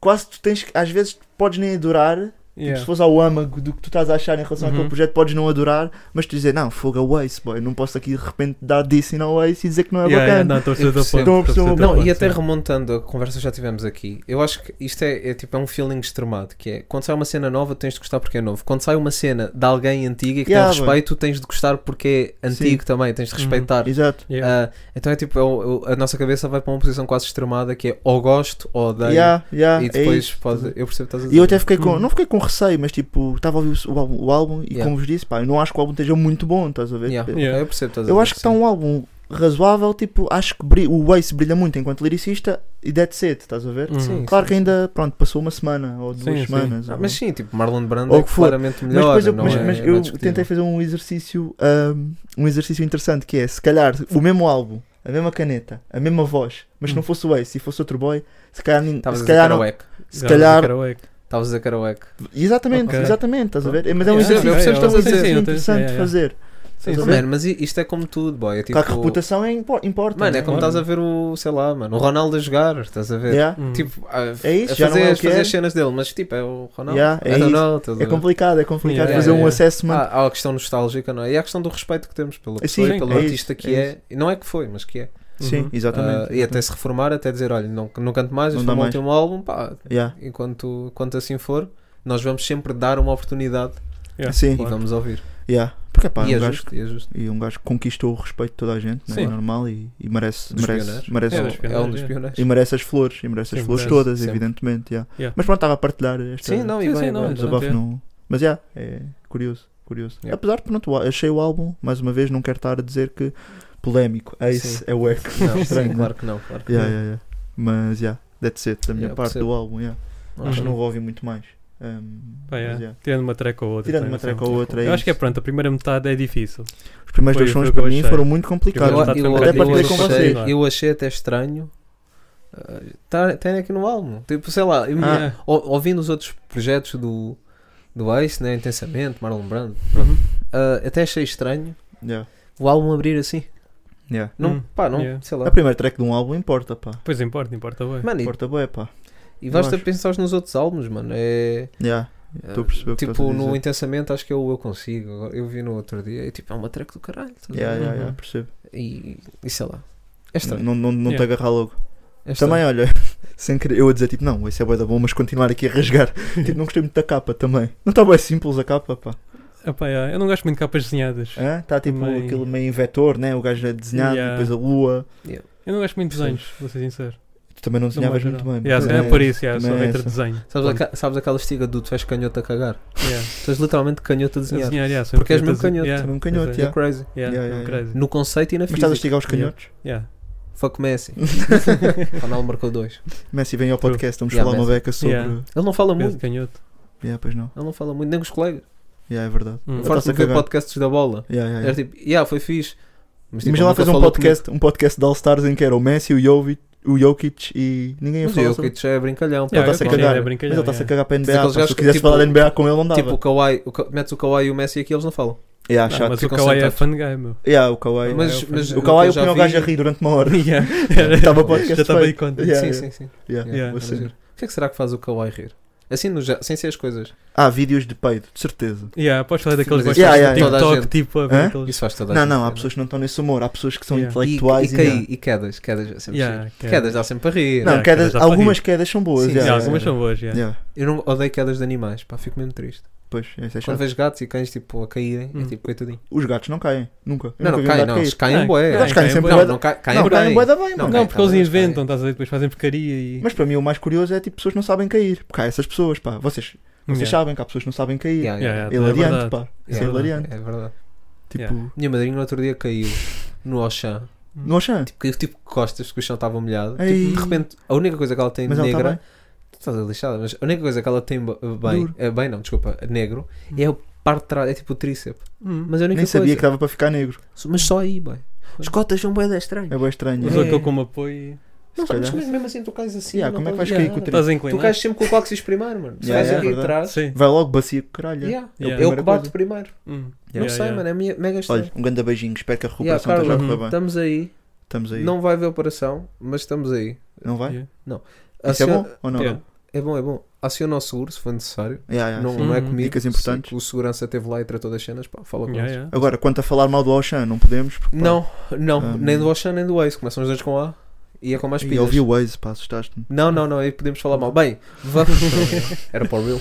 Speaker 6: quase tu tens que, às vezes podes nem adorar, tipo,
Speaker 1: yeah.
Speaker 6: se fores ao âmago do que tu estás a achar em relação
Speaker 1: Uhum.
Speaker 6: àquele projeto, podes não adorar, mas tu dizer, não, fogo a Waze, boy, não posso aqui de repente dar dissing ao Waze e dizer que não é
Speaker 1: Yeah, yeah,
Speaker 6: bacana.
Speaker 1: não, estou a
Speaker 7: Eu
Speaker 1: perceber o teu ponto,
Speaker 7: percebo.
Speaker 1: estou a perceber o
Speaker 6: Estou a
Speaker 1: teu
Speaker 6: perceber
Speaker 7: Não,
Speaker 1: ponto,
Speaker 7: e até
Speaker 1: sim.
Speaker 7: remontando a conversa que já tivemos aqui, eu acho que isto é, é tipo é um feeling extremado, que é quando sai uma cena nova tens de gostar porque é novo. Quando sai uma cena de alguém antiga e que
Speaker 6: Yeah,
Speaker 7: tem respeito, tens de gostar porque é antigo também, tens de
Speaker 1: Uhum.
Speaker 7: respeitar.
Speaker 6: Exato.
Speaker 1: Yeah.
Speaker 7: Ah, então é tipo, é o- o- a nossa cabeça vai para uma posição quase extremada que é ou gosto ou odeio.
Speaker 6: Yeah, yeah,
Speaker 7: e
Speaker 6: é
Speaker 7: depois
Speaker 6: isso.
Speaker 7: pode. Eu percebo o que estás a dizer.
Speaker 6: E eu até fiquei com,
Speaker 1: Hum.
Speaker 6: não fiquei com receio, mas tipo, estava a ouvir o, álbum- o álbum e
Speaker 7: Yeah.
Speaker 6: como vos disse, pá, eu não acho que o álbum esteja muito bom, estás a ver?
Speaker 7: Yeah,
Speaker 6: Eu-
Speaker 1: Yeah.
Speaker 7: Eu percebo o que estás a
Speaker 6: Eu
Speaker 7: dizer,
Speaker 6: acho que
Speaker 7: sim.
Speaker 6: está um álbum razoável, tipo, acho que bri- o Ace brilha muito enquanto liricista e Dead Set, estás a ver?
Speaker 1: Uhum.
Speaker 6: Claro
Speaker 7: Sim, Hum, sim,
Speaker 6: que é
Speaker 7: sim.
Speaker 6: ainda, pronto, passou uma semana ou duas
Speaker 1: Sim, sim.
Speaker 6: semanas.
Speaker 7: Ah,
Speaker 6: ou-
Speaker 7: mas sim, tipo, Marlon Brando
Speaker 6: Ou
Speaker 7: é
Speaker 6: que for.
Speaker 7: claramente
Speaker 6: Mas
Speaker 7: melhor.
Speaker 6: depois eu,
Speaker 7: não
Speaker 6: mas-
Speaker 7: é-
Speaker 6: mas
Speaker 7: não é
Speaker 6: eu
Speaker 7: discutível.
Speaker 6: tentei fazer um exercício, ahm, um exercício interessante que é, se calhar, o mesmo álbum, a mesma caneta, a mesma voz, mas se não fosse o Ace e fosse outro boy, se calhar, nin-
Speaker 7: Hum. Estavas a
Speaker 6: se
Speaker 7: dizer
Speaker 6: calhar, não-
Speaker 7: Kerouac.
Speaker 6: se calhar
Speaker 1: Kerouac.
Speaker 7: Estavas a dizer Kerouac.
Speaker 6: Exatamente,
Speaker 1: Ok.
Speaker 6: exatamente, estás a ver? Mas é um
Speaker 1: Eu percebo,
Speaker 6: exercício,
Speaker 1: eu percebo o que
Speaker 6: é um
Speaker 1: estás a dizer,
Speaker 6: exercício
Speaker 1: sim, eu tenho-
Speaker 6: interessante
Speaker 1: é, é.
Speaker 6: de fazer.
Speaker 1: Sim,
Speaker 6: Estás a
Speaker 1: sim.
Speaker 6: ver?
Speaker 7: Mano, mas i- isto é como tudo, boy. É tipo,
Speaker 6: Claro que a reputação é impo- importa.
Speaker 7: Mano, é
Speaker 6: né?
Speaker 7: como estás a ver o, sei lá, mano, o Ronaldo a jogar, estás a ver?
Speaker 6: Yeah.
Speaker 1: Hum.
Speaker 7: Tipo, a,
Speaker 6: É isso,
Speaker 7: a
Speaker 6: já não
Speaker 7: fazer,
Speaker 6: é o
Speaker 7: as-
Speaker 6: que
Speaker 7: fazer
Speaker 6: é.
Speaker 7: as cenas dele, mas tipo, é o Ronaldo.
Speaker 6: Yeah, é
Speaker 7: I don't
Speaker 6: isso.
Speaker 7: know, estás a
Speaker 6: É
Speaker 7: ver?
Speaker 6: complicado, é complicado
Speaker 1: Yeah,
Speaker 6: fazer
Speaker 7: yeah,
Speaker 6: um
Speaker 7: yeah. Ah,
Speaker 6: assessment.
Speaker 7: Há, há a questão nostálgica, não é? E há a questão do respeito que temos pela pessoa
Speaker 6: Sim,
Speaker 7: e pelo
Speaker 6: é
Speaker 7: artista
Speaker 6: isso,
Speaker 7: que
Speaker 6: é
Speaker 7: é. E não é que foi, mas que é.
Speaker 6: Sim,
Speaker 1: Uhum.
Speaker 6: exatamente.
Speaker 7: Ah, e até se reformar, até dizer, olha, não, não canto mais,
Speaker 6: Não
Speaker 7: este
Speaker 6: dá
Speaker 7: foi o meu
Speaker 6: mais.
Speaker 7: último álbum, pá,
Speaker 6: Yeah.
Speaker 7: enquanto, enquanto assim for, nós vamos sempre dar uma oportunidade
Speaker 1: Yeah.
Speaker 6: Sim,
Speaker 7: e vamos ouvir.
Speaker 6: yeah. porque pá,
Speaker 7: e, é
Speaker 6: um gajo,
Speaker 7: justo, e é justo.
Speaker 6: e um gajo que conquistou o respeito de toda a gente, né?
Speaker 1: Sim.
Speaker 6: é normal e, e merece,
Speaker 7: Dos
Speaker 6: merece,
Speaker 7: pioneiros.
Speaker 6: merece,
Speaker 1: É,
Speaker 6: o-
Speaker 1: dos
Speaker 7: É um dos
Speaker 1: é.
Speaker 7: pioneiros.
Speaker 6: e merece as flores, e merece as
Speaker 1: Sim,
Speaker 6: flores
Speaker 1: merece,
Speaker 6: todas,
Speaker 7: sempre.
Speaker 6: evidentemente. yeah.
Speaker 1: Yeah.
Speaker 6: Mas pronto, estava a partilhar esta
Speaker 7: Sim, não, e
Speaker 1: Sim,
Speaker 7: bem,
Speaker 1: sim,
Speaker 7: e
Speaker 1: não,
Speaker 7: bem.
Speaker 1: é justo.
Speaker 6: desabafo.
Speaker 1: é.
Speaker 6: no- Mas yeah, é curioso, curioso.
Speaker 7: Yeah.
Speaker 6: Apesar de pronto, o- achei o álbum, mais uma vez, não quero estar a dizer que polémico, Ace
Speaker 7: Sim.
Speaker 6: é o eco.
Speaker 7: Não,
Speaker 6: Estranho,
Speaker 7: sim,
Speaker 6: né?
Speaker 7: claro que não, claro que
Speaker 6: Yeah,
Speaker 7: não.
Speaker 6: yeah, yeah. Mas, yeah, that's it da minha
Speaker 7: Yeah,
Speaker 6: parte
Speaker 7: percebo.
Speaker 6: do álbum. Yeah.
Speaker 7: Não,
Speaker 6: Acho
Speaker 1: Uhum.
Speaker 6: que não vou ouvir muito mais. Ah, Ahm,
Speaker 1: Pá,
Speaker 6: mas,
Speaker 1: yeah.
Speaker 6: yeah.
Speaker 1: Tirando uma treca ou outra.
Speaker 6: Tirando
Speaker 1: tem,
Speaker 6: uma
Speaker 1: assim.
Speaker 6: treca ou outra.
Speaker 1: Eu acho que é
Speaker 6: isso.
Speaker 1: pronto, a primeira metade é difícil.
Speaker 6: Os primeiros
Speaker 1: foi-
Speaker 6: dois
Speaker 1: foi
Speaker 6: sons
Speaker 1: o que eu
Speaker 6: para mim
Speaker 1: achei.
Speaker 6: foram muito complicados.
Speaker 1: Eu-
Speaker 6: mano.
Speaker 1: eu-
Speaker 6: Até
Speaker 1: eu
Speaker 6: partilhei com
Speaker 1: achei-
Speaker 6: vocês.
Speaker 1: vocês.
Speaker 7: eu achei até estranho. uh, tá- tem aqui no álbum. Tipo, sei lá, eu-
Speaker 6: Ah.
Speaker 7: ou- ouvindo os outros projetos do, do Ace, né? Intensamente, Marlon Brando,
Speaker 1: Uhum.
Speaker 7: uh, até achei estranho
Speaker 6: Yeah,
Speaker 7: o álbum abrir assim.
Speaker 6: yeah.
Speaker 7: Não,
Speaker 1: Hum,
Speaker 7: pá, não,
Speaker 1: yeah.
Speaker 7: sei lá.
Speaker 6: A primeira track de um álbum importa, pá.
Speaker 1: Pois importa, importa bem.
Speaker 7: Mano, e-
Speaker 6: Importa bué, pá.
Speaker 7: e, basta
Speaker 6: eu acho.
Speaker 7: pensar nos outros álbuns, mano. É,
Speaker 6: Yeah. Estou a perceber o que
Speaker 7: tipo,
Speaker 6: estás a
Speaker 7: no
Speaker 6: dizer.
Speaker 7: Intensamente acho que é o Eu Consigo. agora- Eu vi no outro dia e tipo, é uma track do caralho. tá
Speaker 6: Yeah,
Speaker 7: ligado?
Speaker 6: yeah, yeah,
Speaker 1: Uhum.
Speaker 6: percebo.
Speaker 7: E, e sei lá. É estranho.
Speaker 6: Não, não, não te
Speaker 1: Yeah.
Speaker 6: agarrar logo.
Speaker 7: é estranho.
Speaker 6: Também, olha, sem querer, eu a dizer tipo, não, esse é bué da bom, mas continuar aqui a rasgar. tipo, não gostei muito da capa também. Não está bem simples a capa, pá.
Speaker 1: Epá, yeah, Eu não gosto muito de capas desenhadas.
Speaker 6: Está tipo
Speaker 1: Também-
Speaker 6: aquele meio vetor, né? O gajo é desenhado,
Speaker 1: Yeah.
Speaker 6: depois a lua.
Speaker 1: Eu não gosto muito de desenhos, vou ser sincero.
Speaker 6: Tu também não
Speaker 1: De uma
Speaker 6: desenhavas
Speaker 1: geral.
Speaker 6: muito bem.
Speaker 1: Yeah, se
Speaker 6: também
Speaker 1: calhar é por isso, yeah, sou
Speaker 6: também é
Speaker 1: entre
Speaker 6: essa.
Speaker 1: desenho.
Speaker 7: Sabes,
Speaker 1: Pronto,
Speaker 7: aca- sabes aquela estiga do tu és canhoto a cagar?
Speaker 1: yeah.
Speaker 7: Tu és literalmente canhoto a
Speaker 1: A
Speaker 7: desenhar.
Speaker 1: desenhar, yeah, sou
Speaker 7: Porque és
Speaker 1: canhoto a
Speaker 7: mesmo
Speaker 1: desenhar.
Speaker 7: canhoto.
Speaker 6: Sou mesmo canhoto,
Speaker 1: pois
Speaker 7: É crazy.
Speaker 1: é. Yeah,
Speaker 6: Yeah,
Speaker 1: não,
Speaker 6: yeah,
Speaker 1: crazy.
Speaker 7: No conceito e na
Speaker 6: Mas estás a
Speaker 7: física.
Speaker 6: estigar os canhotos?
Speaker 1: Yeah.
Speaker 7: Fuck Messi. Ronaldo marcou dois.
Speaker 6: Messi, vem ao podcast, vamos
Speaker 7: Yeah,
Speaker 6: falar uma
Speaker 7: Messi.
Speaker 6: beca sobre.
Speaker 1: Yeah.
Speaker 6: Yeah.
Speaker 7: Ele não fala
Speaker 1: Peso de
Speaker 7: muito.
Speaker 1: canhoto.
Speaker 6: pois não.
Speaker 7: Ele não fala muito, nem com os colegas.
Speaker 6: Yeah, é verdade.
Speaker 1: Hum.
Speaker 6: Ele
Speaker 7: Agora
Speaker 6: está-se a
Speaker 7: que ver
Speaker 6: cagar.
Speaker 7: podcasts da bola.
Speaker 6: Yeah, yeah,
Speaker 7: Era
Speaker 6: yeah.
Speaker 7: tipo, yeah, foi fixe. tipo,
Speaker 6: Mas
Speaker 7: ele
Speaker 6: lá
Speaker 7: nunca
Speaker 6: fez um
Speaker 7: falou
Speaker 6: podcast, um podcast de All-Stars em que era o Messi, o Jovic, o Jokic e ninguém ia
Speaker 7: comigo. Mas
Speaker 6: falar
Speaker 7: eu,
Speaker 6: sobre.
Speaker 7: que já é brincalhão. pá.
Speaker 1: Yeah,
Speaker 6: Ele
Speaker 1: eu
Speaker 6: está-se a
Speaker 1: concordo,
Speaker 6: cagar.
Speaker 1: é
Speaker 6: Mas
Speaker 1: brincalhão,
Speaker 6: ele está-se a
Speaker 1: yeah.
Speaker 6: cagar para a
Speaker 7: Mas
Speaker 6: NBA.
Speaker 7: aqueles
Speaker 6: pá, Se
Speaker 7: gajos
Speaker 6: tu
Speaker 7: que,
Speaker 6: quisesse
Speaker 7: tipo,
Speaker 6: falar da NBA com ele, não dava.
Speaker 7: Tipo, o Kawhi, o Ka- metes o Kawhi e o Messi aqui, eles não falam.
Speaker 6: Yeah,
Speaker 1: Não,
Speaker 6: chato.
Speaker 1: mas o
Speaker 7: ficam
Speaker 1: Kawhi é
Speaker 7: sentados.
Speaker 1: fun guy, meu.
Speaker 6: Yeah, o Kawhi.
Speaker 1: é,
Speaker 7: Mas,
Speaker 1: é o
Speaker 7: mas
Speaker 6: o Kawhi
Speaker 7: eu
Speaker 6: eu
Speaker 7: já
Speaker 6: ponho o
Speaker 7: vi-
Speaker 6: gajo a rir durante uma hora.
Speaker 1: Yeah.
Speaker 6: Estava o podcast
Speaker 1: Já estava aí
Speaker 6: feito.
Speaker 1: conta.
Speaker 6: Yeah,
Speaker 7: Sim,
Speaker 6: yeah.
Speaker 7: sim, sim.
Speaker 6: Yeah,
Speaker 1: Yeah.
Speaker 6: vou
Speaker 7: era
Speaker 6: ser.
Speaker 7: giro. O que é que será que faz o Kawhi rir? Assim, no ja- sem ser as coisas.
Speaker 6: Há vídeos de peido, de certeza.
Speaker 1: Yeah, podes falar daqueles
Speaker 7: Mas
Speaker 1: gajos
Speaker 6: isso faz
Speaker 1: yeah,
Speaker 6: toda
Speaker 7: a
Speaker 1: TikTok,
Speaker 7: gente.
Speaker 1: tipo, a ver
Speaker 6: Hã?
Speaker 1: aqueles-
Speaker 7: Isso faz toda a
Speaker 6: Não,
Speaker 7: gente,
Speaker 6: não, há
Speaker 7: né?
Speaker 6: pessoas que não estão nesse humor, há pessoas que são
Speaker 1: Yeah.
Speaker 7: E-
Speaker 6: intelectuais
Speaker 7: e,
Speaker 6: e.
Speaker 7: caí- e quedas, quedas, é sempre
Speaker 1: Yeah,
Speaker 7: giro.
Speaker 1: quedas.
Speaker 7: Quedas dá sempre para rir.
Speaker 6: Não,
Speaker 1: Yeah,
Speaker 6: quedas-
Speaker 1: quedas dá para
Speaker 6: algumas quedas são boas.
Speaker 7: Sim,
Speaker 6: yeah,
Speaker 7: sim,
Speaker 1: Yeah,
Speaker 6: yeah,
Speaker 1: algumas
Speaker 6: yeah.
Speaker 1: são boas, yeah.
Speaker 6: Yeah,
Speaker 7: Eu não odeio quedas de animais, pá, fico mesmo triste.
Speaker 6: Pois, isso é
Speaker 7: Quando
Speaker 6: chato.
Speaker 7: vejo gatos e cães tipo a caírem, é
Speaker 1: Hum.
Speaker 7: tipo coitadinho.
Speaker 6: Os gatos não caem, nunca. Eu
Speaker 7: Não,
Speaker 6: nunca
Speaker 7: não
Speaker 6: vi um
Speaker 7: caem,
Speaker 6: gato
Speaker 7: não,
Speaker 6: cair.
Speaker 7: eles caem
Speaker 1: Não,
Speaker 7: bué.
Speaker 6: Os gatos caem
Speaker 1: caem
Speaker 6: sempre
Speaker 1: bué.
Speaker 6: bué
Speaker 7: Não,
Speaker 6: da-
Speaker 7: não ca- caem
Speaker 6: Não, caem
Speaker 7: bem.
Speaker 6: bué da bem,
Speaker 7: Não,
Speaker 6: mano.
Speaker 1: Não,
Speaker 7: Ok,
Speaker 1: porque eles
Speaker 7: tá bem, mas
Speaker 1: inventam, estás a ver? Depois fazem porcaria e.
Speaker 6: Mas para mim o mais curioso é tipo pessoas que não sabem cair. Porque há essas pessoas, pá. Vocês, vocês
Speaker 1: Yeah.
Speaker 6: sabem que há pessoas que não sabem cair.
Speaker 7: Yeah, yeah,
Speaker 1: Yeah, yeah,
Speaker 6: É
Speaker 1: é
Speaker 6: hilariante,
Speaker 1: verdade.
Speaker 6: pá. Isso é
Speaker 7: Yeah.
Speaker 6: hilariante.
Speaker 7: É verdade.
Speaker 6: Tipo,
Speaker 7: Minha madrinha no outro dia caiu no Auchan,
Speaker 6: no Oxan.
Speaker 7: caiu tipo de costas, porque o chão estava molhado.
Speaker 6: Ei.
Speaker 7: Tipo, de repente, a única coisa que ela tem
Speaker 6: Mas ela
Speaker 7: negra.
Speaker 6: está bem.
Speaker 7: Está lixada, mas a única coisa que ela tem b- bem,
Speaker 6: Duro. Hum.
Speaker 7: eh, bem não, desculpa, negro, é o par de trás, é tipo o tríceps.
Speaker 1: Hum.
Speaker 7: Mas a única
Speaker 6: Nem sabia que
Speaker 7: coisa.
Speaker 6: dava para ficar negro.
Speaker 7: Mas só aí, bem. As cotas são bem estranhas.
Speaker 6: É bem estranho.
Speaker 1: Usou
Speaker 6: é.
Speaker 1: aquele como apoio
Speaker 7: Não,
Speaker 6: se calhar.
Speaker 7: mas mesmo assim tu cais assim.
Speaker 6: Yeah,
Speaker 7: não
Speaker 6: como é que
Speaker 7: estás-
Speaker 6: vais cair com o
Speaker 1: e
Speaker 6: tri-
Speaker 1: estás a
Speaker 7: Tu
Speaker 1: inclinar.
Speaker 7: cais sempre com o cóccix primeiro, mano. Se
Speaker 6: Yeah,
Speaker 7: vais
Speaker 6: yeah,
Speaker 7: aqui
Speaker 6: é verdade.
Speaker 7: atrás,
Speaker 1: Sim.
Speaker 6: Vai logo bacia, caralho. né?
Speaker 7: yeah,
Speaker 1: Yeah. É
Speaker 7: é
Speaker 1: a
Speaker 7: o que
Speaker 6: primeira
Speaker 7: bate
Speaker 6: coisa.
Speaker 7: primeiro.
Speaker 1: Hum.
Speaker 7: não
Speaker 1: Yeah,
Speaker 7: sei,
Speaker 1: yeah.
Speaker 7: mano, é me- mega estranho.
Speaker 6: Olha, um grande beijinho. Espero que a
Speaker 7: Yeah,
Speaker 6: recuperação
Speaker 7: Carla,
Speaker 6: esteja a
Speaker 1: Carlos,
Speaker 6: correr bem.
Speaker 7: estamos aí.
Speaker 6: Estamos aí.
Speaker 7: Não vai haver operação, mas estamos aí.
Speaker 6: Não vai?
Speaker 1: Yeah.
Speaker 7: Aciona-
Speaker 6: Isso é bom ou não?
Speaker 1: Yeah.
Speaker 7: é bom, é bom. Aciona o seguro se for necessário.
Speaker 6: Yeah, yeah,
Speaker 7: não,
Speaker 6: sim.
Speaker 1: sim.
Speaker 7: não é
Speaker 1: Uhum.
Speaker 7: comigo.
Speaker 6: Dicas importantes.
Speaker 7: Se o segurança esteve lá e tratou das cenas, pá, fala com
Speaker 1: Yeah,
Speaker 7: eles.
Speaker 1: yeah.
Speaker 6: Agora, quanto a falar mal do Oxan, não podemos. Porque, pá,
Speaker 7: Não, não,
Speaker 6: Ah,
Speaker 7: nem
Speaker 6: não.
Speaker 7: do Ocean nem do Ace. Começam os dois com A e é com mais
Speaker 6: E
Speaker 7: pilhas.
Speaker 6: ouvi o Waze, pá, assustaste-me.
Speaker 7: Não, não, não, aí podemos falar mal. Bem, vamos. Era para o real.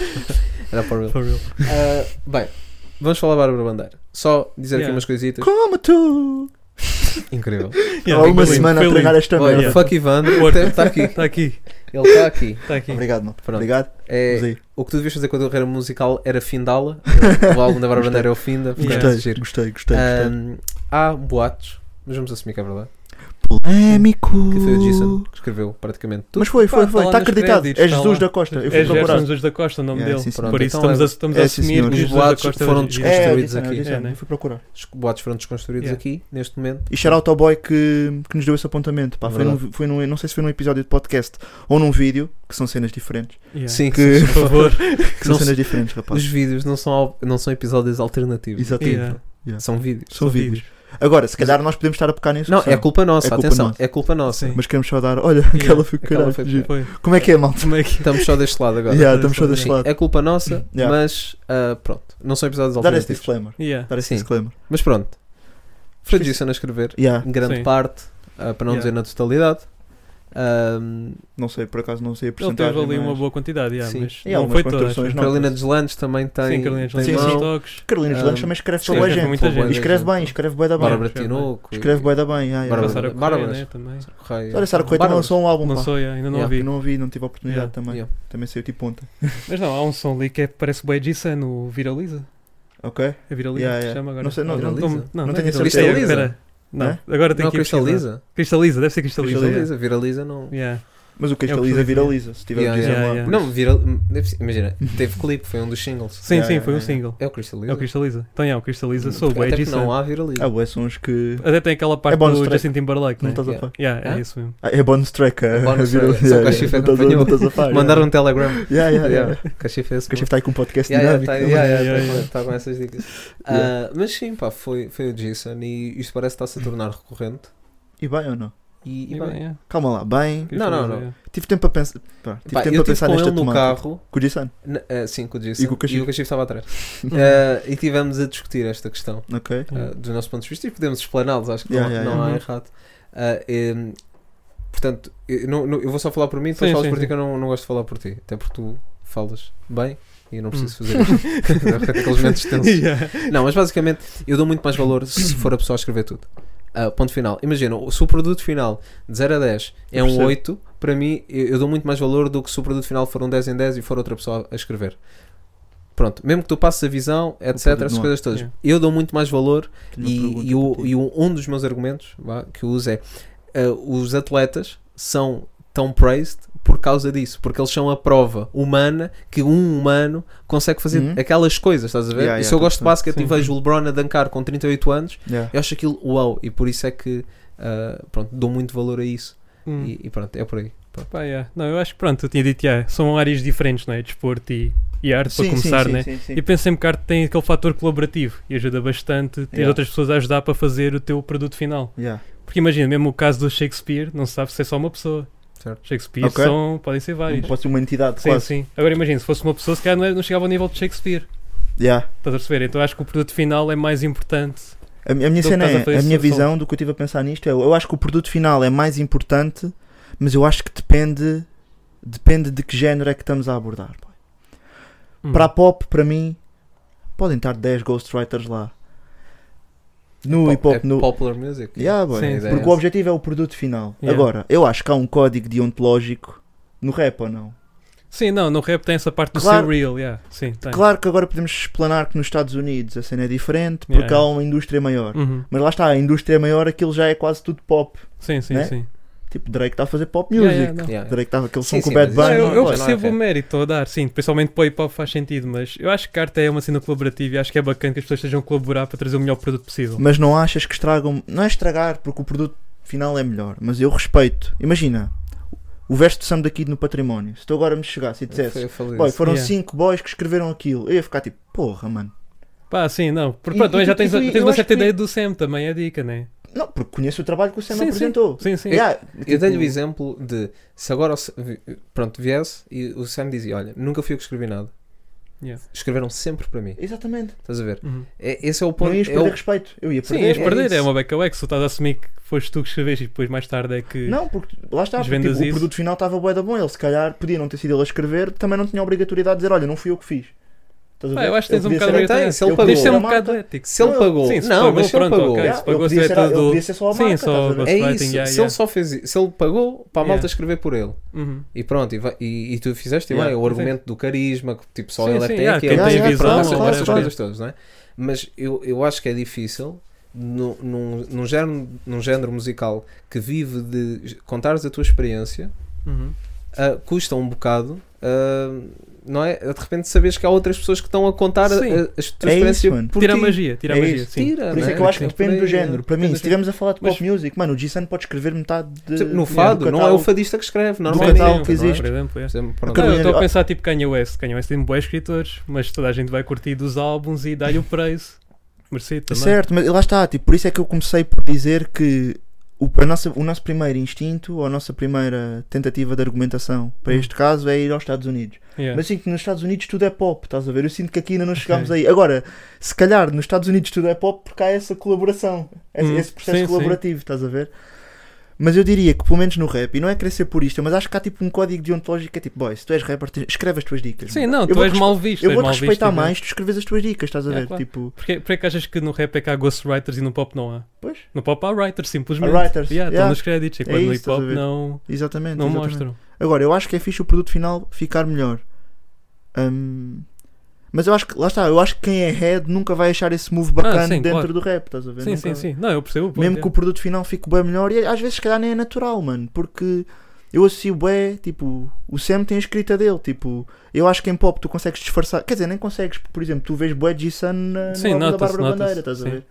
Speaker 7: Era para o real.
Speaker 1: For real.
Speaker 7: Ah, bem, vamos falar da Bárbara Bandeira. Só dizer aqui
Speaker 1: Yeah.
Speaker 7: umas coisitas.
Speaker 6: Como tu!
Speaker 7: Incrível.
Speaker 1: Yeah,
Speaker 6: Há uma
Speaker 1: foi lindo,
Speaker 6: semana a
Speaker 1: foi
Speaker 6: treinar
Speaker 1: lindo.
Speaker 6: esta
Speaker 7: Olha,
Speaker 6: merda.
Speaker 7: fuck Ivan,
Speaker 1: Work.
Speaker 7: está aqui.
Speaker 1: Está aqui,
Speaker 7: Ele está aqui.
Speaker 1: está aqui.
Speaker 6: Obrigado, mano.
Speaker 7: Pronto.
Speaker 6: Obrigado.
Speaker 7: É,
Speaker 6: Vamos aí.
Speaker 7: o que tu devias fazer com a tua carreira musical era findá-la. O álbum da Bárbara Bandeira é o finda. portanto,
Speaker 1: Yeah.
Speaker 6: Gostei,
Speaker 7: giro.
Speaker 6: gostei, gostei, gostei.
Speaker 7: Ahm, há boatos, mas vamos assumir que é verdade.
Speaker 6: Polémico.
Speaker 7: Que foi o Jason que escreveu praticamente tudo.
Speaker 6: Mas foi, foi,
Speaker 1: Pá,
Speaker 6: foi.
Speaker 1: tá lá
Speaker 6: Está
Speaker 1: nos
Speaker 6: acreditado.
Speaker 1: créditos,
Speaker 6: É
Speaker 1: tá
Speaker 6: Jesus
Speaker 1: lá.
Speaker 6: da Costa. Eu
Speaker 1: É
Speaker 6: fui
Speaker 1: Gerson
Speaker 6: procurar.
Speaker 1: Jesus da Costa o nome
Speaker 6: Yeah,
Speaker 1: dele.
Speaker 6: sim, senhor.
Speaker 1: Por isso
Speaker 7: Então
Speaker 1: estamos a, estamos a
Speaker 6: é, sim,
Speaker 1: assumir
Speaker 6: senhor.
Speaker 1: que
Speaker 7: Os
Speaker 1: Jesus da
Speaker 7: boatos
Speaker 1: Costa é-
Speaker 7: foram
Speaker 6: É, eu
Speaker 7: desconstruídos
Speaker 6: disse, eu
Speaker 7: aqui.
Speaker 6: disse,
Speaker 1: É,
Speaker 6: eu
Speaker 1: né?
Speaker 6: Fui procurar.
Speaker 7: Os boatos foram desconstruídos
Speaker 1: Yeah.
Speaker 7: aqui, neste momento.
Speaker 6: E shout out ao boy que, que nos deu esse apontamento. Pá, foi num,
Speaker 7: Verdade.
Speaker 6: foi num, não sei se foi num episódio de podcast ou num vídeo, que são cenas diferentes.
Speaker 1: Yeah.
Speaker 7: Sim,
Speaker 6: Que-
Speaker 1: Por favor.
Speaker 6: Que são
Speaker 7: Não se-
Speaker 6: cenas diferentes,
Speaker 7: os
Speaker 6: rapaz.
Speaker 7: vídeos não são, al- não são episódios alternativos.
Speaker 6: Exatamente.
Speaker 1: Yeah.
Speaker 7: São vídeos.
Speaker 6: São vídeos. Agora, se calhar nós podemos estar a pecar nisso.
Speaker 7: Não, é culpa nossa,
Speaker 6: É culpa
Speaker 7: atenção,
Speaker 6: nossa.
Speaker 7: é culpa nossa.
Speaker 1: Sim.
Speaker 6: Mas queremos só dar. Olha, aquela foi
Speaker 7: aquela
Speaker 6: caralho.
Speaker 7: foi-
Speaker 6: giro.
Speaker 1: Foi.
Speaker 6: Como é que é, malta?
Speaker 1: Como é que.
Speaker 7: Estamos só deste lado agora.
Speaker 6: Yeah, estamos só
Speaker 1: Sim.
Speaker 6: deste lado.
Speaker 7: É culpa nossa,
Speaker 6: Yeah.
Speaker 7: mas ah, pronto, não são episódios
Speaker 6: Dar esse
Speaker 7: alternativos.
Speaker 6: disclaimer.
Speaker 1: Yeah.
Speaker 6: Dar esse
Speaker 7: Sim.
Speaker 6: disclaimer.
Speaker 7: Mas pronto, foi Jason a escrever,
Speaker 6: Yeah.
Speaker 7: em grande
Speaker 1: Sim.
Speaker 7: parte, ah, para não
Speaker 1: Yeah.
Speaker 7: dizer na totalidade. Ahm,
Speaker 6: Não sei, por acaso não sei a
Speaker 1: Ele teve
Speaker 6: porcentagem.
Speaker 1: ali
Speaker 6: mas-
Speaker 1: uma boa quantidade, yeah,
Speaker 7: Sim.
Speaker 1: mas
Speaker 6: E
Speaker 1: não
Speaker 6: algumas
Speaker 1: foi todas.
Speaker 6: contratações
Speaker 1: mas-
Speaker 6: Não,
Speaker 7: Carolina
Speaker 6: mas-
Speaker 7: dos Landes também tem.
Speaker 1: Sim, Carolina
Speaker 7: tem
Speaker 6: Sim,
Speaker 1: Jones,
Speaker 7: mão.
Speaker 1: sim. toques.
Speaker 6: Carolina dos
Speaker 7: Ah,
Speaker 6: Lanches também escreve
Speaker 1: escreve
Speaker 6: toda a
Speaker 1: com
Speaker 6: gente.
Speaker 1: muita gente.
Speaker 6: E escreve bem, escreve bem da bem.
Speaker 7: Bárbara
Speaker 1: Escreve bem.
Speaker 7: Tinoco.
Speaker 6: Escreve bem da bem. yeah, yeah.
Speaker 7: Bárbara-
Speaker 1: Passar a
Speaker 7: Bárbara-
Speaker 1: Correia, né, também.
Speaker 7: Correia.
Speaker 6: Olha, Sara Correia também
Speaker 7: Bárbara-
Speaker 6: lançou um álbum.
Speaker 1: Não
Speaker 6: pá.
Speaker 1: sou, yeah, ainda não
Speaker 7: Yeah.
Speaker 1: ouvi.
Speaker 6: Eu não ouvi, não tive a oportunidade
Speaker 1: Yeah,
Speaker 6: também.
Speaker 7: yeah.
Speaker 6: Também saiu tipo ontem.
Speaker 1: Mas não, há um som ali que é, parece bem Jason, o Viraliza.
Speaker 6: Ok?
Speaker 1: É Viraliza
Speaker 6: Yeah,
Speaker 1: que se
Speaker 6: yeah.
Speaker 1: chama agora.
Speaker 6: Não sei, não-
Speaker 7: não-
Speaker 1: não,
Speaker 7: Viraliza?
Speaker 1: não,
Speaker 6: Não
Speaker 1: não
Speaker 6: tenho
Speaker 1: é
Speaker 6: certeza. Né?
Speaker 1: Viraliza,
Speaker 7: Cristaliza?
Speaker 1: espera. Não,
Speaker 7: É?
Speaker 1: agora tenho
Speaker 7: Não,
Speaker 1: que ir pesquisar.
Speaker 7: cristaliza.
Speaker 1: Cristaliza, deve ser cristaliza.
Speaker 7: Cristaliza, viraliza, não.
Speaker 1: Yeah.
Speaker 6: Mas o
Speaker 1: É
Speaker 6: que
Speaker 1: o que
Speaker 6: viraliza,
Speaker 1: eu diria.
Speaker 6: viraliza. Se tiver
Speaker 7: Yeah,
Speaker 6: visão
Speaker 1: yeah,
Speaker 6: lá.
Speaker 1: yeah.
Speaker 7: Não, viral. Imagina, teve clipe, foi um dos singles.
Speaker 1: Sim,
Speaker 6: Yeah,
Speaker 1: sim,
Speaker 6: yeah,
Speaker 1: foi um
Speaker 6: yeah.
Speaker 1: single.
Speaker 7: É o Crystal
Speaker 1: É o Cristaliza. Então é, o Cristaliza sou né? o
Speaker 7: Até
Speaker 1: Edgy
Speaker 7: que não
Speaker 1: Sun.
Speaker 7: há viraliza.
Speaker 6: Ah, bué, são os que.
Speaker 1: Até tem aquela parte
Speaker 6: bonus
Speaker 1: do
Speaker 6: É track.
Speaker 1: Justin Timberlake,
Speaker 6: Não
Speaker 1: né?
Speaker 6: estás a
Speaker 7: Yeah.
Speaker 6: par.
Speaker 1: Yeah,
Speaker 7: Hã?
Speaker 1: é isso mesmo.
Speaker 6: Ah, É bonus track. a-
Speaker 7: Bonus
Speaker 6: a
Speaker 7: track,
Speaker 6: viraliza,
Speaker 7: só que a
Speaker 6: yeah, não
Speaker 7: Chifre
Speaker 6: estás a-
Speaker 7: acompanhou.
Speaker 6: Não estás a par.
Speaker 7: Mandaram um telegram.
Speaker 6: yeah. Yeah, yeah, yeah.
Speaker 7: Yeah. Cachifa esse.
Speaker 6: Porque a Chifre está aí com um podcast
Speaker 7: Yeah, yeah,
Speaker 6: dinâmico.
Speaker 7: tá-
Speaker 6: também.
Speaker 7: yeah, yeah,
Speaker 1: é Yeah,
Speaker 7: tá com-
Speaker 1: yeah.
Speaker 7: tá com essas dicas.
Speaker 6: Yeah.
Speaker 7: Ah, mas sim, pá, foi, foi o Jason e isto parece estar-se a tornar recorrente.
Speaker 6: E bem ou não?
Speaker 7: E, e
Speaker 1: E
Speaker 7: bem.
Speaker 1: bem, yeah.
Speaker 6: Calma lá, bem.
Speaker 1: Cristaliza,
Speaker 7: não, não.
Speaker 1: yeah.
Speaker 6: Tive tempo para pensar. pá, Tive tempo
Speaker 7: Pá, eu
Speaker 6: para
Speaker 7: tive
Speaker 6: Tipo, pensar
Speaker 7: com
Speaker 6: nesta
Speaker 7: ele no
Speaker 6: temática.
Speaker 7: carro,
Speaker 6: Com o Jason?
Speaker 7: na- ah, sim, com o Jason,
Speaker 6: E com o Cachifo.
Speaker 7: Cachifo estava atrás. Ah, e tivemos a discutir esta questão
Speaker 6: Ok.
Speaker 7: ah,
Speaker 1: Yeah.
Speaker 7: dos nossos pontos de vista e podemos explaná-los, acho que
Speaker 6: Yeah,
Speaker 7: não,
Speaker 6: yeah,
Speaker 7: não
Speaker 1: yeah.
Speaker 7: há errado. Ah, em- portanto, eu, não- não- eu vou só falar por mim, depois
Speaker 1: Sim,
Speaker 7: falas
Speaker 1: sim,
Speaker 7: por ti
Speaker 1: sim.
Speaker 7: que eu não, não gosto de falar por ti, até porque tu falas bem e eu não preciso fazer isto. aqueles momentos tensos.
Speaker 1: Hum. Yeah.
Speaker 7: Não, mas basicamente eu dou muito mais valor se for a pessoa a escrever tudo. Ah, ponto final. Imagina, se o produto final de 0 a 10 é
Speaker 6: Eu
Speaker 7: um
Speaker 6: percebo.
Speaker 7: 8, para mim eu, eu dou muito mais valor do que se o produto final for um 10 em 10 e for outra pessoa a escrever. Pronto, mesmo que tu passes a visão, etc,
Speaker 6: produto
Speaker 7: essas
Speaker 6: não há.
Speaker 7: coisas todas.
Speaker 1: Yeah.
Speaker 7: Eu dou muito mais valor
Speaker 6: Tenho uma pergunta
Speaker 7: e, e o-
Speaker 6: para ti.
Speaker 7: e o- um dos meus argumentos vá, que eu uso é ah, os atletas são tão praised por causa disso, porque eles são a prova humana que um humano consegue fazer
Speaker 6: Uhum.
Speaker 7: aquelas coisas, estás a ver?
Speaker 6: Yeah,
Speaker 7: e
Speaker 6: yeah,
Speaker 7: se eu gosto de
Speaker 6: tô a
Speaker 7: basquete e
Speaker 1: Sim.
Speaker 7: vejo o LeBron a dancar com 38 anos,
Speaker 6: Yeah.
Speaker 7: eu acho aquilo uau, e por isso é que ah, pronto, dou muito valor a isso.
Speaker 1: Hum.
Speaker 7: E, e pronto, é por aí. Pronto.
Speaker 1: Pá, yeah. Não, eu acho que pronto, eu tinha dito, yeah, são áreas diferentes, não é? Desporto e, e arte, para começar, né?
Speaker 6: sim, sim.
Speaker 1: E penso sempre que a arte tem aquele fator colaborativo e ajuda bastante ter
Speaker 6: Yeah.
Speaker 1: outras pessoas a ajudar para fazer o teu produto final.
Speaker 6: Yeah.
Speaker 1: Porque imagina, mesmo o caso do Shakespeare, não se sabe se é só uma pessoa.
Speaker 7: Certo.
Speaker 1: Shakespeare
Speaker 6: Ok.
Speaker 1: são, podem ser vários.
Speaker 6: Pode ser uma entidade,
Speaker 1: Sim,
Speaker 6: quase.
Speaker 1: sim. Agora imagina, se fosse uma pessoa, se calhar não é- não chegava ao nível de Shakespeare.
Speaker 6: Yeah.
Speaker 1: Estás a perceber? Então acho que o produto final é mais importante.
Speaker 6: A, mi- a minha
Speaker 1: Do que
Speaker 6: cena
Speaker 1: Então estás a
Speaker 6: é,
Speaker 1: fazer
Speaker 6: a minha
Speaker 1: só- só-
Speaker 6: visão do que eu estive a pensar nisto é, eu acho que o produto final é mais importante, mas eu acho que depende, depende de que género é que estamos a abordar. pá.
Speaker 1: Hum.
Speaker 6: Para a pop, para mim, podem estar 10 ghostwriters lá. No Um hip
Speaker 7: Pop-
Speaker 6: hop,
Speaker 7: é
Speaker 6: no...
Speaker 7: popular music.
Speaker 6: Yeah, boy.
Speaker 1: Sim,
Speaker 7: a ideia
Speaker 6: Porque o
Speaker 7: é essa.
Speaker 6: objetivo é o produto final.
Speaker 1: Yeah.
Speaker 6: Agora, eu acho que há um código deontológico no rap ou não?
Speaker 1: Sim, não, no rap tem essa parte do
Speaker 6: Claro.
Speaker 1: surreal, yeah. Sim, tem.
Speaker 6: Claro que agora podemos explanar que nos Estados Unidos a cena é diferente porque
Speaker 1: Yeah, yeah.
Speaker 6: há uma indústria maior.
Speaker 1: Uhum.
Speaker 6: Mas lá está, a indústria maior, aquilo já é quase tudo pop.
Speaker 1: Sim, sim,
Speaker 6: Né?
Speaker 1: sim.
Speaker 6: Tipo, Drake está a fazer pop music.
Speaker 1: Yeah, yeah, não.
Speaker 7: Yeah.
Speaker 6: Drake estava aquele som
Speaker 7: Sim,
Speaker 6: com
Speaker 7: sim,
Speaker 6: o Bad
Speaker 7: mas
Speaker 1: Não,
Speaker 6: Bunny.
Speaker 1: eu,
Speaker 7: não,
Speaker 1: eu
Speaker 7: não é
Speaker 1: percebo
Speaker 7: rap.
Speaker 1: o mérito a dar, sim, principalmente para o hip hop faz sentido, mas eu acho que a arte é uma cena colaborativa e acho que é bacana que as pessoas estejam a colaborar para trazer o melhor produto possível.
Speaker 6: Mas não achas que estragam. Não é estragar porque o produto final é melhor, mas eu respeito. Imagina o verso de Sam da Kid no património. Se tu agora me chegasse e
Speaker 7: Foi-
Speaker 6: dissesse,
Speaker 7: eu falei
Speaker 6: é boy,
Speaker 7: isso.
Speaker 6: foram
Speaker 1: Yeah.
Speaker 6: cinco boys que escreveram aquilo, eu ia ficar tipo, porra, mano.
Speaker 1: Pá, sim, não. Porque
Speaker 6: E-
Speaker 1: pronto, também
Speaker 6: e
Speaker 1: já
Speaker 6: tu-
Speaker 1: tens,
Speaker 6: e tu-
Speaker 1: tens
Speaker 6: eu
Speaker 1: uma
Speaker 6: acho
Speaker 1: certa
Speaker 6: que-
Speaker 1: ideia do Sam também, é a dica, né?
Speaker 6: Não, porque conheço o trabalho que o Sam
Speaker 1: Sim, sim.
Speaker 6: apresentou.
Speaker 1: Sim, sim.
Speaker 6: Yeah,
Speaker 7: Eu
Speaker 6: tipo,
Speaker 7: dei-lhe o exemplo de se agora o Sa- vi- pronto, viesse e o Sam dizia: Olha, nunca fui eu que escrevi nada.
Speaker 1: Yeah.
Speaker 7: Escreveram sempre para mim.
Speaker 6: Exatamente.
Speaker 7: Estás a ver?
Speaker 1: Uhum.
Speaker 7: É- esse é o ponto.
Speaker 6: Não ias
Speaker 7: é o-
Speaker 6: perder respeito. Eu ia
Speaker 1: Sim,
Speaker 6: perder.
Speaker 1: ias
Speaker 6: é
Speaker 1: perder,
Speaker 6: isso.
Speaker 1: é, uma beca uex, tu estás a assumir que foste tu que escreveste e depois mais tarde é que.
Speaker 6: Não, porque lá está,
Speaker 1: As
Speaker 6: porque, tipo,
Speaker 1: vendas
Speaker 6: o
Speaker 1: isso.
Speaker 6: produto final estava bué da bom, ele se calhar podia não ter sido ele a escrever, também não tinha a obrigatoriedade de dizer, olha, não fui eu que fiz. Estás a
Speaker 1: Pá,
Speaker 6: ver?
Speaker 1: eu acho que tens um
Speaker 6: Ele podia
Speaker 1: bocado
Speaker 6: ser-
Speaker 1: de
Speaker 7: Tem, se ele
Speaker 1: eu
Speaker 7: pagou.
Speaker 1: Podes ser um
Speaker 6: Marca.
Speaker 1: bocado ético.
Speaker 7: Se ele
Speaker 6: Não,
Speaker 7: pagou,
Speaker 1: Sim, se
Speaker 7: não,
Speaker 1: pagou,
Speaker 7: mas se ele
Speaker 1: pronto,
Speaker 7: pagou.
Speaker 1: ok.
Speaker 6: Yeah,
Speaker 1: se
Speaker 6: ele
Speaker 1: pagou,
Speaker 6: podia
Speaker 1: se
Speaker 6: ser,
Speaker 1: é
Speaker 6: ele
Speaker 1: tudo-
Speaker 6: podia ser só a
Speaker 1: Sim,
Speaker 6: marca,
Speaker 1: só
Speaker 6: estás a ver?
Speaker 1: o-
Speaker 7: É
Speaker 1: Ghostwriting,
Speaker 7: isso.
Speaker 1: yeah,
Speaker 7: se
Speaker 1: yeah.
Speaker 7: ele só fez isso, se ele pagou para a malta
Speaker 1: Yeah.
Speaker 7: escrever por ele.
Speaker 1: Uhum.
Speaker 7: E pronto, e, vai- e- e tu fizeste e
Speaker 6: Yeah.
Speaker 7: bem, o
Speaker 1: Sim.
Speaker 7: argumento do carisma, que tipo só
Speaker 1: é. Sim,
Speaker 7: ele é
Speaker 1: sim,
Speaker 7: que tem
Speaker 1: yeah,
Speaker 7: aquilo.
Speaker 1: quem
Speaker 6: tem Yeah, visão,
Speaker 7: Pronto,
Speaker 6: claro,
Speaker 7: essas
Speaker 6: claro.
Speaker 7: coisas todas, não é? Mas eu, eu acho que é difícil no- num, num, género, num género musical que vive de contares a tua experiência
Speaker 1: Uhum.
Speaker 7: ah, custa um bocado, ah, não é? De repente sabes que há outras pessoas que estão a contar a, a, a
Speaker 1: Sim.
Speaker 7: tua experiência
Speaker 6: É mano.
Speaker 7: por
Speaker 1: Tira a
Speaker 7: ti.
Speaker 1: magia, tira a
Speaker 6: É
Speaker 1: magia,
Speaker 6: isso,
Speaker 1: sim.
Speaker 7: Tira,
Speaker 6: Por
Speaker 7: não
Speaker 6: isso é
Speaker 7: é?
Speaker 6: que eu acho que
Speaker 1: É
Speaker 6: depende
Speaker 7: por
Speaker 6: do
Speaker 7: aí,
Speaker 6: género. Para mim,
Speaker 7: é.
Speaker 6: se
Speaker 7: Depende do
Speaker 6: estivermos a falar de
Speaker 1: Mas-
Speaker 6: pop music, mano, o G-San pode escrever metade
Speaker 7: Por
Speaker 6: de.
Speaker 7: exemplo, no
Speaker 6: do
Speaker 7: fado, não é o
Speaker 6: catálogo.
Speaker 7: fadista que escreve, não
Speaker 6: Do
Speaker 7: é
Speaker 6: catálogo
Speaker 7: nenhum,
Speaker 6: um que
Speaker 7: não é?
Speaker 6: existe.
Speaker 1: Por exemplo, é.
Speaker 7: Por exemplo, pronto.
Speaker 1: Não, eu estou
Speaker 6: Ah.
Speaker 1: a pensar tipo Kanye West. Kanye West tem bons escritores, mas toda a gente vai curtir dos álbuns e dá-lhe o preço. Merecido também.
Speaker 6: Certo, mas lá está, tipo, por isso é que eu comecei por dizer que o, a nossa, o nosso primeiro instinto, ou a nossa primeira tentativa de argumentação para
Speaker 1: Hum.
Speaker 6: este caso é ir aos Estados Unidos.
Speaker 1: Yeah.
Speaker 6: Mas sinto que nos Estados Unidos tudo é pop, estás a ver? Eu sinto que aqui ainda não chegámos aí. Agora, se calhar nos Estados Unidos tudo é pop porque há essa colaboração, esse,
Speaker 1: Hum,
Speaker 6: esse processo
Speaker 1: sim,
Speaker 6: colaborativo, estás a ver? Mas eu diria que, pelo menos no rap, e não é querer ser purista, mas acho que há tipo um código deontológico que é tipo, boy, se tu és rapper, te- escreve as tuas dicas.
Speaker 1: Sim,
Speaker 6: mano.
Speaker 1: não,
Speaker 6: Eu
Speaker 1: tu
Speaker 6: vou
Speaker 1: és
Speaker 6: respe-
Speaker 1: mal visto.
Speaker 6: Eu
Speaker 1: és
Speaker 6: vou
Speaker 1: mal visto,
Speaker 6: respeitar
Speaker 1: tipo,
Speaker 6: mais, tu escreves as tuas dicas, estás a
Speaker 1: É,
Speaker 6: ver?
Speaker 1: claro.
Speaker 6: Tipo,
Speaker 1: Porquê, porquê que achas que no rap é que há ghostwriters e no pop não há?
Speaker 6: pois,
Speaker 1: No pop há writers, simplesmente.
Speaker 6: Há writers,
Speaker 1: Yeah, Estão
Speaker 6: yeah.
Speaker 1: nos créditos.
Speaker 6: É
Speaker 1: E quando no
Speaker 6: isso,
Speaker 1: hip
Speaker 6: estás
Speaker 1: hop
Speaker 6: a ver.
Speaker 1: não,
Speaker 6: exatamente.
Speaker 1: não
Speaker 6: exatamente.
Speaker 1: mostram.
Speaker 6: Agora, eu acho que é fixe o produto final ficar melhor. Hum, mas eu acho que, lá está, eu acho que quem é head nunca vai achar esse move bacana
Speaker 1: Ah, sim,
Speaker 6: dentro
Speaker 1: claro.
Speaker 6: do rap, estás a ver?
Speaker 1: Sim,
Speaker 6: Nunca
Speaker 1: sim,
Speaker 6: vai.
Speaker 1: sim. Não, eu percebo. o ponto,
Speaker 6: Mesmo que
Speaker 1: é.
Speaker 6: o produto final fique bem melhor, e às vezes, se calhar, nem é natural, mano, porque eu associo bué, tipo, o Sam tem a escrita dele, tipo, eu acho que em pop tu consegues disfarçar, quer dizer, nem consegues, porque, por exemplo, tu vês bué G-Sun na, no
Speaker 1: Sim,
Speaker 6: álbum da
Speaker 1: nota-se,
Speaker 6: Bárbara
Speaker 1: nota-se,
Speaker 6: Bandeira, estás a
Speaker 1: sim.
Speaker 6: ver?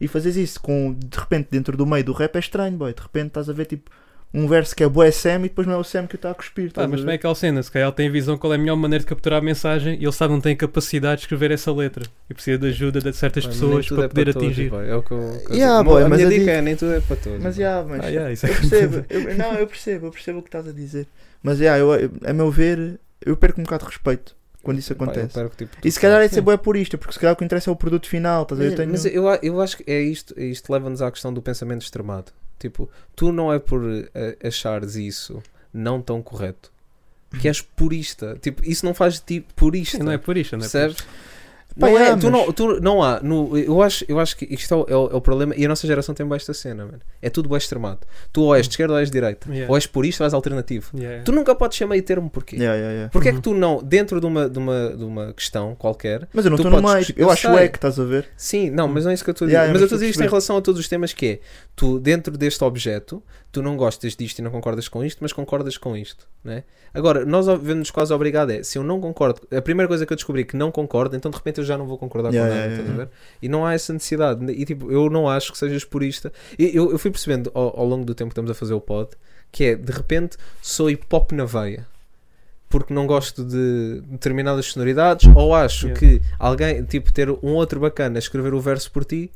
Speaker 6: E fazes isso com, de repente, dentro do meio do rap é estranho, boy, de repente estás a ver, tipo, um verso que é bué Sam e depois não é o Sam que o está a cuspir,
Speaker 1: Pá,
Speaker 6: estás
Speaker 1: mas
Speaker 6: a
Speaker 1: como
Speaker 6: ver?
Speaker 1: é que ele cena? Se calhar ele tem a visão qual é a melhor maneira de capturar a mensagem e ele sabe que não tem capacidade de escrever essa letra e precisa de ajuda de certas
Speaker 7: Pá, nem
Speaker 1: pessoas
Speaker 7: tudo
Speaker 1: para
Speaker 7: é
Speaker 1: poder
Speaker 7: todos,
Speaker 1: atingir.
Speaker 7: boy, é o que eu- que eu
Speaker 6: Yeah,
Speaker 7: digo.
Speaker 6: boy,
Speaker 7: a
Speaker 6: mas
Speaker 7: minha
Speaker 6: a
Speaker 7: dica
Speaker 6: dica-
Speaker 7: é nem tudo é para todos.
Speaker 6: Mas,
Speaker 7: mano.
Speaker 6: yeah, mas,
Speaker 1: Ah, yeah, isso é
Speaker 6: eu percebo, eu- não, eu percebo, eu percebo o que estás a dizer, mas, yeah, eu, eu- a meu ver, eu perco um bocado de respeito quando isso
Speaker 7: Pá, eu
Speaker 6: acontece.
Speaker 7: perco, tipo,
Speaker 6: E se calhar é de ser
Speaker 7: Sim.
Speaker 6: bué purista, porque se calhar o que interessa é o produto final, estás a ver?
Speaker 7: Mas,
Speaker 6: Eu tenho- um-
Speaker 7: mas eu, a- eu acho que é isto, isto leva-nos à questão do pensamento extremado. Tipo, tu não é por eh, achares isso não tão correto que és purista. Tipo, isso não faz de ti purista.
Speaker 1: Sim, não é por isto, não é? Por
Speaker 7: percebes?
Speaker 1: isto.
Speaker 6: Pá,
Speaker 7: não,
Speaker 6: é,
Speaker 7: é, tu
Speaker 6: mas-
Speaker 7: não, tu não há. No, eu, acho, eu acho que isto é o, é o- é o problema. E a nossa geração tem bem esta cena, mano. É tudo bem extremado. Tu ou és de esquerda ou és de direita.
Speaker 1: Hum. Yeah.
Speaker 7: Ou és purista ou és alternativo.
Speaker 1: Yeah.
Speaker 7: Tu nunca podes ser meio termo porquê.
Speaker 6: Yeah, yeah, yeah.
Speaker 7: Porquê é
Speaker 1: Uhum.
Speaker 7: que tu não, dentro de uma, de uma, de uma questão qualquer,
Speaker 6: Mas eu não
Speaker 7: Tu
Speaker 6: estou no
Speaker 7: podes
Speaker 6: meio,
Speaker 7: discu-
Speaker 6: eu
Speaker 7: eu
Speaker 6: acho
Speaker 7: sei.
Speaker 6: é que estás a ver.
Speaker 7: Sim, não, mas não é isso que eu estou a dizer.
Speaker 6: Hum. Yeah, mas
Speaker 7: mas eu
Speaker 6: estou
Speaker 7: estou a
Speaker 6: a
Speaker 7: dizer isto
Speaker 6: perceber.
Speaker 7: em relação a todos os temas que é. Tu, dentro deste objeto, tu não gostas disto e não concordas com isto, mas concordas com isto, né? Agora, nós o- vemos-nos quase obrigado é, se eu não concordo, a primeira coisa que eu descobri que não concordo, então de repente eu já não vou concordar
Speaker 6: Yeah,
Speaker 7: com nada,
Speaker 6: yeah,
Speaker 7: estás a
Speaker 6: yeah.
Speaker 7: ver? E não há essa necessidade. E tipo, eu não acho que sejas purista. E eu, eu fui percebendo ao, ao longo do tempo que estamos a fazer o pod, que é, de repente, sou hip hop na veia. Porque não gosto de determinadas sonoridades, ou acho
Speaker 1: Yeah.
Speaker 7: que alguém, tipo, ter um outro bacana a escrever o verso por ti,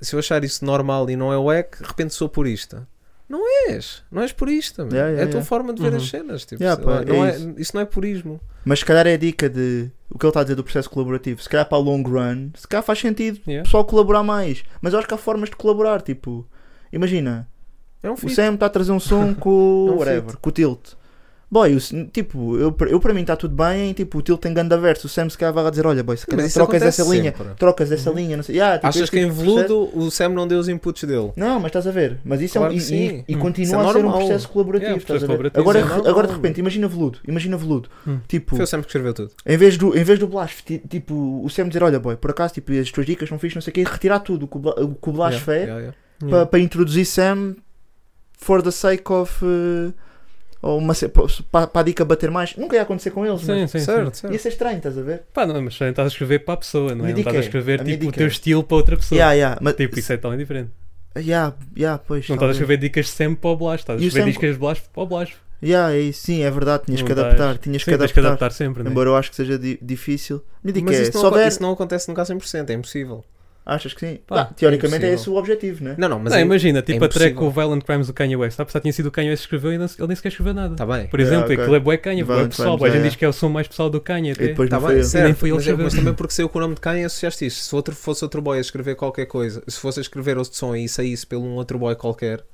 Speaker 7: se eu achar isso normal e não é o EC, de repente sou purista. Não és, não és purista, mano.
Speaker 6: Yeah, yeah,
Speaker 7: é a tua
Speaker 6: yeah.
Speaker 7: forma de ver as
Speaker 1: Uhum.
Speaker 7: cenas. Tipo,
Speaker 6: Yeah,
Speaker 7: sei
Speaker 6: pá,
Speaker 7: lá,
Speaker 6: é
Speaker 7: não é-
Speaker 6: isso.
Speaker 7: isso não é purismo.
Speaker 6: Mas se calhar é a dica de o que ele está a dizer do processo colaborativo. Se calhar para a long run, se calhar faz sentido o
Speaker 1: Yeah.
Speaker 6: pessoal colaborar mais. Mas eu acho que há formas de colaborar, tipo, imagina,
Speaker 7: É um
Speaker 6: o
Speaker 7: feat.
Speaker 6: Sam está a trazer um som com
Speaker 7: É um
Speaker 6: o whatever, com o Tilt. Boy, o Sam- tipo, eu, eu para mim está tudo bem, tipo, o Tilt tem ganda verso, o Sam se calhar vai lá dizer, olha boy, se calhar
Speaker 7: Mas isso
Speaker 6: trocas
Speaker 7: acontece
Speaker 6: essa linha,
Speaker 7: sempre. Uhum.
Speaker 6: trocas essa linha, não sei. Yeah, tipo,
Speaker 7: Achas
Speaker 6: este
Speaker 7: que é em
Speaker 6: tipo de processo-
Speaker 7: veludo o Sam não deu os inputs dele?
Speaker 6: Não, mas estás a ver. Mas isso
Speaker 7: Claro
Speaker 6: é um, e,
Speaker 7: que sim.
Speaker 6: e- e
Speaker 1: Hum.
Speaker 6: continua
Speaker 7: Isso é
Speaker 6: a ser um
Speaker 7: normal.
Speaker 6: processo colaborativo.
Speaker 1: É, um
Speaker 6: estás
Speaker 1: processo
Speaker 6: a ver?
Speaker 1: colaborativo,
Speaker 6: agora,
Speaker 1: isso é
Speaker 6: re-
Speaker 7: normal.
Speaker 6: agora de repente, imagina veludo. Imagina veludo.
Speaker 1: Hum.
Speaker 6: Tipo,
Speaker 7: Foi o Sam que escreveu tudo.
Speaker 6: em vez, do, em vez do Blas, ti- tipo, o Sam dizer: Olha, boy, por acaso, tipo, as tuas dicas não fiz, não sei o quê, retirar tudo o que o Bla- o que é? o Blas
Speaker 7: Yeah,
Speaker 6: fez
Speaker 7: yeah, yeah.
Speaker 1: Yeah.
Speaker 6: para introduzir Sam for the sake of. eh, ou uma ce- para, para a dica bater mais. Nunca ia acontecer com eles,
Speaker 1: Sim, sim, sim.
Speaker 7: Certo, certo.
Speaker 6: mas ia ser estranho, estás a ver?
Speaker 1: Pá, não, mas estás a escrever para a pessoa, não é?
Speaker 6: Minha
Speaker 1: Não estás a
Speaker 6: dica é-
Speaker 1: escrever
Speaker 6: a minha
Speaker 1: tipo o
Speaker 6: dica
Speaker 1: teu
Speaker 6: é-
Speaker 1: estilo para outra pessoa.
Speaker 6: Yeah, yeah, mas,
Speaker 1: Tipo, isso é tão indiferente.
Speaker 6: yeah, yeah, pois,
Speaker 1: Não estás a
Speaker 6: talvez.
Speaker 1: escrever dicas de sempre para o Blas, estás a
Speaker 6: E o
Speaker 1: escrever
Speaker 6: Sam-
Speaker 1: dicas de Blas para o Blas.
Speaker 6: Yeah, é isso, sim, é verdade, tinhas
Speaker 1: Não
Speaker 6: que
Speaker 1: dás.
Speaker 6: adaptar, tinhas
Speaker 1: Sim,
Speaker 6: que
Speaker 1: tens que
Speaker 6: adaptar.
Speaker 1: adaptar sempre, não é?
Speaker 6: Embora eu acho que seja di- difícil. Me diga,
Speaker 7: Mas
Speaker 6: é,
Speaker 7: isso
Speaker 6: se
Speaker 7: não, aco-
Speaker 6: houver.
Speaker 7: isso não acontece nunca a 100%, é impossível.
Speaker 6: Achas que sim?
Speaker 1: Pá,
Speaker 6: Ah, teoricamente
Speaker 7: é
Speaker 6: é esse o objetivo, né?
Speaker 7: Não, não, mas
Speaker 1: não,
Speaker 7: é-
Speaker 1: imagina, tipo a track
Speaker 7: impossível.
Speaker 1: com o Violent Crimes do Kanye West. Apesar de tinha sido o Kanye West que escreveu e não- ele nem sequer escreveu nada.
Speaker 7: Tá bem.
Speaker 1: Por
Speaker 6: Yeah,
Speaker 1: exemplo,
Speaker 6: ok.
Speaker 1: aquilo é bué Kanye, bué
Speaker 6: Violent
Speaker 1: pessoal.
Speaker 6: Crimes,
Speaker 1: bué, A gente
Speaker 6: yeah,
Speaker 1: diz que é o som mais pessoal do Kanye
Speaker 6: E
Speaker 1: até.
Speaker 6: depois
Speaker 7: Tá
Speaker 6: não
Speaker 7: bem,
Speaker 6: foi ele.
Speaker 7: certo,
Speaker 1: Nem foi ele
Speaker 7: mas,
Speaker 1: que
Speaker 7: eu- mas
Speaker 1: escreveu.
Speaker 7: também porque saiu com o nome de Kanye associaste isso. Se outro, fosse outro boy a escrever qualquer coisa, se fosse a escrever outro som e saísse pelo um outro boy qualquer.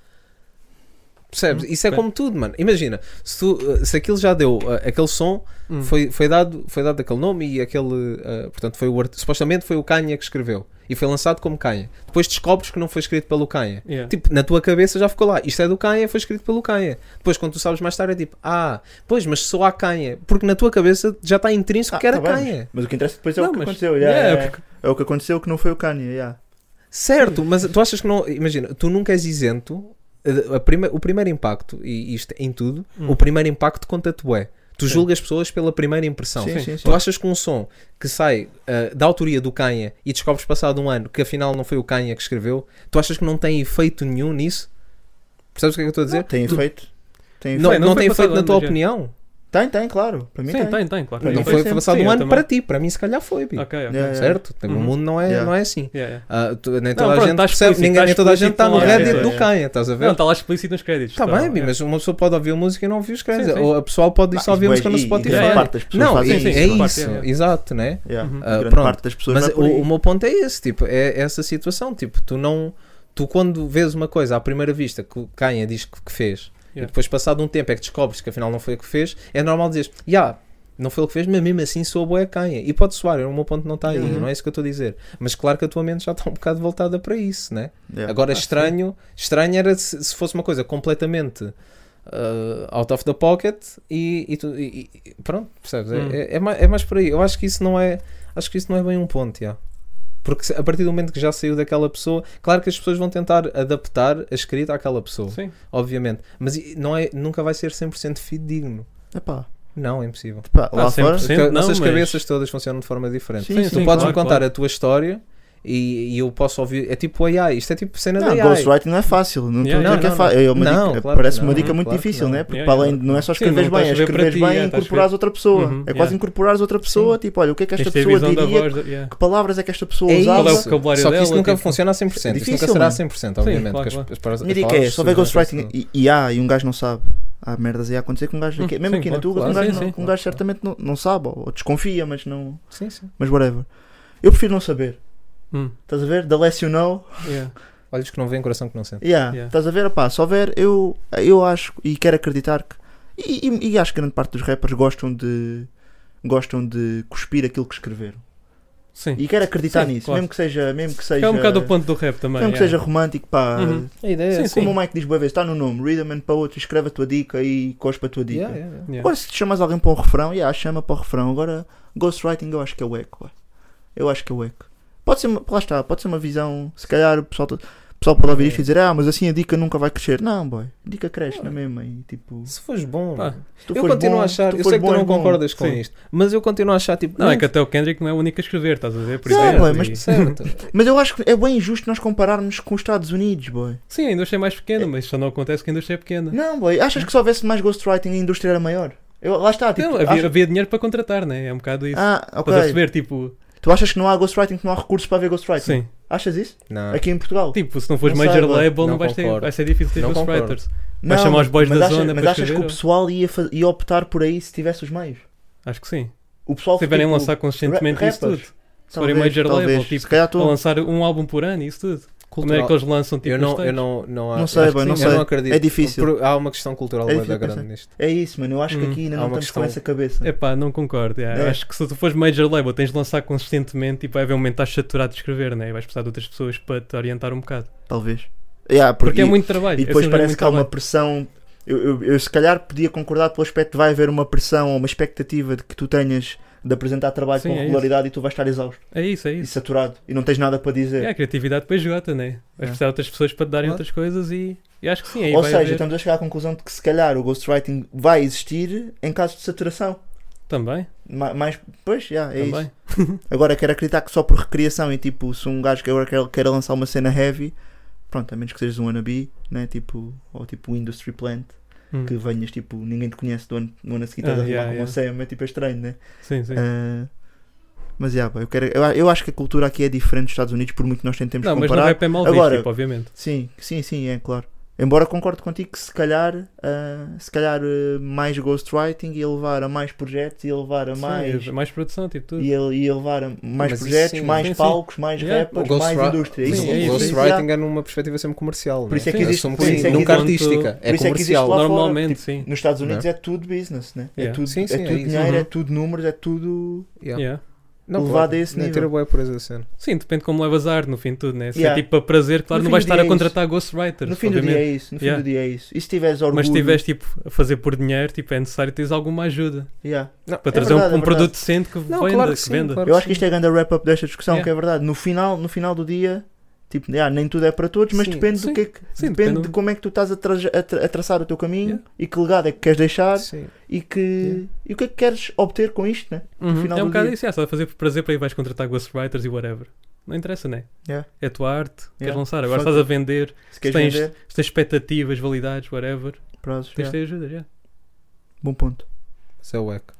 Speaker 7: Percebes? Isso é
Speaker 1: bem.
Speaker 7: como tudo, mano. Imagina, se, tu, uh, se aquilo já deu uh, aquele som,
Speaker 1: Hum.
Speaker 7: foi, foi, dado, foi dado aquele nome e aquele. uh, portanto, foi o art- supostamente foi o Kanye que escreveu e foi lançado como Kanye. Depois descobres que não foi escrito pelo Kanye.
Speaker 1: Yeah.
Speaker 7: Tipo, na tua cabeça já ficou lá, isto é do Kanye, foi escrito pelo Kanye. Depois, quando tu sabes mais tarde, é tipo, ah, pois, mas só há Kanye. Porque na tua cabeça já está intrínseco
Speaker 6: Ah,
Speaker 7: que era
Speaker 6: tá bem,
Speaker 7: Kanye.
Speaker 6: Mas o que interessa depois é
Speaker 1: Não,
Speaker 6: o que
Speaker 1: mas-
Speaker 6: aconteceu. yeah,
Speaker 1: yeah,
Speaker 6: yeah, yeah. É o que aconteceu que não foi o Kanye. yeah.
Speaker 7: Certo, mas tu achas que não. Imagina, tu nunca és isento. eh, a prime- o primeiro impacto, e isto em tudo,
Speaker 1: Hum.
Speaker 7: o primeiro impacto conta-te, é. Tu julgas pessoas pela primeira impressão.
Speaker 6: Sim, sim, sim.
Speaker 7: Tu achas que um som que sai ah, da autoria do Kanye e descobres passado um ano que afinal não foi o Kanye que escreveu, tu achas que não tem efeito nenhum nisso? Percebes o que é que eu estou a dizer?
Speaker 6: Tem
Speaker 7: Tu-
Speaker 6: efeito? Tem efeito?
Speaker 7: Não,
Speaker 1: Foi, não
Speaker 7: não
Speaker 1: foi
Speaker 7: tem
Speaker 1: passado
Speaker 7: efeito na
Speaker 1: um
Speaker 7: tua
Speaker 1: ano já.
Speaker 7: opinião?
Speaker 6: Tem, tem, claro. Para mim
Speaker 1: Sim,
Speaker 6: tem.
Speaker 1: tem, tem, claro.
Speaker 7: Não
Speaker 1: Eu
Speaker 7: foi
Speaker 1: sempre-
Speaker 7: passado
Speaker 1: sim,
Speaker 7: um
Speaker 1: eu
Speaker 7: ano
Speaker 1: também.
Speaker 7: para ti, para mim se calhar foi, Bi.
Speaker 1: Ok, ok.
Speaker 6: Yeah, yeah.
Speaker 7: certo? O
Speaker 1: Uhum.
Speaker 7: mundo não é,
Speaker 6: Yeah.
Speaker 7: não é assim.
Speaker 1: Yeah, yeah.
Speaker 7: Ah, tu- nem
Speaker 1: Não,
Speaker 7: toda
Speaker 1: pronto,
Speaker 7: a gente
Speaker 1: estás
Speaker 7: percebe,
Speaker 1: explícito,
Speaker 7: ninguém, nem
Speaker 1: estás
Speaker 7: toda a gente está no
Speaker 1: explícito,
Speaker 7: Reddit
Speaker 1: claro,
Speaker 7: do
Speaker 1: é.
Speaker 7: Kanye, estás a ver?
Speaker 1: Não, está lá explícito nos créditos.
Speaker 7: Está
Speaker 1: tá lá,
Speaker 7: bem, Bi,
Speaker 1: yeah.
Speaker 7: mas uma pessoa pode ouvir música e não ouvir os créditos.
Speaker 1: Sim, sim.
Speaker 7: Ou a pessoa pode
Speaker 6: Bah,
Speaker 7: só ouvir
Speaker 6: isso
Speaker 7: música no
Speaker 6: é- e
Speaker 7: Spotify.
Speaker 6: grande
Speaker 1: é.
Speaker 6: parte das pessoas
Speaker 7: Não,
Speaker 6: fazem
Speaker 7: é,
Speaker 1: sim,
Speaker 6: isso.
Speaker 7: é
Speaker 1: claro.
Speaker 7: isso,
Speaker 1: Yeah.
Speaker 7: exato, né?
Speaker 6: Yeah.
Speaker 1: Uhum.
Speaker 7: Ah,
Speaker 6: Grande
Speaker 7: pronto.
Speaker 6: parte das pessoas
Speaker 7: Mas
Speaker 6: vai por
Speaker 7: o,
Speaker 6: aí.
Speaker 7: o meu ponto é esse, tipo, é essa situação, tipo, tu não, tu quando vês uma coisa à primeira vista que o Kanye diz que, que fez, e
Speaker 1: Yeah.
Speaker 7: depois passado um tempo é que descobres que afinal não foi o que fez, é normal dizeres, já, não foi o que fez, mas mesmo assim sou boa Kanye, e pode soar, é o meu ponto não está aí,
Speaker 6: Uhum.
Speaker 7: não é isso que eu estou a dizer, mas claro que a tua mente já está um bocado voltada para isso, né?
Speaker 1: É
Speaker 6: Yeah.
Speaker 7: Agora, estranho, estranho era se, se fosse uma coisa completamente ah, out of the pocket e, e tu- e- e- pronto, percebes? É-
Speaker 1: Hum.
Speaker 7: É, é, mais, é mais por aí. Eu acho que isso não é, acho que isso não é bem um ponto, já. Porque se- a partir do momento que já saiu daquela pessoa, claro que as pessoas vão tentar adaptar a escrita àquela pessoa,
Speaker 1: Sim.
Speaker 7: obviamente. Mas i- não é, nunca vai ser 100% fidedigno.
Speaker 6: Epá,
Speaker 7: Não, é impossível.
Speaker 6: pá, lá
Speaker 1: Ah,
Speaker 6: fora.
Speaker 1: 100%.
Speaker 7: Porque
Speaker 1: não,
Speaker 7: nossas
Speaker 1: mas-
Speaker 7: cabeças todas funcionam de forma diferente.
Speaker 6: Sim,
Speaker 7: tu
Speaker 6: sim,
Speaker 7: podes
Speaker 1: claro,
Speaker 7: me contar
Speaker 1: claro.
Speaker 7: a tua história e, e eu posso ouvir. É tipo AI, isto é tipo cena
Speaker 6: Não,
Speaker 7: da AI.
Speaker 6: ghostwriting não é fácil. Não estou
Speaker 1: Yeah.
Speaker 6: a dizer
Speaker 7: Não,
Speaker 6: que é
Speaker 7: não,
Speaker 6: fácil. É uma
Speaker 7: não.
Speaker 6: dica-
Speaker 7: Não, claro
Speaker 6: parece
Speaker 7: que
Speaker 6: uma
Speaker 7: não,
Speaker 6: dica muito
Speaker 7: claro que
Speaker 6: difícil,
Speaker 7: não.
Speaker 6: né? Porque
Speaker 1: Yeah,
Speaker 6: para
Speaker 1: yeah.
Speaker 6: além de não é só
Speaker 1: Sim, não
Speaker 6: escreveres
Speaker 1: estás
Speaker 6: bem, é
Speaker 1: a escrever para
Speaker 6: escreveres
Speaker 1: ti,
Speaker 6: bem,
Speaker 1: yeah,
Speaker 6: é
Speaker 1: estás a
Speaker 6: incorporares outra pessoa.
Speaker 1: Uhum,
Speaker 6: é quase
Speaker 1: yeah.
Speaker 6: incorporares outra pessoa. Tipo, olha, o que é que esta
Speaker 1: Tens de ter
Speaker 6: pessoa
Speaker 1: visão da
Speaker 6: diria?
Speaker 1: voz. da- yeah.
Speaker 6: Que palavras é que esta pessoa
Speaker 7: É
Speaker 6: usava?
Speaker 7: isso.
Speaker 1: Qual é o vocabulário
Speaker 7: Só que isto
Speaker 1: dela,
Speaker 7: nunca
Speaker 1: tipo?
Speaker 7: funciona a 100%.
Speaker 6: É
Speaker 7: isto nunca
Speaker 6: difícil,
Speaker 7: será a
Speaker 6: mano.
Speaker 7: 100%,
Speaker 1: Sim,
Speaker 7: obviamente.
Speaker 1: claro,
Speaker 7: que as-
Speaker 1: claro.
Speaker 7: as palavras-
Speaker 6: Minha dica
Speaker 7: palavras
Speaker 6: é, se houver
Speaker 7: precisam de
Speaker 6: ghostwriting
Speaker 7: sentido.
Speaker 6: e, e há, e um gajo não sabe, há merdas aí a acontecer que um gajo,
Speaker 1: Hum,
Speaker 6: aqui- mesmo
Speaker 1: sim,
Speaker 6: aqui na
Speaker 1: claro,
Speaker 6: tua,
Speaker 7: claro,
Speaker 6: um gajo,
Speaker 1: sim,
Speaker 6: não-
Speaker 1: sim,
Speaker 6: um
Speaker 7: claro,
Speaker 6: gajo certamente não, não sabe, ou, ou desconfia, mas não,
Speaker 7: Sim, sim.
Speaker 6: mas whatever. Eu prefiro não saber,
Speaker 1: Hum,
Speaker 6: estás a ver? The less you know,
Speaker 1: yeah.
Speaker 7: Olhos que não veem, coração que não sente.
Speaker 6: yeah,
Speaker 1: Yeah.
Speaker 6: estás a ver? Pá, se houver, eu, eu acho e quero acreditar que, e, e- e acho que grande parte dos rappers gostam de, gostam de cuspir aquilo que escreveram.
Speaker 1: Sim.
Speaker 6: E quero acreditar
Speaker 1: Sim,
Speaker 6: nisso,
Speaker 1: claro.
Speaker 6: mesmo que seja, mesmo que seja,
Speaker 1: É um bocado o ponto do rap também.
Speaker 6: mesmo que
Speaker 1: yeah.
Speaker 6: seja romântico, pá,
Speaker 1: Uhum.
Speaker 7: A ideia
Speaker 1: Sim,
Speaker 7: é
Speaker 1: sim.
Speaker 6: como o Mike diz boa vez, está no nome, read them and poetry, escreve a tua dica e cospe a tua dica.
Speaker 7: Yeah, yeah, yeah.
Speaker 1: Yeah.
Speaker 6: Agora, se te chamas alguém para um refrão, yeah, chama para o refrão. Agora, ghostwriting eu acho que é hueco. ué. Eu acho que é hueco. Pode ser, uma- lá está, pode ser uma visão. Se calhar o pessoal, to- o pessoal pode ouvir isto e dizer, ah, mas assim a dica nunca vai crescer. Não, boy, a dica cresce, não é mesmo? E, tipo,
Speaker 7: Se fores bom,
Speaker 1: Pá,
Speaker 7: mano.
Speaker 6: se tu
Speaker 7: eu
Speaker 6: fores
Speaker 7: continuo
Speaker 6: bom,
Speaker 7: a achar.
Speaker 6: se
Speaker 7: Eu
Speaker 6: fores
Speaker 7: sei que tu
Speaker 6: bom,
Speaker 7: não
Speaker 6: és bom.
Speaker 7: concordas com
Speaker 1: Sim.
Speaker 7: isto, mas eu continuo a achar tipo.
Speaker 1: Não, é que até o Kendrick não é o único a escrever, estás a ver? Por isso
Speaker 6: Não,
Speaker 1: é,
Speaker 6: boy,
Speaker 1: e-
Speaker 6: mas-
Speaker 7: certo.
Speaker 6: Mas eu acho que é bem injusto nós compararmos com os Estados Unidos, boy.
Speaker 1: Sim, a indústria é mais pequena, mas só não acontece que a indústria é pequena.
Speaker 6: Não, boy, achas que se houvesse mais ghostwriting a indústria era maior? Eu, lá está, tipo,
Speaker 1: Não, havia,
Speaker 6: acho-
Speaker 1: havia dinheiro para contratar, né? É um bocado isso.
Speaker 6: Ah,
Speaker 1: Estás a
Speaker 6: ok.
Speaker 1: perceber, tipo,
Speaker 6: Tu achas que não há ghostwriting, que não há recursos para haver ghostwriting?
Speaker 1: sim.
Speaker 6: Achas isso?
Speaker 7: Não.
Speaker 6: Aqui em Portugal?
Speaker 1: Tipo, se não fores
Speaker 6: Não
Speaker 1: major
Speaker 6: sei, boy.
Speaker 1: label, não,
Speaker 7: Não
Speaker 1: vais ter,
Speaker 7: concordo.
Speaker 1: vai ser difícil ter
Speaker 7: Não concordo.
Speaker 1: ghostwriters. Vai chamar os boys
Speaker 6: mas
Speaker 1: da
Speaker 6: achas,
Speaker 1: zona
Speaker 6: Mas
Speaker 1: para
Speaker 6: achas que
Speaker 1: escrever?
Speaker 6: o pessoal ia, fa- ia optar por aí se tivesse os meios?
Speaker 1: Acho que sim.
Speaker 6: O pessoal
Speaker 1: Se tiverem a
Speaker 6: tipo,
Speaker 1: lançar consistentemente
Speaker 6: ra-
Speaker 1: isso tudo.
Speaker 6: rappers.
Speaker 1: Se forem
Speaker 6: talvez-
Speaker 1: major
Speaker 6: talvez.
Speaker 1: label, tipo,
Speaker 6: se
Speaker 1: a
Speaker 6: calhar estou.
Speaker 1: lançar um álbum por ano, isso tudo. Como é
Speaker 7: Cultural-
Speaker 1: que eles lançam, tipo,
Speaker 7: Eu
Speaker 1: os
Speaker 7: não, eu
Speaker 1: textos?
Speaker 7: não, não, há-
Speaker 6: Não sei,
Speaker 7: acho que
Speaker 6: bem, não
Speaker 7: sim.
Speaker 6: sei.
Speaker 7: Eu não acredito.
Speaker 6: É difícil.
Speaker 7: Por- Há uma questão cultural
Speaker 6: É
Speaker 7: bué da
Speaker 6: difícil
Speaker 7: grande
Speaker 6: pensar.
Speaker 7: nisto.
Speaker 6: É isso, mano. Eu acho que
Speaker 1: Hum,
Speaker 6: aqui ainda
Speaker 7: há
Speaker 6: não
Speaker 7: uma
Speaker 6: estamos com
Speaker 7: questão-
Speaker 6: essa cabeça.
Speaker 1: Epá, não concordo. yeah.
Speaker 6: É.
Speaker 1: Acho que se tu fores major label, tens de lançar consistentemente e vai haver um momento que estás saturado de escrever, né? E vais precisar de outras pessoas para te orientar um bocado.
Speaker 6: Talvez. Yeah,
Speaker 1: Porque,
Speaker 6: porque
Speaker 1: é muito trabalho.
Speaker 6: E depois
Speaker 1: assim, é
Speaker 6: parece
Speaker 1: muito
Speaker 6: que há uma
Speaker 1: trabalho.
Speaker 6: pressão. Eu, eu, eu se calhar podia concordar pelo aspecto de vai haver uma pressão ou uma expectativa de que tu tenhas de apresentar trabalho
Speaker 1: Sim,
Speaker 6: com
Speaker 1: é isso.
Speaker 6: regularidade e tu vais estar exausto
Speaker 1: É isso, é
Speaker 6: e
Speaker 1: isso.
Speaker 6: saturado e não tens nada para
Speaker 1: É,
Speaker 6: dizer.
Speaker 1: a criatividade depois jota, né? Vais
Speaker 6: É.
Speaker 1: precisar de outras pessoas para te darem
Speaker 7: Claro.
Speaker 1: outras coisas e... e acho que sim, aí
Speaker 6: Ou
Speaker 1: vai
Speaker 6: seja, então,
Speaker 1: haver-
Speaker 6: estamos a chegar à conclusão de que se calhar o ghostwriting vai existir em caso de saturação.
Speaker 1: Também,
Speaker 6: Ma- Mais, pois, já, é
Speaker 1: também.
Speaker 6: isso. Agora quero acreditar que só por recriação e tipo, se um gajo que agora quer, quer lançar uma cena heavy, pronto, a menos que sejas um wannabe, né? Tipo, ou tipo um industry plant,
Speaker 1: Hum.
Speaker 6: que venhas tipo, ninguém te conhece do ano, no ano a seguir,
Speaker 1: Ah,
Speaker 6: estás a
Speaker 1: yeah,
Speaker 6: yeah, uma
Speaker 1: yeah.
Speaker 6: cena, tipo, é estranho, né?
Speaker 1: Sim, sim.
Speaker 6: Ah, mas já, pá, eu, quero, eu, a- eu acho que a cultura aqui é diferente dos Estados Unidos, por muito que nós tentemos
Speaker 1: não, mas no
Speaker 6: comparar.
Speaker 1: rap é mal visto,
Speaker 6: Agora-
Speaker 1: tipo, obviamente.
Speaker 6: Sim, sim, sim, é claro. Embora concordo contigo que se calhar, ah, se calhar ah, mais ghostwriting ia levar a mais projetos, ia levar a
Speaker 1: Sim,
Speaker 6: mais
Speaker 1: é mais produção, tipo tudo.
Speaker 6: e ele ia levar a mais
Speaker 7: Mas isso
Speaker 6: projetos,
Speaker 7: sim,
Speaker 6: mais
Speaker 1: sim, sim.
Speaker 6: palcos, mais
Speaker 1: Yeah.
Speaker 7: O
Speaker 6: rappers, mais
Speaker 7: ghostwri-
Speaker 6: indústria.
Speaker 7: Sim,
Speaker 6: Isso,
Speaker 1: é
Speaker 7: o
Speaker 1: isso,
Speaker 7: ghostwriting é numa perspectiva sempre comercial.
Speaker 6: Por isso é
Speaker 7: não
Speaker 6: que existe-
Speaker 7: Assumo
Speaker 6: por isso é que
Speaker 7: nunca
Speaker 1: existe-
Speaker 7: artística, é
Speaker 6: por isso é que existe
Speaker 7: comercial.
Speaker 6: lá fora,
Speaker 1: Normalmente,
Speaker 6: tipo,
Speaker 1: sim.
Speaker 6: Nos Estados Unidos
Speaker 7: Não.
Speaker 6: é tudo business, né?
Speaker 1: Yeah.
Speaker 6: É tudo,
Speaker 7: Sim, sim,
Speaker 6: é
Speaker 7: é
Speaker 6: tudo
Speaker 7: isso.
Speaker 6: dinheiro, é
Speaker 1: Uhum.
Speaker 6: tudo números, é tudo.
Speaker 7: Yeah.
Speaker 1: Yeah.
Speaker 7: Não,
Speaker 6: Levado
Speaker 7: claro,
Speaker 6: a esse
Speaker 7: nem
Speaker 6: nível.
Speaker 7: ter boa pureza da cena.
Speaker 1: Sim, depende como levas a arte no fim de tudo, né? Se
Speaker 6: Yeah.
Speaker 1: é tipo para prazer, claro,
Speaker 6: No
Speaker 1: não
Speaker 6: fim
Speaker 1: vais
Speaker 6: do
Speaker 1: estar
Speaker 6: dia
Speaker 1: a
Speaker 6: é
Speaker 1: contratar ghostwriters,
Speaker 6: No fim do dia
Speaker 1: obviamente.
Speaker 6: é isso, no
Speaker 1: Yeah.
Speaker 6: fim do dia é isso. E se tiveres orgulho.
Speaker 1: Mas se estiveres tipo, a fazer por dinheiro, tipo, é necessário teres alguma ajuda
Speaker 6: Yeah.
Speaker 7: Não,
Speaker 1: para
Speaker 6: É
Speaker 1: trazer um-
Speaker 6: verdade,
Speaker 1: um,
Speaker 6: é
Speaker 1: produto
Speaker 6: verdade.
Speaker 1: decente que
Speaker 7: Não,
Speaker 1: venda.
Speaker 7: claro que
Speaker 1: que
Speaker 7: sim,
Speaker 1: venda.
Speaker 7: claro
Speaker 6: Eu acho
Speaker 7: sim.
Speaker 6: que isto é grande wrap-up desta discussão,
Speaker 1: Yeah.
Speaker 6: que é verdade. No final, no final do dia, tipo, yeah, nem tudo é para todos, mas
Speaker 7: Sim,
Speaker 6: depende
Speaker 1: sim.
Speaker 6: do que é que.
Speaker 1: Sim,
Speaker 6: depende
Speaker 1: depende
Speaker 6: de
Speaker 1: do-
Speaker 6: como é que tu estás a, traja- a tra- a traçar o teu caminho
Speaker 1: Yeah.
Speaker 6: e que legado é que queres deixar
Speaker 7: Sim.
Speaker 6: e que.
Speaker 7: Yeah.
Speaker 6: E o que é que queres obter com isto, né?
Speaker 1: Uhum.
Speaker 6: final
Speaker 1: É um
Speaker 6: do
Speaker 1: bocado
Speaker 6: dia.
Speaker 1: isso, é, só fazer por prazer para aí vais contratar ghostwriters e whatever. Não interessa, né?
Speaker 6: Yeah.
Speaker 1: É a tua arte, queres
Speaker 6: Yeah.
Speaker 1: lançar. Agora
Speaker 6: Fuck
Speaker 1: estás a vender,
Speaker 6: Se queres
Speaker 1: tens-
Speaker 6: vender,
Speaker 1: se tens expectativas, validades, whatever,
Speaker 6: prazos.
Speaker 1: tens de
Speaker 6: yeah.
Speaker 1: ter ajuda, já.
Speaker 6: Bom ponto.
Speaker 7: Isso é o eco.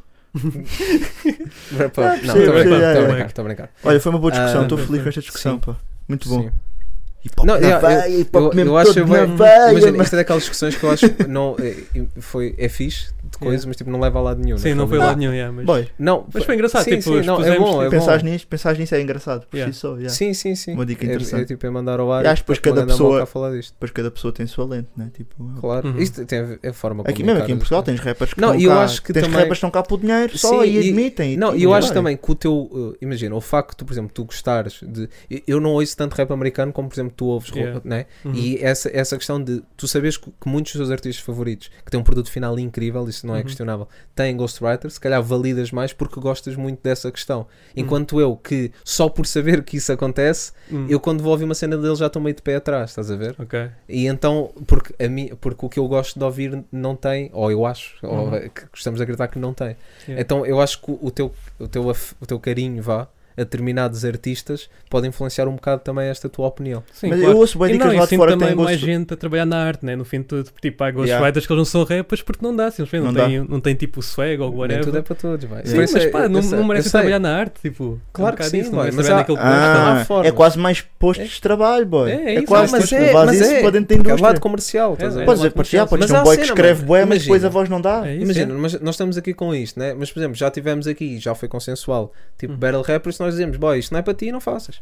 Speaker 6: percebo,
Speaker 7: Wrap up. Não, estou a
Speaker 1: percebo,
Speaker 7: brincar,
Speaker 1: é,
Speaker 7: estou a
Speaker 1: é.
Speaker 7: brincar, estou a brincar.
Speaker 6: Olha, foi uma boa discussão,
Speaker 7: Ah,
Speaker 6: estou feliz
Speaker 1: foi.
Speaker 6: com esta discussão, pá. Muito bom.
Speaker 7: Sim.
Speaker 6: Hip hop
Speaker 7: Não,
Speaker 6: na
Speaker 7: eu- eu-
Speaker 6: veia, hip hop
Speaker 7: eu-
Speaker 6: mesmo
Speaker 7: eu acho
Speaker 6: todo na
Speaker 7: bem-
Speaker 6: veia,
Speaker 7: Imagina,
Speaker 6: mano.
Speaker 7: isto é daquelas discussões que eu acho que não, é, foi, é fixe de coisa, mas tipo, não leva a lado nenhum.
Speaker 1: Sim, não foi lá nenhum, yeah, mas...
Speaker 6: Boy,
Speaker 7: Não,
Speaker 1: Mas foi engraçado,
Speaker 7: sim,
Speaker 1: tipo,
Speaker 7: sim, não, é
Speaker 1: expusemos,
Speaker 7: bom, é
Speaker 1: tipo,
Speaker 7: bom.
Speaker 6: pensares nisso, pensares nisso é engraçado, por
Speaker 1: Yeah.
Speaker 6: si só, yeah.
Speaker 7: Sim, sim, sim.
Speaker 6: Uma dica
Speaker 7: É-
Speaker 6: interessante.
Speaker 7: É, tipo, é mandar ao ar.
Speaker 6: E acho que depois cada
Speaker 7: mandando
Speaker 6: pessoa-
Speaker 7: alguém cá falar disto.
Speaker 6: Depois cada pessoa tem a sua lente, né? Tipo,
Speaker 7: Claro.
Speaker 1: Uhum.
Speaker 7: Isto tem a ver- é a forma como
Speaker 6: aqui mesmo, aqui em
Speaker 7: encaras
Speaker 6: Portugal
Speaker 7: as
Speaker 6: tens rappers que
Speaker 7: Não,
Speaker 6: estão
Speaker 7: eu
Speaker 6: cá,
Speaker 7: acho que
Speaker 6: tens
Speaker 7: também-
Speaker 6: rappers que estão cá por dinheiro só
Speaker 7: Sim,
Speaker 6: e
Speaker 7: e-
Speaker 6: admitem. e
Speaker 7: Não,
Speaker 6: tipo,
Speaker 1: é
Speaker 7: e eu acho
Speaker 6: olha,
Speaker 7: eh, também que o teu. uh, Imagina, o facto, por exemplo, tu gostares de. eu- Eu não ouço tanto rap americano como, por exemplo, que tu ouves, ro-
Speaker 1: Yeah.
Speaker 7: né?
Speaker 1: Uhum.
Speaker 7: E essa, essa questão de tu sabes que que muitos dos teus artistas favoritos, que têm um produto final incrível, isso não é
Speaker 1: Uhum.
Speaker 7: questionável, têm ghostwriter, se calhar validas mais porque gostas muito dessa
Speaker 1: Uhum.
Speaker 7: questão. Enquanto eu, que só por saber que isso acontece,
Speaker 1: Hum.
Speaker 7: eu quando vou ouvir uma cena dele já estou meio de pé atrás, estás a ver?
Speaker 1: Ok.
Speaker 7: E então, porque, a mim, porque o que eu gosto de ouvir não tem, ou eu acho, ou
Speaker 1: Uhum.
Speaker 7: é que estamos a gritar que não tem.
Speaker 1: Yeah.
Speaker 7: Então eu acho que o teu, o teu, af- o teu carinho vá a determinados artistas pode influenciar um bocado também esta tua opinião.
Speaker 1: Sim,
Speaker 6: Mas
Speaker 1: claro.
Speaker 6: eu ouço bem
Speaker 1: e não,
Speaker 6: dicas
Speaker 1: e
Speaker 6: lá de
Speaker 1: sinto
Speaker 6: fora que
Speaker 1: também
Speaker 6: têm
Speaker 1: mais
Speaker 6: gosto.
Speaker 1: gente a trabalhar na arte, né? No fim de tudo, tipo, há ghostwriters
Speaker 6: Yeah.
Speaker 1: que eles não são rappers porque não dá, simplesmente não,
Speaker 6: Não dá.
Speaker 1: tem, não tem tipo swag ou
Speaker 7: Nem
Speaker 1: whatever.
Speaker 7: tudo é para todos, vai.
Speaker 1: Sim,
Speaker 7: Por isso
Speaker 1: mas
Speaker 7: é-
Speaker 1: pá,
Speaker 7: eu
Speaker 1: não,
Speaker 7: sei-
Speaker 1: não
Speaker 7: eu
Speaker 1: merecem
Speaker 7: sei.
Speaker 1: trabalhar na arte, tipo. é um
Speaker 7: Claro que
Speaker 1: bocado
Speaker 7: sim,
Speaker 1: isso, não
Speaker 7: boy,
Speaker 1: merecem
Speaker 7: mas
Speaker 1: trabalhar
Speaker 7: há-
Speaker 1: naquilo que
Speaker 7: Não
Speaker 1: gostam.
Speaker 7: há
Speaker 6: Ah,
Speaker 7: forma.
Speaker 6: é quase mais postos de trabalho, boy.
Speaker 1: É, é
Speaker 6: É,
Speaker 1: isso,
Speaker 6: quase
Speaker 1: mas
Speaker 6: mais
Speaker 1: é-
Speaker 6: levar isso para dentro da
Speaker 7: porque é lado
Speaker 6: indústria.
Speaker 7: comercial. estás a
Speaker 1: É,
Speaker 7: ver?
Speaker 6: Podes
Speaker 1: é
Speaker 6: dizer
Speaker 1: lado comercial.
Speaker 6: partilhar, podes
Speaker 7: Mas
Speaker 6: ter
Speaker 7: há
Speaker 6: um boy que
Speaker 7: cena,
Speaker 6: escreve
Speaker 7: mano.
Speaker 6: bué, mas depois
Speaker 7: Imagina.
Speaker 6: a voz não dá.
Speaker 1: É isso,
Speaker 7: Ah, Imagina,
Speaker 1: é.
Speaker 7: mas nós estamos aqui com isto, né? mas por exemplo, já tivemos aqui, já foi consensual, tipo
Speaker 1: Hum.
Speaker 7: Battle Rappers, nós dizemos, boy, isto não é para ti, não faças.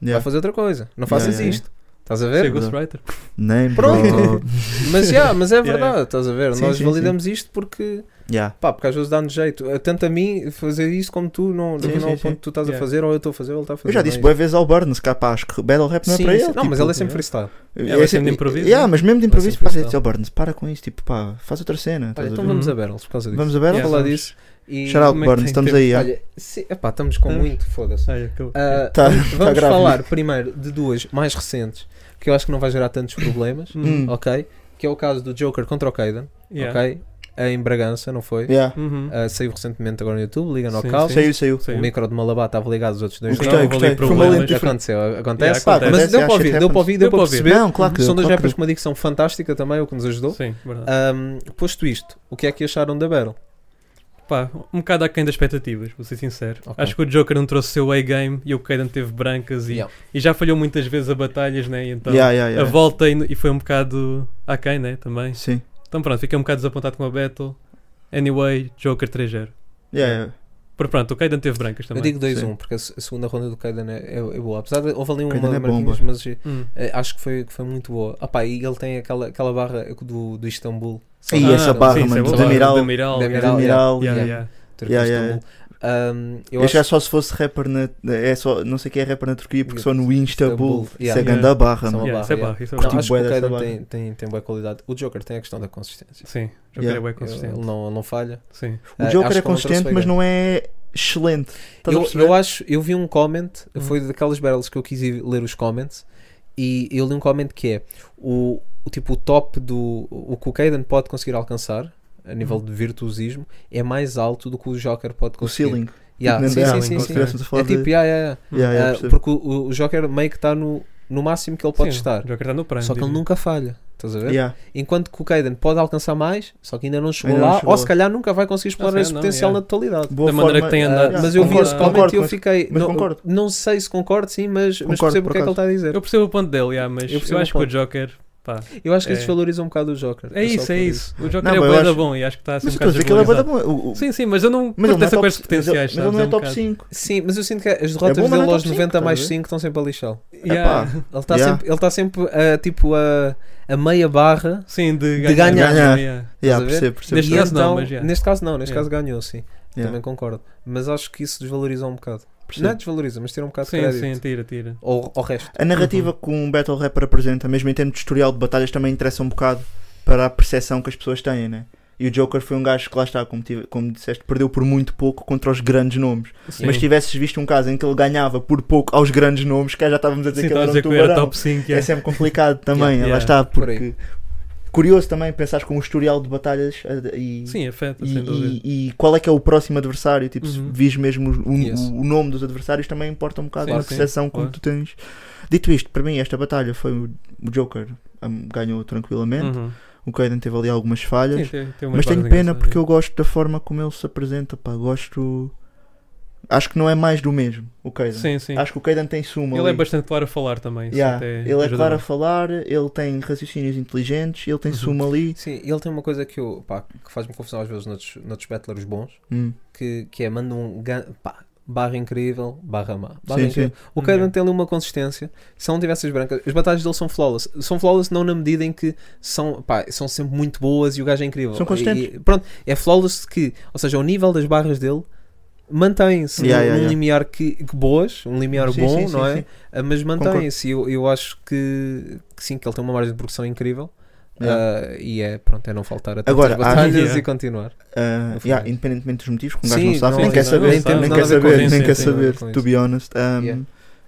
Speaker 7: Vai
Speaker 6: Yeah.
Speaker 7: fazer outra coisa, não faças
Speaker 6: yeah, yeah.
Speaker 7: isto. Estás a
Speaker 1: Ser
Speaker 7: ver?
Speaker 1: ghostwriter.
Speaker 6: Nem
Speaker 7: Pronto. Mas, yeah, mas é
Speaker 1: Yeah,
Speaker 7: verdade,
Speaker 1: yeah.
Speaker 7: estás a ver?
Speaker 6: Sim,
Speaker 7: Nós
Speaker 6: sim,
Speaker 7: validamos isto porque,
Speaker 6: Yeah.
Speaker 7: pá, porque às vezes dá-nos jeito. Tanto a mim fazer isso como tu, não,
Speaker 6: Sim,
Speaker 7: não
Speaker 6: sim,
Speaker 7: ao
Speaker 6: sim.
Speaker 7: ponto que tu estás a
Speaker 1: Yeah.
Speaker 7: fazer ou eu estou a fazer ou ele está a fazer.
Speaker 6: Eu já
Speaker 7: não é
Speaker 6: disse
Speaker 7: isso.
Speaker 6: boa vez ao Burns, que há pá, acho que Battle Rap não é
Speaker 7: Sim,
Speaker 6: para
Speaker 7: sim.
Speaker 6: ele.
Speaker 7: Não, mas ele é sempre
Speaker 1: é.
Speaker 7: freestyle.
Speaker 1: Ela é sempre de improviso,
Speaker 6: Yeah,
Speaker 1: né?
Speaker 6: mas mesmo de
Speaker 7: Ela é
Speaker 6: improviso,
Speaker 7: sempre
Speaker 6: pá,
Speaker 7: freestyle.
Speaker 6: disse ao Burns, para com isso, tipo, pá, faz outra cena. estás
Speaker 7: Olha,
Speaker 6: a
Speaker 7: então
Speaker 6: ver?
Speaker 7: vamos
Speaker 1: Uhum.
Speaker 7: a Battles por causa disso.
Speaker 6: Vamos a Battle?
Speaker 1: Yeah.
Speaker 7: falar disso. E,
Speaker 6: Shout out
Speaker 1: como é que
Speaker 6: Burns,
Speaker 1: tem
Speaker 6: estamos
Speaker 1: tempo?
Speaker 6: aí. yeah. Hum.
Speaker 7: olha, sim, epá, estamos com
Speaker 1: Ah.
Speaker 7: muito, foda-se.
Speaker 1: Ai, acabou.
Speaker 7: Ah,
Speaker 6: Tá- tá
Speaker 7: vamos
Speaker 6: grave.
Speaker 7: falar primeiro de duas mais recentes, que eu acho que não vai gerar tantos problemas,
Speaker 1: Hum,
Speaker 6: Hum.
Speaker 7: ok? Que é o caso do Joker contra o Kaiden,
Speaker 1: yeah.
Speaker 7: ok? Em Bragança, não foi?
Speaker 6: Yeah.
Speaker 1: Uhum.
Speaker 7: Ah, saiu recentemente agora no YouTube, liga
Speaker 1: Sim,
Speaker 7: Knockout.
Speaker 1: sim.
Speaker 6: Saiu, saiu.
Speaker 1: Sim.
Speaker 7: O micro de Malabar estava ligado, os outros dois
Speaker 1: Gostei,
Speaker 7: não.
Speaker 6: Gostei,
Speaker 1: houve ali
Speaker 6: gostei. é Foi uma
Speaker 1: problemas.
Speaker 6: lente diferente.
Speaker 7: Aconteceu,
Speaker 1: Yeah,
Speaker 7: acontece.
Speaker 1: acontece,
Speaker 7: Mas deu
Speaker 6: yeah,
Speaker 7: para ouvir,
Speaker 6: shit
Speaker 7: deu para ouvir, deu
Speaker 1: happens.
Speaker 7: para
Speaker 1: Deu
Speaker 7: perceber.
Speaker 1: para
Speaker 6: Não, claro que
Speaker 7: São dois
Speaker 6: claro que
Speaker 7: rappers com uma dicção fantástica também, é o que nos ajudou.
Speaker 1: Sim, verdade.
Speaker 7: Ahm, posto isto, o que é que acharam da Battle?
Speaker 1: Pá, um bocado aquém das expectativas, vou ser sincero.
Speaker 7: Ok.
Speaker 1: Acho que o Joker não trouxe o seu A-game e o Kaden teve brancas e,
Speaker 7: Yeah.
Speaker 1: e já falhou muitas vezes a batalhas, né? E então
Speaker 6: Yeah, yeah,
Speaker 1: a
Speaker 6: yeah.
Speaker 1: volta e, e foi um bocado aquém, né? Também.
Speaker 6: Sim.
Speaker 1: Então pronto, fiquei um bocado desapontado com a Battle. Anyway, Joker 3-0.
Speaker 6: Yeah, yeah.
Speaker 1: Por pronto, o Kaiden teve brancas também.
Speaker 7: Eu digo 2-1,
Speaker 6: Sim.
Speaker 7: porque a se- a segunda ronda do Kaiden é, é, é boa. Apesar de houve ali uma
Speaker 6: Kaiden é bom,
Speaker 7: marquinhas,
Speaker 6: boy.
Speaker 7: mas eh,
Speaker 1: Hum.
Speaker 7: eh, acho que foi, que foi muito boa. Ah pá, e ele tem aquela, aquela barra do, do Istambul.
Speaker 6: E essa
Speaker 7: Ah,
Speaker 6: barra,
Speaker 7: sim,
Speaker 1: isso
Speaker 6: mano,
Speaker 1: é bom.
Speaker 6: do Demiral.
Speaker 1: Do Demiral,
Speaker 7: Demiral,
Speaker 1: yeah.
Speaker 6: Demiral,
Speaker 1: Yeah,
Speaker 7: yeah.
Speaker 1: yeah.
Speaker 7: Turquia,
Speaker 6: Yeah, yeah.
Speaker 7: Istambul. Ahm, eu
Speaker 6: Eu acho
Speaker 7: acho
Speaker 6: que só se fosse rapper na. É só, não sei quem é rapper na Turquia, porque só no
Speaker 7: Istanbul,
Speaker 6: Istanbul. Isso
Speaker 7: yeah.
Speaker 6: é ganda barra,
Speaker 7: São-
Speaker 6: mano.
Speaker 1: Yeah, isso é
Speaker 7: barra,
Speaker 1: barra, isso é
Speaker 7: não,
Speaker 1: barra.
Speaker 6: curti
Speaker 7: acho que o
Speaker 6: bué dessa
Speaker 7: Kaiden
Speaker 6: barra.
Speaker 7: tem, tem, tem boa qualidade. O Joker tem a questão da consistência.
Speaker 1: Sim, Joker
Speaker 6: Yeah.
Speaker 1: é bem consistente.
Speaker 7: Ele não, ele não falha.
Speaker 1: Sim.
Speaker 6: O
Speaker 7: Ah,
Speaker 6: Joker
Speaker 7: acho
Speaker 6: é
Speaker 7: que ele trouxe
Speaker 6: consistente,
Speaker 7: bem
Speaker 6: mas
Speaker 7: grande.
Speaker 6: não é excelente. Estás a
Speaker 7: Eu,
Speaker 6: perceber?
Speaker 7: eu acho, eu vi um comment,
Speaker 1: Hum.
Speaker 7: foi daquelas battles que eu quis ir ler os comments, e eu li um comment que é o, o tipo o top do o que o Caden pode conseguir alcançar a nível
Speaker 6: Hum.
Speaker 7: de virtuosismo é mais alto do que o Joker pode
Speaker 6: O
Speaker 7: conseguir.
Speaker 6: ceiling.
Speaker 7: Yeah,
Speaker 6: Tipo,
Speaker 7: sim,
Speaker 6: na-
Speaker 7: sim,
Speaker 1: na-
Speaker 7: sim,
Speaker 1: na-
Speaker 7: sim.
Speaker 1: na-
Speaker 6: Estamos a falar
Speaker 7: É
Speaker 6: de-
Speaker 7: tipo, yeah, yeah, yeah.
Speaker 6: Yeah, yeah,
Speaker 7: Ah,
Speaker 6: percebo.
Speaker 7: porque o, o Joker meio que está no, no máximo que ele pode
Speaker 1: Sim,
Speaker 7: estar.
Speaker 1: O Joker está no prime.
Speaker 7: Só que ele
Speaker 1: diria.
Speaker 7: nunca falha. Estás a ver?
Speaker 6: Yeah.
Speaker 7: Enquanto que o Caden pode alcançar mais, só que ainda não chegou
Speaker 6: Ainda não
Speaker 7: lá,
Speaker 6: chegou
Speaker 7: ou
Speaker 6: lá.
Speaker 7: se calhar nunca vai conseguir explorar
Speaker 1: sei,
Speaker 7: esse
Speaker 1: não, é.
Speaker 7: potencial
Speaker 1: yeah.
Speaker 7: na totalidade.
Speaker 6: Boa
Speaker 1: Da maneira
Speaker 6: forma-
Speaker 1: que tem
Speaker 7: Ah,
Speaker 1: andado.
Speaker 7: mas eu vi
Speaker 6: Concordo,
Speaker 7: esse comment
Speaker 6: concordo,
Speaker 7: e eu
Speaker 6: mas-
Speaker 7: fiquei.
Speaker 6: mas
Speaker 7: não,
Speaker 6: concordo.
Speaker 7: não sei se concordo, sim, mas, mas
Speaker 6: Concordo,
Speaker 7: percebo o
Speaker 6: por
Speaker 7: que é que ele
Speaker 6: acaso.
Speaker 7: está a dizer.
Speaker 1: Eu
Speaker 7: Eu,
Speaker 1: percebo o ponto dele, yeah, mas
Speaker 7: Eu
Speaker 1: eu,
Speaker 7: percebo
Speaker 1: acho
Speaker 7: o
Speaker 1: que o
Speaker 7: ponto.
Speaker 1: Joker. Pá,
Speaker 7: acho que
Speaker 1: É.
Speaker 7: eles desvalorizam um bocado o Joker.
Speaker 1: é
Speaker 7: só
Speaker 1: isso,
Speaker 7: por
Speaker 1: é isso. O Joker
Speaker 6: Não, mas
Speaker 1: é
Speaker 6: eu
Speaker 1: bué da
Speaker 6: acho-
Speaker 1: bom e acho que está a ser um
Speaker 7: assim
Speaker 6: Mas eu estou a
Speaker 1: bocado
Speaker 6: dizer que ele é bué da
Speaker 1: desvalorizado.
Speaker 6: bom. O- o-
Speaker 1: Sim, sim, mas eu não
Speaker 6: Mas ele
Speaker 1: curto
Speaker 6: não é
Speaker 1: essa coisa
Speaker 6: top-
Speaker 1: de
Speaker 6: mas ele-
Speaker 1: potenciais.
Speaker 6: mas ele não
Speaker 1: sabes,
Speaker 6: é
Speaker 1: um
Speaker 6: top
Speaker 1: bocado.
Speaker 6: 5.
Speaker 7: Sim, mas eu sinto que as derrotas
Speaker 6: bom, mas não é
Speaker 7: dele aos
Speaker 6: top
Speaker 7: 90
Speaker 6: cinco,
Speaker 7: mais
Speaker 6: estás a ver?
Speaker 7: 5 estão sempre a lixá-lo.
Speaker 1: Yeah.
Speaker 7: Ele está
Speaker 6: Yeah.
Speaker 7: sempre, ele tá sempre ah, tipo a, a meia barra.
Speaker 1: Sim, de
Speaker 7: De
Speaker 1: ganhar.
Speaker 7: ganhar.
Speaker 1: yeah.
Speaker 6: Yeah,
Speaker 7: a ver?
Speaker 6: percebo, percebo.
Speaker 1: Neste
Speaker 7: E então,
Speaker 1: caso não, mas yeah.
Speaker 7: Neste caso não, neste
Speaker 1: Yeah.
Speaker 7: caso ganhou, sim.
Speaker 6: Yeah.
Speaker 7: Também concordo. Mas acho que isso desvaloriza um bocado.
Speaker 6: Percebo.
Speaker 7: Não é desvaloriza, mas tira um bocado de
Speaker 1: Sim,
Speaker 7: crédito.
Speaker 1: sim, tira, tira.
Speaker 7: Ou ao resto.
Speaker 6: A narrativa
Speaker 1: Uhum.
Speaker 6: que um Battle Rapper apresenta, mesmo em termos de historial de batalhas, também interessa um bocado para a percepção que as pessoas têm, né? E o Joker foi um gajo que lá está, como, tive- como disseste, perdeu por muito pouco contra os grandes nomes.
Speaker 1: Sim.
Speaker 6: Mas se tivesses visto um caso em que ele ganhava por pouco aos grandes nomes, que já estávamos a dizer
Speaker 1: Sim,
Speaker 6: que
Speaker 1: estava
Speaker 6: ele
Speaker 1: a
Speaker 6: era
Speaker 1: dizer
Speaker 6: um
Speaker 1: que eu era
Speaker 6: tubarão.
Speaker 1: top 5.
Speaker 6: É
Speaker 1: yeah.
Speaker 6: sempre complicado também,
Speaker 1: Yeah,
Speaker 6: lá
Speaker 1: yeah,
Speaker 6: está,
Speaker 7: por aí.
Speaker 6: porque... Curioso também pensares com o historial de batalhas eh, e,
Speaker 1: Sim, afeta,
Speaker 6: E,
Speaker 1: sem dúvida.
Speaker 6: e- e qual é que é o próximo adversário? Tipo, se
Speaker 1: Uhum.
Speaker 6: vis mesmo o, o-
Speaker 7: Yes.
Speaker 6: o nome dos adversários, também importa um bocado
Speaker 1: Sim,
Speaker 6: a
Speaker 1: sim,
Speaker 6: percepção como
Speaker 1: claro.
Speaker 6: tu tens. Dito isto, para mim, esta batalha foi o o Joker hum, ganhou tranquilamente.
Speaker 1: Uhum.
Speaker 6: O Kaiden teve ali algumas falhas,
Speaker 1: Sim, tem- tem umas
Speaker 6: mas tenho
Speaker 1: barras
Speaker 6: pena
Speaker 1: engraçadas,
Speaker 6: porque
Speaker 1: yeah.
Speaker 6: eu gosto da forma como ele se apresenta. Pá. Gosto, acho que não é mais do mesmo. O Kaiden,
Speaker 1: Sim, sim.
Speaker 6: acho que o Kaiden tem suma.
Speaker 1: Ele é
Speaker 6: ali.
Speaker 1: bastante claro a falar também. isso
Speaker 6: Yeah,
Speaker 1: até
Speaker 6: Ele é
Speaker 1: ajuda
Speaker 6: claro a
Speaker 1: muito.
Speaker 6: falar, ele tem raciocínios inteligentes, ele tem
Speaker 1: Uhum.
Speaker 6: suma ali.
Speaker 7: Sim, ele tem uma coisa que, eu, pá, que faz-me confusão às vezes noutros, noutros battlers bons.
Speaker 6: Hum.
Speaker 7: que, que é manda um gan- pá, barra incrível, barra má. Barra
Speaker 6: Sim,
Speaker 7: incrível. O
Speaker 1: Hum,
Speaker 7: Kaden
Speaker 1: é.
Speaker 7: tem ali uma consistência. Se não tivesse as brancas, as batalhas dele são flawless. São flawless não na medida em que são, pá, são sempre muito boas e o gajo é incrível.
Speaker 6: São consistentes.
Speaker 7: E- e- pronto, é flawless que, ou seja, o nível das barras dele mantém-se
Speaker 6: Yeah,
Speaker 7: num-
Speaker 6: yeah,
Speaker 7: num
Speaker 6: yeah.
Speaker 7: limiar que, que boas, um limiar
Speaker 6: Sim,
Speaker 7: bom,
Speaker 6: sim,
Speaker 7: não
Speaker 6: sim,
Speaker 7: é?
Speaker 6: sim.
Speaker 7: Ah, Mas mantém-se. e Eu, eu acho que, que sim, que ele tem uma margem de produção incrível. Ah, e é, pronto, é não faltar a tantas
Speaker 6: Agora, há-
Speaker 7: batalhas
Speaker 1: Yeah.
Speaker 7: e continuar.
Speaker 6: Ah,
Speaker 7: Of
Speaker 6: yeah,
Speaker 7: course.
Speaker 6: independentemente dos motivos, que um gajo
Speaker 7: Sim,
Speaker 6: não sabe,
Speaker 7: não,
Speaker 6: nem
Speaker 7: sim,
Speaker 6: quer
Speaker 7: não,
Speaker 6: saber,
Speaker 1: nem temos
Speaker 6: nem
Speaker 1: nada
Speaker 6: quer
Speaker 1: a ver com
Speaker 6: saber,
Speaker 1: isso,
Speaker 6: nem
Speaker 1: sim,
Speaker 6: quer
Speaker 1: sim, nada a
Speaker 7: ver
Speaker 6: saber,
Speaker 7: com
Speaker 6: to be honest. Um,
Speaker 7: Yeah.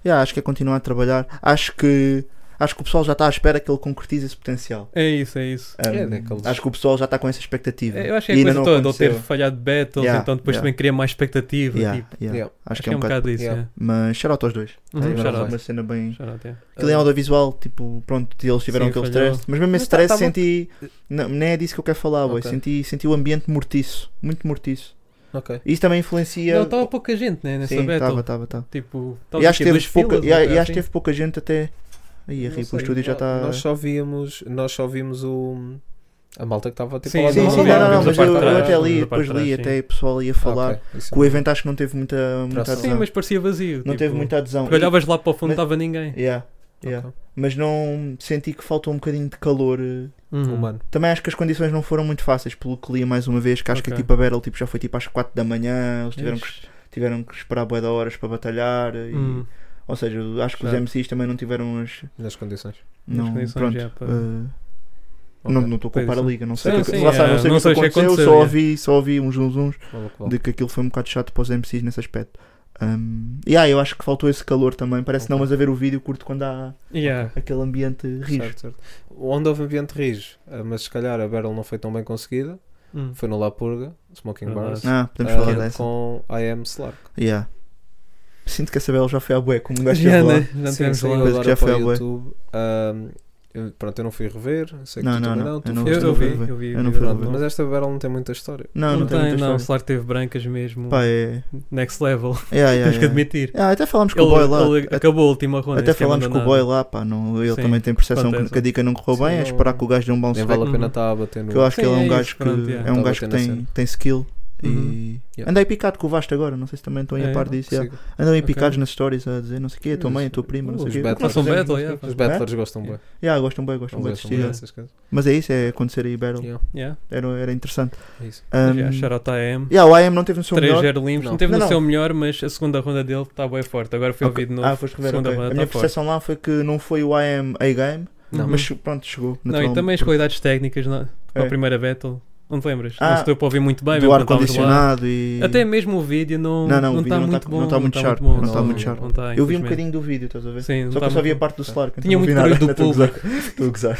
Speaker 6: yeah, acho que é continuar a trabalhar. Acho que, acho que o pessoal já está à espera que ele concretize esse potencial.
Speaker 1: É isso, é isso.
Speaker 6: Um,
Speaker 7: É, daqueles-
Speaker 6: Acho que o pessoal já está com essa expectativa.
Speaker 1: Eu acho que
Speaker 6: E
Speaker 1: é a
Speaker 6: ainda
Speaker 1: coisa
Speaker 6: não
Speaker 1: toda, ou
Speaker 6: aconteceu.
Speaker 1: ter falhado battles,
Speaker 6: Yeah,
Speaker 1: então depois
Speaker 6: yeah.
Speaker 1: também cria mais expectativa.
Speaker 6: Yeah,
Speaker 1: tipo.
Speaker 6: yeah.
Speaker 7: Yeah.
Speaker 6: Acho, que é um, bocado.
Speaker 1: isso.
Speaker 7: yeah.
Speaker 1: yeah.
Speaker 6: Mas shout out aos dois.
Speaker 1: Uhum,
Speaker 7: É,
Speaker 1: shout
Speaker 7: não,
Speaker 1: out.
Speaker 6: uma cena bem.
Speaker 1: Shout out, yeah.
Speaker 6: Aquilo é em
Speaker 7: Ah,
Speaker 6: audiovisual, tipo, pronto, eles tiveram
Speaker 1: Ah. Sim,
Speaker 6: aquele
Speaker 1: falhou.
Speaker 6: stress. Mas mesmo esse
Speaker 7: Mas tá-
Speaker 6: stress
Speaker 7: tava-
Speaker 6: senti. Não, nem é disso que eu quero falar, boy.
Speaker 7: Ok.
Speaker 6: Senti, senti o ambiente mortiço. Muito mortiço.
Speaker 7: Ok.
Speaker 6: E isso também influencia.
Speaker 1: Não, estava pouca gente né, nessa
Speaker 6: Sim,
Speaker 1: battle.
Speaker 6: estava, estava, estava.
Speaker 1: Tipo,
Speaker 6: E
Speaker 1: talvez
Speaker 6: acho que teve, pouca, e, e acho que
Speaker 1: assim. é,
Speaker 6: teve pouca gente até. Aí, a
Speaker 7: Não
Speaker 6: Rip, o
Speaker 7: sei,
Speaker 6: estúdio já tá-
Speaker 7: nó-
Speaker 6: está.
Speaker 7: Nós só vimos, nós só vimos o. A malta que estava tipo
Speaker 1: Sim,
Speaker 7: ao lado
Speaker 6: Sim,
Speaker 7: do
Speaker 6: sim,
Speaker 7: Ronaldo.
Speaker 6: não, não,
Speaker 1: vimos
Speaker 6: não,
Speaker 1: a
Speaker 6: mas
Speaker 1: parte
Speaker 6: eu,
Speaker 1: de
Speaker 6: eu
Speaker 1: trás,
Speaker 6: até
Speaker 1: vimos
Speaker 6: li,
Speaker 1: a parte
Speaker 6: depois
Speaker 1: de
Speaker 6: li,
Speaker 1: trás,
Speaker 6: até pessoal ia falar.
Speaker 7: Ah, ok, isso
Speaker 6: Que o
Speaker 7: é-
Speaker 6: evento acho que não teve muita, muita
Speaker 7: Tração.
Speaker 6: adesão.
Speaker 1: Tá, Sim, mas parecia vazio.
Speaker 6: Não
Speaker 1: tipo,
Speaker 6: teve muita adesão.
Speaker 1: Porque olhavas lá para o fundo, não
Speaker 6: Mas-
Speaker 1: estava ninguém.
Speaker 6: Yeah, yeah.
Speaker 7: ok.
Speaker 6: Mas não senti que faltou um bocadinho de calor. eh.
Speaker 1: Uhum.
Speaker 7: Humano.
Speaker 6: Também acho que as condições não foram muito fáceis, pelo que li mais uma vez, que acho que
Speaker 1: Ok.
Speaker 6: tipo, a Battle tipo, já foi tipo às 4 da manhã, eles tiveram que,
Speaker 1: Ixi.
Speaker 6: tiveram que esperar boa da horas para batalhar. eh, e-
Speaker 1: Hum.
Speaker 6: Ou seja, eu acho que os
Speaker 7: Claro.
Speaker 6: MCs também não tiveram as.
Speaker 7: Nas condições.
Speaker 6: Não,
Speaker 1: condições,
Speaker 6: pronto,
Speaker 1: já, para-
Speaker 6: eh,
Speaker 7: Ok.
Speaker 6: Não não estou a
Speaker 1: Pois,
Speaker 6: culpar a
Speaker 1: sim.
Speaker 6: liga, não sei.
Speaker 1: Sim,
Speaker 6: o que-
Speaker 1: sim,
Speaker 6: lá está,
Speaker 1: é,
Speaker 6: não sei
Speaker 1: não
Speaker 6: o que
Speaker 1: sei o que
Speaker 6: aconteceu,
Speaker 1: aconteceu,
Speaker 6: só
Speaker 1: é.
Speaker 6: ouvi, só ouvi uns uns uns
Speaker 7: Maluco, maluco.
Speaker 6: de que aquilo foi um bocado chato para os MCs nesse aspecto. Um, e ah, eu acho que faltou esse calor também. Parece que não, mas a ver o vídeo curto quando há
Speaker 1: Yeah.
Speaker 6: aquele ambiente rijo.
Speaker 7: Certo, certo. Onde houve ambiente rijo, ah, mas se calhar a Battle não foi tão bem conseguida,
Speaker 1: Hum.
Speaker 7: foi no La Purga, Smoking
Speaker 1: Verdade.
Speaker 7: Bars,
Speaker 6: Ah,
Speaker 1: É.
Speaker 6: podemos
Speaker 7: ah,
Speaker 6: falar dessa.
Speaker 7: com I Am Slark.
Speaker 6: Yeah. Sinto que a Sabela já foi à bué, como um gajo
Speaker 1: Yeah,
Speaker 6: esteve lá.
Speaker 1: né? Não
Speaker 7: Sim,
Speaker 1: tivemos
Speaker 7: sim,
Speaker 1: lá.
Speaker 6: Coisa que
Speaker 7: agora
Speaker 6: já foi
Speaker 7: para o
Speaker 6: à bué.
Speaker 7: YouTube. ahm, eu- pronto, eu não fui rever, sei que
Speaker 6: Não,
Speaker 7: tu
Speaker 6: não,
Speaker 7: também
Speaker 6: não,
Speaker 7: não, tu
Speaker 6: eu não
Speaker 7: foste
Speaker 1: Eu, eu
Speaker 6: não
Speaker 1: vi,
Speaker 6: fui ver.
Speaker 1: eu vi.
Speaker 6: Eu não
Speaker 1: vi.
Speaker 6: fui
Speaker 7: Pronto,
Speaker 6: ver.
Speaker 7: mas esta Battle não tem muita história.
Speaker 6: Não, não,
Speaker 1: Não
Speaker 6: tem
Speaker 1: tem,
Speaker 6: muita
Speaker 1: não. O
Speaker 6: história.
Speaker 1: Slark teve brancas mesmo.
Speaker 6: Pá, é.
Speaker 1: Next level.
Speaker 6: Yeah, yeah,
Speaker 1: Temos que
Speaker 6: yeah.
Speaker 1: admitir.
Speaker 6: Ah, até falámos com
Speaker 1: Ele,
Speaker 6: o boy lá.
Speaker 1: ele acabou né? a última ronda. é
Speaker 6: Até
Speaker 1: nem sequer
Speaker 6: falámos
Speaker 1: mandou
Speaker 6: com o boy
Speaker 1: nada.
Speaker 6: lá, pá. Não, ele
Speaker 1: Sim,
Speaker 6: também tem percepção que-
Speaker 1: acontece.
Speaker 6: que a dica não correu
Speaker 7: Sim,
Speaker 6: bem. É
Speaker 7: não-
Speaker 6: esperar que o gajo dê um bounce
Speaker 7: Nem
Speaker 6: back.
Speaker 7: vale a pena
Speaker 1: Uhum.
Speaker 7: estar a bater no.
Speaker 6: Que eu acho que
Speaker 1: Sim,
Speaker 6: ele é
Speaker 1: é
Speaker 6: um
Speaker 1: isso,
Speaker 6: gajo que
Speaker 1: pronto, yeah.
Speaker 6: é um
Speaker 7: Tá
Speaker 6: gajo que
Speaker 7: batendo a
Speaker 6: tem,
Speaker 7: cena.
Speaker 6: tem skill e
Speaker 1: Uhum.
Speaker 7: Yeah.
Speaker 6: andei picado com o Vasto agora, não sei se também estão aí
Speaker 1: É,
Speaker 6: a par
Speaker 1: não
Speaker 6: disso. yeah.
Speaker 7: Siga.
Speaker 6: Andam aí
Speaker 1: Ok.
Speaker 6: picados nas stories a dizer não sei o quê, a tua mãe, a tua prima, não
Speaker 7: Os
Speaker 6: sei o quê.
Speaker 7: Battlers.
Speaker 1: Não são
Speaker 6: fazemos,
Speaker 1: battle,
Speaker 6: não sei
Speaker 1: yeah.
Speaker 6: o quê.
Speaker 7: Os Battlers gostam
Speaker 6: É.
Speaker 7: bem.
Speaker 6: Yeah, gostam bem, gostam
Speaker 7: Eles
Speaker 6: bem de
Speaker 7: gostam bem
Speaker 6: assistir.
Speaker 7: dessas coisas.
Speaker 6: Mas é isso, é acontecer aí battle.
Speaker 7: Yeah,
Speaker 1: Yeah.
Speaker 6: Era, era interessante.
Speaker 7: é isso.
Speaker 1: Mas, yeah,
Speaker 6: Um,
Speaker 1: shout out à AM.
Speaker 6: yeah, o IM não teve no seu melhor.
Speaker 1: 3-0 limpos.
Speaker 7: Não.
Speaker 1: Não teve
Speaker 6: Não,
Speaker 1: no
Speaker 6: não.
Speaker 1: seu melhor, mas a segunda ronda dele está bem forte. Agora foi
Speaker 6: Ok.
Speaker 1: ouvido no
Speaker 6: Ah, foste rever,
Speaker 1: segunda
Speaker 6: ok.
Speaker 1: ronda
Speaker 6: A minha
Speaker 1: está tá forte.
Speaker 6: percepção lá foi que não foi o IM A-game,
Speaker 1: Não.
Speaker 6: mas pronto, chegou. é.
Speaker 1: Não, e
Speaker 6: naturalmente.
Speaker 1: também as qualidades técnicas na, na
Speaker 6: então. É.
Speaker 1: primeira battle. Não te lembras?
Speaker 6: Ah,
Speaker 1: não se deu para ouvir muito bem.
Speaker 6: do
Speaker 1: mesmo quando estávamos lá.
Speaker 6: ar-condicionado e.
Speaker 1: Até mesmo o vídeo não
Speaker 6: Não, não, o vídeo
Speaker 1: está
Speaker 6: não tá-
Speaker 1: muito bom.
Speaker 6: não tá muito sharp,
Speaker 1: bom,
Speaker 6: não
Speaker 7: tá muito
Speaker 1: bom,
Speaker 7: sharp.
Speaker 1: não tá,
Speaker 6: Eu vi um
Speaker 1: infelizmente.
Speaker 6: bocadinho do vídeo, estás a ver?
Speaker 1: Sim, não
Speaker 6: Só que
Speaker 1: tá
Speaker 6: eu só
Speaker 1: muito
Speaker 6: vi a
Speaker 1: bom.
Speaker 6: parte do Slark. então
Speaker 1: Tinha
Speaker 6: não vi
Speaker 1: muito barulho
Speaker 6: nada,
Speaker 1: do
Speaker 6: estou a gozar. Estou a gozar.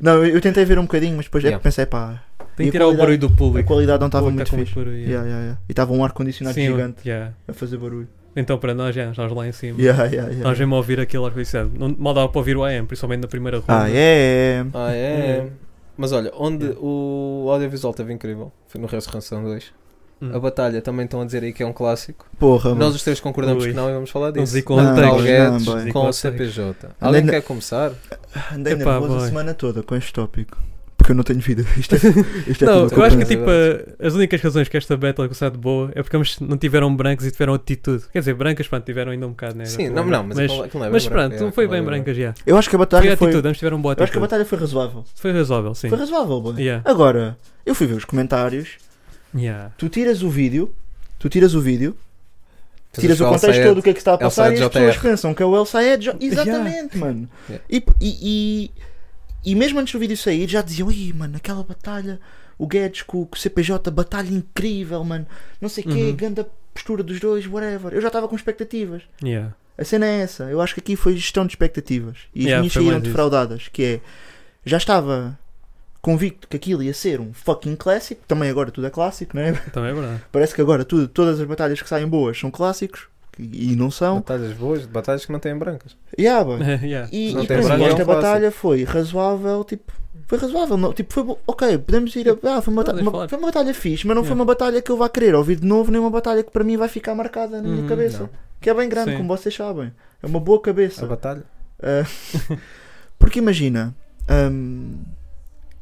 Speaker 6: Não, eu eu tentei ver um bocadinho, mas depois é
Speaker 7: Yeah.
Speaker 6: que pensei, pá,
Speaker 1: Tem
Speaker 6: E a
Speaker 1: que tirar o barulho
Speaker 6: qualidade-
Speaker 1: do
Speaker 6: a
Speaker 1: público.
Speaker 6: qualidade não estava
Speaker 1: Pô,
Speaker 6: muito
Speaker 1: tá muito
Speaker 6: fixe.
Speaker 1: barulho, yeah.
Speaker 6: Yeah, yeah, yeah. E estava um ar-condicionado
Speaker 1: Sim,
Speaker 6: gigante
Speaker 1: yeah.
Speaker 6: a fazer barulho.
Speaker 1: Então para nós, já, nós lá em cima.
Speaker 6: Yeah, yeah, yeah.
Speaker 1: Nós vamos ouvir aquilo ar-condicionado. Não- Mal dava para ouvir o AM, principalmente na primeira ronda.
Speaker 6: Ah, é.
Speaker 7: Ah, é.
Speaker 1: É.
Speaker 7: Mas olha, onde
Speaker 1: Yeah.
Speaker 7: o audiovisual esteve incrível, foi no Ressurreição 2.
Speaker 1: Hum.
Speaker 7: A batalha também estão a dizer aí que é um clássico.
Speaker 6: Porra, mano.
Speaker 7: Nós os três concordamos
Speaker 1: Ui.
Speaker 7: que não e vamos falar
Speaker 1: Vamos
Speaker 7: disso.
Speaker 1: dizer com
Speaker 6: Não,
Speaker 1: outros.
Speaker 7: Paulo
Speaker 6: não,
Speaker 7: Guedes
Speaker 6: boy.
Speaker 7: com o
Speaker 1: Outros.
Speaker 7: CPJ. Alguém
Speaker 6: Ainda-
Speaker 7: quer começar?
Speaker 1: É,
Speaker 6: Andei
Speaker 1: Epá,
Speaker 6: nervoso
Speaker 1: boy.
Speaker 6: a semana toda com este tópico. Porque eu não tenho vida. Isto é, isto é
Speaker 1: Não,
Speaker 6: tudo
Speaker 1: eu acho que
Speaker 6: penso.
Speaker 1: tipo, a- as únicas razões que esta battle é considerada boa é porque eles não tiveram brancos e tiveram atitude. Quer dizer, brancas, pronto, tiveram ainda um bocado, né?
Speaker 7: Sim, não, não, mas,
Speaker 1: mas,
Speaker 7: aquilo não é bem
Speaker 1: mas
Speaker 7: branco,
Speaker 1: pronto,
Speaker 7: é,
Speaker 1: foi
Speaker 7: aquilo
Speaker 1: bem
Speaker 7: não é bem
Speaker 1: brancas, já.
Speaker 6: Eu acho que a
Speaker 1: Foi
Speaker 6: batalha
Speaker 1: a
Speaker 6: foi.
Speaker 1: atitude, ambos tiveram boa
Speaker 6: Eu acho que a
Speaker 1: atitude.
Speaker 6: batalha foi razoável.
Speaker 1: Foi razoável, sim.
Speaker 6: Foi razoável, boy.
Speaker 1: Yeah.
Speaker 6: Agora, eu fui ver os comentários.
Speaker 1: Yeah.
Speaker 6: Tu tiras o vídeo. Tu tiras o vídio
Speaker 7: branco.
Speaker 6: tiras o
Speaker 7: Fez
Speaker 6: contexto
Speaker 7: Alcaide.
Speaker 6: todo o que é que está a passar
Speaker 7: Saed
Speaker 6: e as
Speaker 7: JR.
Speaker 6: pessoas pensam que é o El Saed. Jo- Exatamente, mano.
Speaker 7: Yeah.
Speaker 6: E, e, e, e mesmo antes do vídeo sair já diziam, Ih, mano, aquela batalha, o Guedes com, com o CPJ, batalha incrível, mano. Não sei o quê,
Speaker 1: Uhum.
Speaker 6: grande postura dos dois, whatever. Eu já estava com expectativas.
Speaker 1: Yeah.
Speaker 6: A cena é essa. Eu acho que aqui foi gestão de expectativas. E as
Speaker 1: Yeah,
Speaker 6: minhas
Speaker 1: foi
Speaker 6: saíram
Speaker 1: mais isso.
Speaker 6: defraudadas. Que é. Já estava convicto que aquilo ia ser um fucking clássico. Também agora tudo é clássico, não é?
Speaker 1: Também é verdade.
Speaker 6: Parece que agora tudo, todas as batalhas que saem boas são clássicos. E e não são.
Speaker 7: Batalhas boas, batalhas que não têm brancas.
Speaker 6: Yeah, boy.
Speaker 1: yeah.
Speaker 6: E,
Speaker 7: Não
Speaker 6: e
Speaker 7: tem
Speaker 6: para mim
Speaker 7: branco, é um
Speaker 6: esta
Speaker 7: clássico.
Speaker 6: batalha foi razoável, tipo, foi razoável, não, tipo, foi bo- ok, podemos ir a. Ah, foi
Speaker 1: Não,
Speaker 6: uma, bata-
Speaker 1: deixa
Speaker 6: uma-
Speaker 1: falar.
Speaker 6: foi uma batalha fixe, mas não foi
Speaker 1: Yeah.
Speaker 6: uma batalha que eu vá querer ouvir de novo, nem uma batalha que para mim vai ficar marcada na minha
Speaker 1: Uhum,
Speaker 6: cabeça.
Speaker 7: não.
Speaker 6: Que é bem grande,
Speaker 1: Sim.
Speaker 6: como vocês sabem. É uma boa cabeça.
Speaker 7: A batalha?
Speaker 6: Ah, porque imagina, ahm,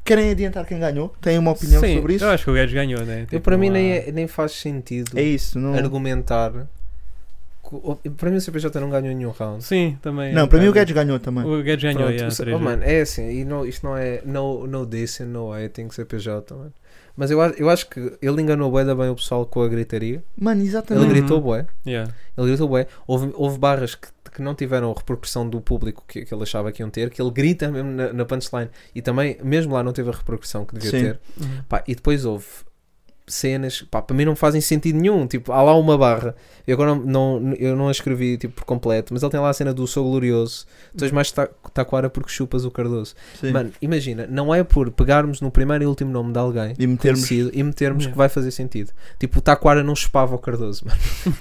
Speaker 6: querem adiantar quem ganhou? Têm uma opinião
Speaker 1: Sim,
Speaker 6: sobre isso?
Speaker 1: Eu acho que o gajo ganhou, né?
Speaker 7: Eu,
Speaker 1: Tipo,
Speaker 7: para mim é-
Speaker 1: não há-
Speaker 7: nem, é- nem faz sentido
Speaker 6: É isso, não.
Speaker 7: argumentar que que o- para mim o CPJ não ganhou nenhum round.
Speaker 1: Sim, também.
Speaker 6: Não, para mim o
Speaker 7: ganho.
Speaker 6: Guedes ganhou também.
Speaker 1: O Guedes ganhou,
Speaker 7: Pronto,
Speaker 1: yeah,
Speaker 7: o C-
Speaker 1: três
Speaker 7: oh,
Speaker 1: vezes.
Speaker 7: mano, é assim, e não, isto não é no, no decent, no hating, CPJ, mano. Mas eu, a- eu acho que ele enganou bué da bem o pessoal com a gritaria.
Speaker 6: Mano,
Speaker 7: Ele
Speaker 1: Uhum.
Speaker 6: exatamente.
Speaker 7: gritou bué,
Speaker 1: Yeah.
Speaker 7: ele gritou bué. Houve, houve barras que, que não tiveram a repercussão do público que, que ele achava que iam ter, que ele grita mesmo na, na punchline. E também, mesmo lá, não teve a repercussão que devia
Speaker 6: Sim.
Speaker 7: ter. Pá, e depois houve cenas, pá, para mim não fazem sentido nenhum. Tipo, há lá uma barra. Eu agora não, não- eu não a escrevi tipo, por completo, mas ele tem lá a cena do Sou Glorioso. Tu és mais ta- taquara porque chupas o Cardoso.
Speaker 6: Uhum. Sim.
Speaker 7: Mano, imagina, não é por pegarmos no primeiro e último nome de alguém.
Speaker 6: E metermos.
Speaker 7: conhecido E metermos
Speaker 1: Yeah.
Speaker 7: que vai fazer sentido. Tipo, o Taquara não chupava o Cardoso, mano.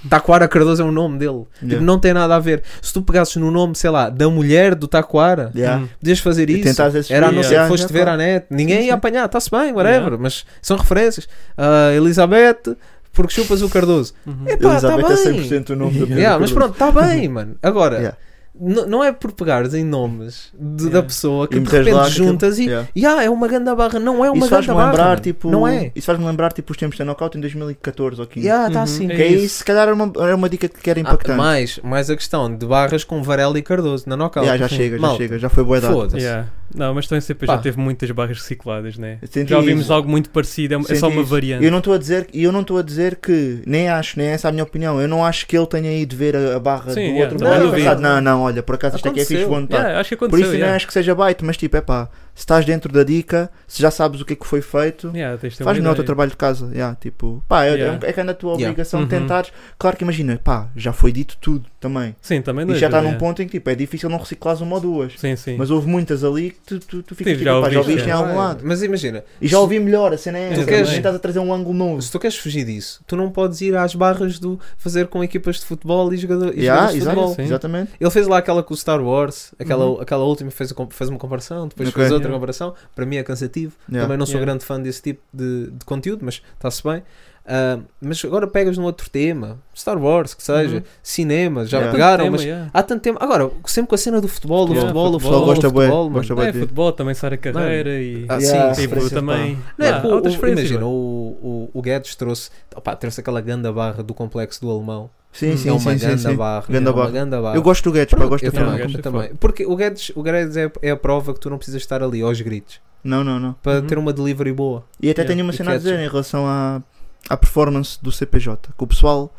Speaker 7: Taquara Cardoso é o nome dele. Tipo,
Speaker 6: Yeah.
Speaker 7: não tem nada a ver. Se tu pegasses no nome, sei lá, da mulher do Taquara,
Speaker 6: Yeah.
Speaker 7: podias fazer
Speaker 6: E
Speaker 7: Uhum. isso.
Speaker 6: tentares esses
Speaker 7: Era a não
Speaker 1: Yeah.
Speaker 7: ser que
Speaker 6: Yeah, já
Speaker 7: foste ver
Speaker 6: tá.
Speaker 7: à net. Ninguém
Speaker 6: Sim, sim.
Speaker 7: ia apanhar, está-se bem, whatever. Mas são referências. Ah, Elizabeth, porque chupas o Cardoso.
Speaker 1: Uhum.
Speaker 7: Epá, tá
Speaker 6: Elizabeth é
Speaker 7: bem.
Speaker 6: 100% o nome da Pedro
Speaker 7: Yeah, mas
Speaker 6: Cardoso.
Speaker 7: pronto, está bem, mano. Agora,
Speaker 6: Yeah.
Speaker 7: n- não é por pegares em nomes de- da
Speaker 1: Yeah.
Speaker 7: pessoa que
Speaker 6: E
Speaker 7: de
Speaker 6: meteres lá
Speaker 7: repente
Speaker 6: aquilo.
Speaker 7: juntas e.
Speaker 6: Yeah.
Speaker 7: Yeah, é uma ganda barra, não é uma
Speaker 6: Isso
Speaker 7: ganda
Speaker 6: faz-me
Speaker 7: barra.
Speaker 6: lembrar,
Speaker 7: mano.
Speaker 6: tipo,
Speaker 7: Não é.
Speaker 6: Isso faz-me lembrar tipo os tempos da Knockout em 2014 ou 15.
Speaker 7: Yeah, tá
Speaker 1: Uhum.
Speaker 7: assim.
Speaker 1: É
Speaker 6: Que aí,
Speaker 1: isso.
Speaker 6: se calhar era uma, era uma dica que era
Speaker 7: Ah,
Speaker 6: impactante.
Speaker 7: mais, mais a questão de barras com Varela e Cardoso na knockout.
Speaker 6: Yeah, já chega, já
Speaker 7: Malta,
Speaker 6: chega, já foi boa idade.
Speaker 7: Foda-se.
Speaker 1: Yeah. Não, mas também sempre já
Speaker 7: Pá.
Speaker 1: teve muitas barras recicladas, né?
Speaker 6: Eu senti
Speaker 1: Já ouvimos
Speaker 6: isso.
Speaker 1: algo muito parecido, é, é
Speaker 6: Senti
Speaker 1: só uma
Speaker 6: isso.
Speaker 1: variante.
Speaker 6: E eu não estou a dizer, e eu não estou a dizer que nem acho, nem essa é a minha opinião. Eu não acho que ele tenha ido ver a, a barra
Speaker 1: Sim,
Speaker 6: do
Speaker 1: yeah,
Speaker 6: outro
Speaker 1: não,
Speaker 6: lado.
Speaker 1: eu vi.
Speaker 6: Pensado, Não, não, olha, por acaso isto aqui é fixe,
Speaker 7: é Aconteceu.
Speaker 6: vou anotar.
Speaker 1: Yeah, acho que
Speaker 6: Por
Speaker 1: aconteceu.
Speaker 6: isso nem
Speaker 1: yeah.
Speaker 6: acho que seja baita, mas tipo, é pá, se estás dentro da dica, se já sabes o que é que foi feito,
Speaker 1: Yeah, tens de ter uma
Speaker 6: faz melhor o teu
Speaker 1: ideia.
Speaker 6: trabalho de casa. Yeah, tipo, pá, é, é
Speaker 1: Yeah.
Speaker 6: um- é que é na tua
Speaker 7: Yeah.
Speaker 6: obrigação
Speaker 1: Uhum.
Speaker 6: tentares. Claro que imagina, pá, já foi dito tudo também.
Speaker 1: Sim, também não
Speaker 6: E já está
Speaker 1: ajuda,
Speaker 6: num
Speaker 1: É yeah.
Speaker 6: ponto em que tipo, é difícil não reciclares uma ou duas.
Speaker 1: Sim, sim.
Speaker 6: Mas houve muitas ali que tu, tu, tu ficas
Speaker 1: Sim,
Speaker 6: tipo,
Speaker 1: já
Speaker 6: pá,
Speaker 1: ouviste,
Speaker 6: já ouvi isto em
Speaker 1: é.
Speaker 6: algum lado.
Speaker 7: Mas imagina,
Speaker 6: E já ouvi melhor, a cena é
Speaker 1: Tu
Speaker 6: essa,
Speaker 7: queres-
Speaker 6: mas estás a trazer um ângulo novo.
Speaker 7: se tu queres fugir disso, tu não podes ir às barras do fazer com equipas de futebol e jogador- e jogadores
Speaker 6: Yeah,
Speaker 7: de
Speaker 6: exato,
Speaker 7: futebol.
Speaker 1: sim.
Speaker 6: exatamente.
Speaker 7: Ele fez lá aquela com o Star Wars, aquela, aquela última fez, a com- fez uma comparação, depois
Speaker 6: Ok.
Speaker 7: fez outra
Speaker 1: Yeah.
Speaker 7: comparação. Para mim é cansativo.
Speaker 6: Yeah.
Speaker 7: Também não sou
Speaker 1: Yeah.
Speaker 7: grande fã desse tipo de, de conteúdo, mas está-se bem. Ah, mas agora pegas num outro tema, Star Wars, que seja,
Speaker 1: Uhum.
Speaker 7: cinema, já
Speaker 6: Yeah.
Speaker 7: pegaram,
Speaker 1: Tema,
Speaker 7: mas
Speaker 1: yeah.
Speaker 7: Há tanto tempo. Agora, sempre com a cena do futebol, do
Speaker 1: Yeah,
Speaker 7: futebol, o
Speaker 1: futebol.
Speaker 7: futebol,
Speaker 1: Só
Speaker 6: gosta
Speaker 7: o
Speaker 6: bué,
Speaker 7: futebol, mano.
Speaker 6: gosta bué.
Speaker 1: É,
Speaker 6: Bati.
Speaker 1: futebol, também Sara Carreira e.
Speaker 7: Ah,
Speaker 6: Yeah,
Speaker 7: sim,
Speaker 1: tipo,
Speaker 6: referências,
Speaker 1: também.
Speaker 7: Não, é
Speaker 1: Ah,
Speaker 7: que o-
Speaker 1: outras
Speaker 7: o-
Speaker 1: referências,
Speaker 7: imagina,
Speaker 1: mano.
Speaker 7: o, o, o Guedes trouxe, opá, trouxe aquela ganda barra do complexo do alemão.
Speaker 6: Sim,
Speaker 7: é
Speaker 6: sim,
Speaker 7: uma
Speaker 6: sim, sim,
Speaker 7: ganda
Speaker 6: sim.
Speaker 7: barra.
Speaker 6: Ganda
Speaker 7: é uma
Speaker 6: barra.
Speaker 7: ganda barra.
Speaker 6: Eu gosto do Guedes, pá,
Speaker 7: Pronto,
Speaker 6: gosto
Speaker 7: eu
Speaker 6: do Guedes.
Speaker 7: também,
Speaker 1: Guedes
Speaker 7: eu
Speaker 1: é
Speaker 7: também. Porque o Guedes, o Guedes é, é a prova que tu não precisas estar ali aos gritos
Speaker 6: Não, não, não.
Speaker 7: para
Speaker 1: Uhum.
Speaker 7: ter uma delivery boa.
Speaker 6: E até
Speaker 1: Yeah.
Speaker 6: tenho uma
Speaker 7: E
Speaker 6: cena a dizer
Speaker 7: catchy.
Speaker 6: em relação à, à performance do CPJ. Que o pessoal.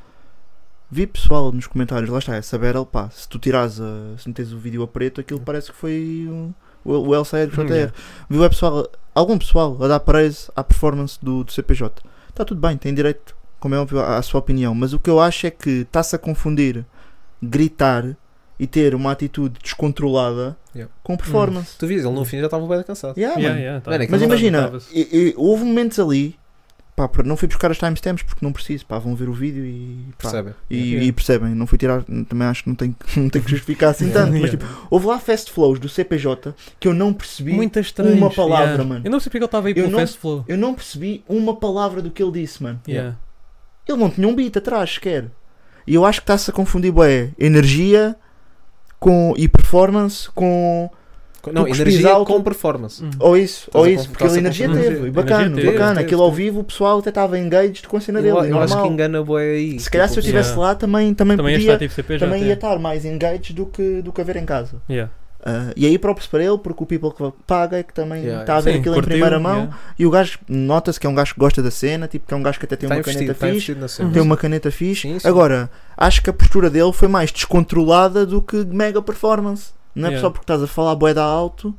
Speaker 6: Vi pessoal nos comentários, lá está, essa battle, pá. Se tu tirares a, se meteres o vídeo a preto, aquilo parece que foi um, o, o LCR que
Speaker 1: Hum,
Speaker 6: JR. Viu é pessoal, algum pessoal a dar praise à performance do, do CPJ. Está Tá tudo bem, tem direito, como é óbvio, à, à sua opinião. Mas o que eu acho é que está-se a confundir gritar e ter uma atitude descontrolada
Speaker 7: Yeah. Uhum.
Speaker 6: com performance.
Speaker 7: Tu vês, ele
Speaker 1: Uhum.
Speaker 7: no fim já estava bem cansado.
Speaker 6: Yeah,
Speaker 1: Yeah,
Speaker 6: mano.
Speaker 1: yeah, tá.
Speaker 7: Mano, é que
Speaker 6: Mas
Speaker 7: não
Speaker 6: imagina,
Speaker 1: notava-se.
Speaker 6: e- e houve momentos ali, pá, por- não fui buscar as timestamps porque não preciso, pá, vão ver o vídeo e, pá,
Speaker 7: Percebem?
Speaker 6: e,
Speaker 1: Yeah.
Speaker 6: e percebem, não fui tirar, também acho que não tenho, que- não tenho que justificar assim tanto, mas
Speaker 1: Yeah.
Speaker 6: tipo, houve lá fast flows do CPJ que eu não percebi,
Speaker 1: Muitas estranhas.
Speaker 6: uma palavra, mano.
Speaker 1: Eu não sei porque ele estava aí
Speaker 6: Eu
Speaker 1: pelo
Speaker 6: não-
Speaker 1: Fast Flow.
Speaker 6: eu não percebi uma palavra do que ele disse, mano.
Speaker 1: Yeah.
Speaker 6: Ele não tinha um beat atrás sequer. E eu acho que está-se a confundir, bué, energia com, e performance com...
Speaker 7: Não,
Speaker 6: tu
Speaker 7: energia
Speaker 6: cuspires alto-
Speaker 7: com performance.
Speaker 1: Uhum.
Speaker 6: Ou isso,
Speaker 7: Estás
Speaker 6: ou
Speaker 7: a
Speaker 6: isso,
Speaker 7: conf-
Speaker 6: porque ele
Speaker 7: estás a
Speaker 6: energia
Speaker 1: confundir.
Speaker 6: teve, e
Speaker 1: Energia
Speaker 6: bacana,
Speaker 1: teve,
Speaker 6: bacana.
Speaker 7: teve,
Speaker 6: Aquilo ao vivo o pessoal até estava engaged com a cena dele,
Speaker 7: Eu, eu acho que
Speaker 6: normal.
Speaker 7: engana boa aí.
Speaker 6: Se calhar se eu
Speaker 7: Tipo,
Speaker 6: estivesse
Speaker 1: yeah.
Speaker 6: lá também, também,
Speaker 1: Também
Speaker 6: podia,
Speaker 1: está tipo CPJ.
Speaker 6: também ia
Speaker 1: yeah.
Speaker 6: estar mais engaged do que, do que a ver em casa.
Speaker 1: Yeah.
Speaker 6: Ah, e aí próprio para ele, porque o people que paga é que também está
Speaker 7: Yeah,
Speaker 6: a ver
Speaker 1: Sim,
Speaker 6: aquilo
Speaker 1: curtiu,
Speaker 6: em primeira mão
Speaker 1: yeah.
Speaker 6: e o gajo nota-se que é um gajo que gosta da cena, tipo que é um gajo que até tem
Speaker 7: Está
Speaker 6: uma
Speaker 7: investido,
Speaker 6: caneta
Speaker 7: está
Speaker 6: fixe, Uhum.
Speaker 7: investido na cena.
Speaker 6: tem uma caneta fixe.
Speaker 7: Sim, sim.
Speaker 6: Agora, acho que a postura dele foi mais descontrolada do que mega performance. Não é
Speaker 1: Yeah.
Speaker 6: só porque estás a falar boeda alto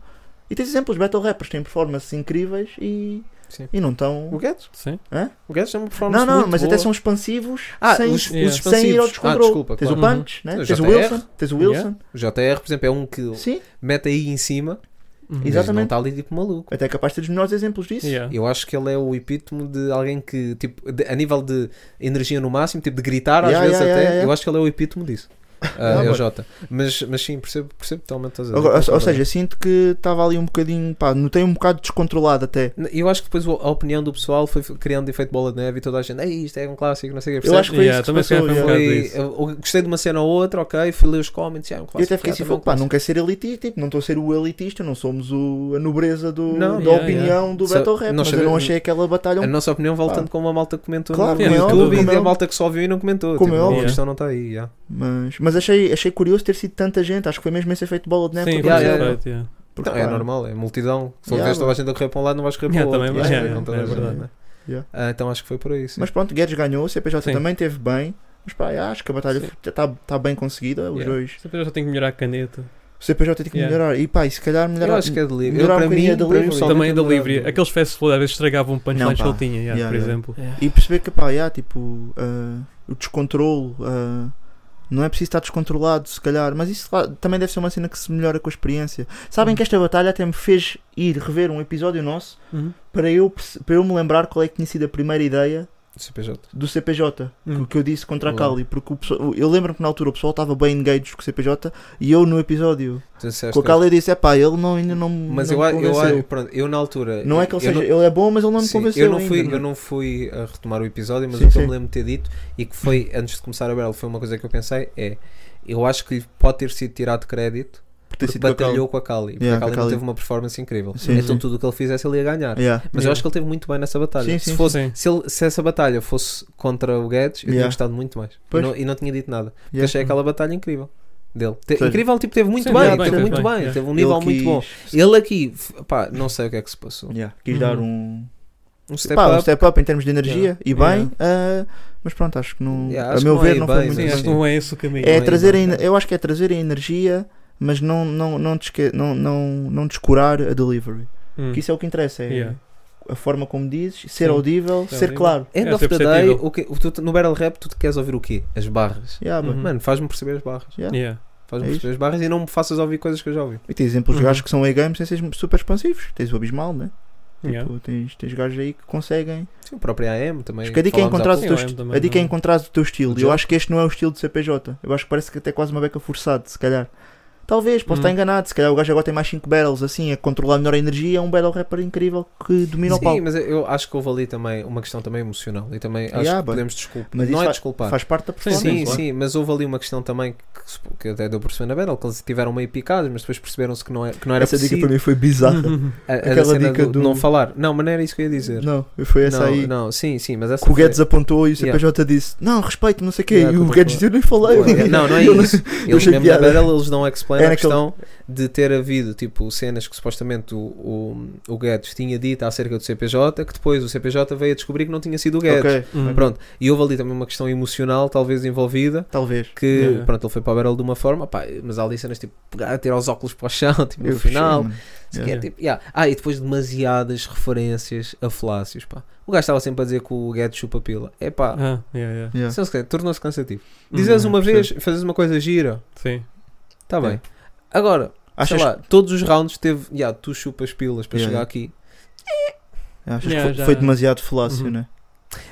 Speaker 6: e tens exemplos, battle rappers têm performances incríveis e,
Speaker 7: Sim.
Speaker 6: e não estão.
Speaker 7: O Guedes?
Speaker 1: Sim.
Speaker 7: O Guedes tem uma performance
Speaker 6: Não, não,
Speaker 7: muito
Speaker 6: mas
Speaker 7: boa.
Speaker 6: até são expansivos
Speaker 7: Ah,
Speaker 6: sem,
Speaker 7: os, os
Speaker 1: Yeah.
Speaker 7: expansivos.
Speaker 6: sem ir ao
Speaker 7: ah,
Speaker 6: descontrole.
Speaker 7: desculpa,
Speaker 6: tens
Speaker 7: claro.
Speaker 6: o Punch, né?
Speaker 7: Tens
Speaker 6: tens,
Speaker 7: o
Speaker 6: o
Speaker 7: JR.
Speaker 6: Wilson, tens o Wilson,
Speaker 7: O JR, por exemplo, é um que
Speaker 6: sim,
Speaker 7: mete aí em cima
Speaker 1: Uhum.
Speaker 7: mas
Speaker 6: Exatamente.
Speaker 7: não está ali tipo maluco.
Speaker 6: até é capaz de ter os melhores exemplos disso.
Speaker 1: Yeah.
Speaker 7: Eu acho que ele é o epítome de alguém que, tipo, de- a nível de energia no máximo, tipo, de gritar às
Speaker 6: Yeah,
Speaker 7: vezes
Speaker 6: yeah,
Speaker 7: até,
Speaker 6: yeah, yeah.
Speaker 7: eu acho que ele é o epítome disso. Ah,
Speaker 6: Yeah,
Speaker 7: é o
Speaker 6: mano.
Speaker 7: Jota. Mas, mas sim, percebo, percebo totalmente. o que estás a dizer.
Speaker 6: Agora, ou, ou
Speaker 7: Concordo.
Speaker 6: seja, sinto que estava ali um bocadinho, pá, notei um bocado descontrolado até.
Speaker 7: eu acho que depois o- a opinião do pessoal foi f- criando efeito bola de neve e toda a gente, Ei, isto é um clássico, não sei o que.
Speaker 6: Eu acho que foi
Speaker 1: Yeah,
Speaker 6: isso que
Speaker 1: também
Speaker 6: se passou.
Speaker 1: foi um
Speaker 6: yeah.
Speaker 1: bocado
Speaker 7: Foi,
Speaker 1: isso.
Speaker 7: eu- eu gostei de uma cena ou outra, ok, fui ler os comments, yeah, é um
Speaker 6: Eu
Speaker 7: clássico.
Speaker 6: até fiquei assim,
Speaker 7: yeah, também é um
Speaker 6: pá, não
Speaker 7: clássico."
Speaker 6: quero ser elitista, tipo, não estou a ser o elitista, não somos o- a nobreza do,
Speaker 7: Não,
Speaker 6: da
Speaker 1: yeah,
Speaker 6: opinião do
Speaker 7: Só-
Speaker 6: Battle Rap, mas
Speaker 7: nós
Speaker 6: eu
Speaker 7: sabemos- É
Speaker 6: não achei aquela batalha
Speaker 7: A
Speaker 6: um
Speaker 7: nossa opinião
Speaker 6: Pá.
Speaker 7: voltando com uma malta que comentou
Speaker 6: Claro,
Speaker 7: no
Speaker 1: como é
Speaker 7: YouTube
Speaker 1: óbvio,
Speaker 7: e
Speaker 6: como é
Speaker 7: a
Speaker 6: óbvio.
Speaker 7: malta que só viu e não comentou.
Speaker 6: Como
Speaker 7: tipo,
Speaker 6: é
Speaker 7: a
Speaker 1: óbvio.
Speaker 7: questão não está aí. já.
Speaker 6: Mas, mas achei, achei curioso ter sido tanta gente. Acho que foi mesmo esse efeito bola de neve.
Speaker 1: Sim,
Speaker 6: né? porque-
Speaker 1: foi
Speaker 7: yeah, yeah,
Speaker 1: perfeito, yeah.
Speaker 6: porque,
Speaker 7: Então, é
Speaker 6: pá,
Speaker 7: normal, é multidão. Se
Speaker 6: Yeah,
Speaker 7: não tiveres toda a gente a correr para um lado, não vais correr para o
Speaker 1: Yeah,
Speaker 7: outro.
Speaker 1: também,
Speaker 7: Vais
Speaker 6: yeah,
Speaker 7: correr
Speaker 6: yeah,
Speaker 7: com toda
Speaker 6: é
Speaker 7: a gente,
Speaker 6: verdade.
Speaker 7: né?
Speaker 6: Yeah.
Speaker 7: Ah, então acho que foi por aí. sim.
Speaker 6: Mas pronto, Guedes ganhou, o CPJ
Speaker 1: Sim.
Speaker 6: também teve bem. Mas pá, yeah, acho que a batalha
Speaker 1: Sim.
Speaker 6: está tá bem conseguida. Os
Speaker 7: Yeah.
Speaker 6: dois.
Speaker 1: Essa pessoa só tem que melhorar a caneta.
Speaker 6: O CPJ tem que
Speaker 1: Yeah.
Speaker 6: melhorar. E pá, e se calhar melhorar.
Speaker 7: eu acho que é de livre. Eu,
Speaker 6: melhorar um
Speaker 7: para mim,
Speaker 6: bocadinho a
Speaker 7: para mim,
Speaker 6: delivery.
Speaker 7: pessoalmente, é
Speaker 1: Também
Speaker 7: eu
Speaker 1: da
Speaker 7: melhorava
Speaker 1: livre. é
Speaker 7: delivery.
Speaker 1: Aqueles fast food às vezes estragavam punchlines
Speaker 6: Não,
Speaker 1: que
Speaker 6: pá.
Speaker 1: ele tinha, yeah,
Speaker 6: Yeah,
Speaker 1: por
Speaker 6: yeah.
Speaker 1: exemplo.
Speaker 7: é-
Speaker 6: E perceber que pá, yeah, tipo, ah, o descontrole. ah, não é preciso estar descontrolado, se calhar, mas isso lá, também deve ser uma cena que se melhora com a experiência.
Speaker 7: Uhum.
Speaker 6: Sabem que esta batalha até me fez ir rever um episódio nosso
Speaker 1: Uhum.
Speaker 6: para eu, perce- para eu me lembrar qual é que tinha sido a primeira ideia
Speaker 7: CPJ.
Speaker 6: do CPJ,
Speaker 1: Hum.
Speaker 6: o que eu disse contra a
Speaker 7: Uhum. Boa.
Speaker 6: Cali, porque o pessoal- eu lembro-me que na altura o pessoal estava bem engaged com o CPJ e eu no episódio
Speaker 7: Tu disseste-
Speaker 6: com a Cali eu disse, é pá, ele não, ainda não me
Speaker 7: Mas
Speaker 6: não
Speaker 7: eu,
Speaker 6: me
Speaker 7: a- eu,
Speaker 6: convenceu."
Speaker 7: a- pronto, eu na altura.
Speaker 6: Não é que ele
Speaker 7: eu
Speaker 6: seja, ele é bom, mas ele não é? me
Speaker 7: Sim,
Speaker 6: convenceu
Speaker 7: eu não, fui,
Speaker 6: ainda,
Speaker 7: eu não fui a retomar o episódio, mas
Speaker 6: Sim,
Speaker 7: o que eu
Speaker 6: sim.
Speaker 7: me lembro de ter dito e que foi, antes de começar a Battle, foi uma coisa que eu pensei: é eu acho que lhe pode ter sido tirado crédito
Speaker 6: por ter
Speaker 7: porque
Speaker 6: sido com a Cali.
Speaker 7: batalhou com a Kali. Porque
Speaker 6: Tipo, Yeah,
Speaker 7: a Kali
Speaker 6: com a
Speaker 7: não
Speaker 6: Kali.
Speaker 7: teve uma performance incrível.
Speaker 6: Sim,
Speaker 7: então
Speaker 6: sim.
Speaker 7: tudo o que ele fizesse ele ia ganhar.
Speaker 6: Yeah.
Speaker 7: Mas eu
Speaker 1: Yeah.
Speaker 7: acho que ele teve muito bem nessa batalha.
Speaker 6: Sim,
Speaker 7: se,
Speaker 6: sim,
Speaker 7: fosse,
Speaker 1: sim.
Speaker 7: Se, ele- se essa batalha fosse contra o Guedes, eu tinha
Speaker 6: Yeah.
Speaker 7: gostado muito mais. E
Speaker 6: Pois.
Speaker 7: não, e não tinha dito nada. Porque
Speaker 6: Yeah.
Speaker 7: achei aquela batalha incrível dele. Te-
Speaker 6: Sim.
Speaker 7: incrível, tipo, teve muito
Speaker 1: Sim,
Speaker 7: bem,
Speaker 1: yeah, bem,
Speaker 7: teve
Speaker 1: fez
Speaker 7: muito
Speaker 1: bem,
Speaker 7: bem,
Speaker 1: yeah.
Speaker 7: teve um nível
Speaker 6: Ele
Speaker 7: muito bom.
Speaker 6: quis-
Speaker 7: Ele aqui, f- pá, não sei o que é que se passou.
Speaker 6: yeah, quis
Speaker 1: Uhum.
Speaker 6: dar um,
Speaker 7: Um step
Speaker 6: pá, um
Speaker 7: up.
Speaker 6: step up em termos de energia e bem,
Speaker 1: Yeah.
Speaker 6: ah, mas pronto, acho que não,
Speaker 7: Yeah,
Speaker 6: a
Speaker 7: acho
Speaker 6: meu
Speaker 7: que não é
Speaker 6: ver, não
Speaker 7: bem,
Speaker 6: foi
Speaker 1: Sim,
Speaker 6: muito
Speaker 7: mas
Speaker 1: acho que
Speaker 7: sim.
Speaker 1: não é esse o caminho.
Speaker 6: Uhum. É
Speaker 7: Não é
Speaker 6: trazer, a,
Speaker 7: bom,
Speaker 6: ener- eu acho que é trazer a energia, mas não, não, não, desque- não, não, não descurar a delivery.
Speaker 7: Uhum.
Speaker 1: Hum.
Speaker 6: Que isso é o que interessa, é
Speaker 1: Yeah.
Speaker 6: a forma como dizes, ser
Speaker 1: Sim.
Speaker 6: audível,
Speaker 1: Ser
Speaker 6: ser
Speaker 1: audível.
Speaker 6: claro.
Speaker 7: End
Speaker 1: É
Speaker 7: of the day,
Speaker 1: perceptível.
Speaker 7: o que, o tu- no Battle Rap, tu te queres ouvir o quê? As barras.
Speaker 6: Yeah,
Speaker 1: Uhum.
Speaker 6: boy.
Speaker 7: Mano, faz-me perceber as barras.
Speaker 6: Yeah.
Speaker 1: Yeah.
Speaker 7: Faz-me
Speaker 6: É
Speaker 7: perceber as barras e não me faças ouvir coisas que eu já ouvi.
Speaker 6: E tens exemplos de
Speaker 1: Uhum.
Speaker 6: gajos que são A-games sem ser super expansivos. Tens o Abismal, né?
Speaker 1: Yeah.
Speaker 6: Tu tens, tens gajos aí que conseguem.
Speaker 7: Sim, o próprio AM também.
Speaker 6: Acho que a dica é
Speaker 7: falámos há
Speaker 6: encontrar o
Speaker 1: pouco.
Speaker 6: teu,
Speaker 1: Sim, o
Speaker 6: est-
Speaker 1: também
Speaker 6: a dica é
Speaker 1: não-
Speaker 6: encontrar o teu estilo.
Speaker 7: O
Speaker 6: E Eu
Speaker 7: Joe.
Speaker 6: acho que este não é o estilo de CPJ. Eu acho que parece que até quase uma beca forçado, se calhar. Talvez, posso
Speaker 1: Hum.
Speaker 6: estar enganado. Se calhar o gajo agora tem mais 5 battles assim, a controlar melhor a energia. É um battle rapper incrível que domina o
Speaker 7: Sim,
Speaker 6: palco.
Speaker 7: mas eu acho que houve ali também uma questão também emocional e também acho
Speaker 6: Yeah,
Speaker 7: que
Speaker 6: but-
Speaker 7: podemos desculpar.
Speaker 6: mas
Speaker 7: não
Speaker 6: isso
Speaker 7: é
Speaker 6: fa-
Speaker 7: desculpar.
Speaker 6: Faz parte da
Speaker 7: Sim,
Speaker 6: performance.
Speaker 7: sim,
Speaker 1: claro.
Speaker 7: mas houve ali uma questão também que, se- que até deu por perceber na Battle, que eles tiveram meio picados, mas depois perceberam-se que não, é, que não era
Speaker 6: Essa dica
Speaker 7: possível
Speaker 6: para mim foi bizarra.
Speaker 7: a, a
Speaker 6: aquela
Speaker 7: cena
Speaker 6: dica
Speaker 7: do,
Speaker 6: do-
Speaker 7: não falar. Não, mas não era isso que eu ia dizer.
Speaker 6: Não, foi essa
Speaker 7: não,
Speaker 6: aí.
Speaker 7: não, sim, sim, mas essa
Speaker 6: Que o
Speaker 7: foi-
Speaker 6: Guedes apontou e o
Speaker 7: Yeah.
Speaker 6: CPJ disse: Não, respeito, não sei o quê.
Speaker 7: Yeah,
Speaker 6: e o
Speaker 7: tô
Speaker 6: Guedes
Speaker 7: a falar.
Speaker 6: disse: Eu nem falei.
Speaker 7: Ué, Não, não é
Speaker 6: Eu
Speaker 7: isso. Eles
Speaker 6: achei
Speaker 7: mesmo na
Speaker 6: piada.
Speaker 7: Battle eles não explanam
Speaker 6: Era
Speaker 7: a
Speaker 6: aquele-
Speaker 7: questão de ter havido tipo cenas que supostamente o, o, o Guedes tinha dito acerca do CPJ, que depois o CPJ veio a descobrir que não tinha sido o Guedes.
Speaker 6: Ok,
Speaker 1: Uhum.
Speaker 7: Pronto, e houve ali também uma questão emocional, talvez envolvida,
Speaker 6: talvez.
Speaker 7: que
Speaker 1: Yeah.
Speaker 7: pronto, ele foi para a Battle de uma forma, pá, mas há ali cenas tipo pegar, tirar os óculos para o chão, tipo, no
Speaker 6: Eu
Speaker 7: final.
Speaker 6: fechei, mano.
Speaker 7: se
Speaker 6: Yeah.
Speaker 7: quer, tipo, yeah. Ah, e depois demasiadas referências a falácias, pá. O gajo estava sempre a dizer que o Guedes chupa pila. É pá,
Speaker 1: Ah, yeah, yeah.
Speaker 6: Yeah.
Speaker 7: se não se quer, tornou-se cansativo.
Speaker 6: Uhum.
Speaker 1: Hum,
Speaker 7: Dizes uma vez,
Speaker 6: percebo.
Speaker 7: fazes uma coisa gira,
Speaker 1: Sim.
Speaker 7: Tá
Speaker 6: Yeah.
Speaker 7: bem. Agora,
Speaker 6: Achas,
Speaker 7: sei lá, todos os rounds teve. Ya, tu chupas pilas para
Speaker 6: Yeah,
Speaker 7: chegar
Speaker 6: yeah.
Speaker 7: aqui.
Speaker 6: achas
Speaker 1: Yeah,
Speaker 6: que foi,
Speaker 1: já-
Speaker 6: foi demasiado falácio,
Speaker 1: Uhum.
Speaker 6: né?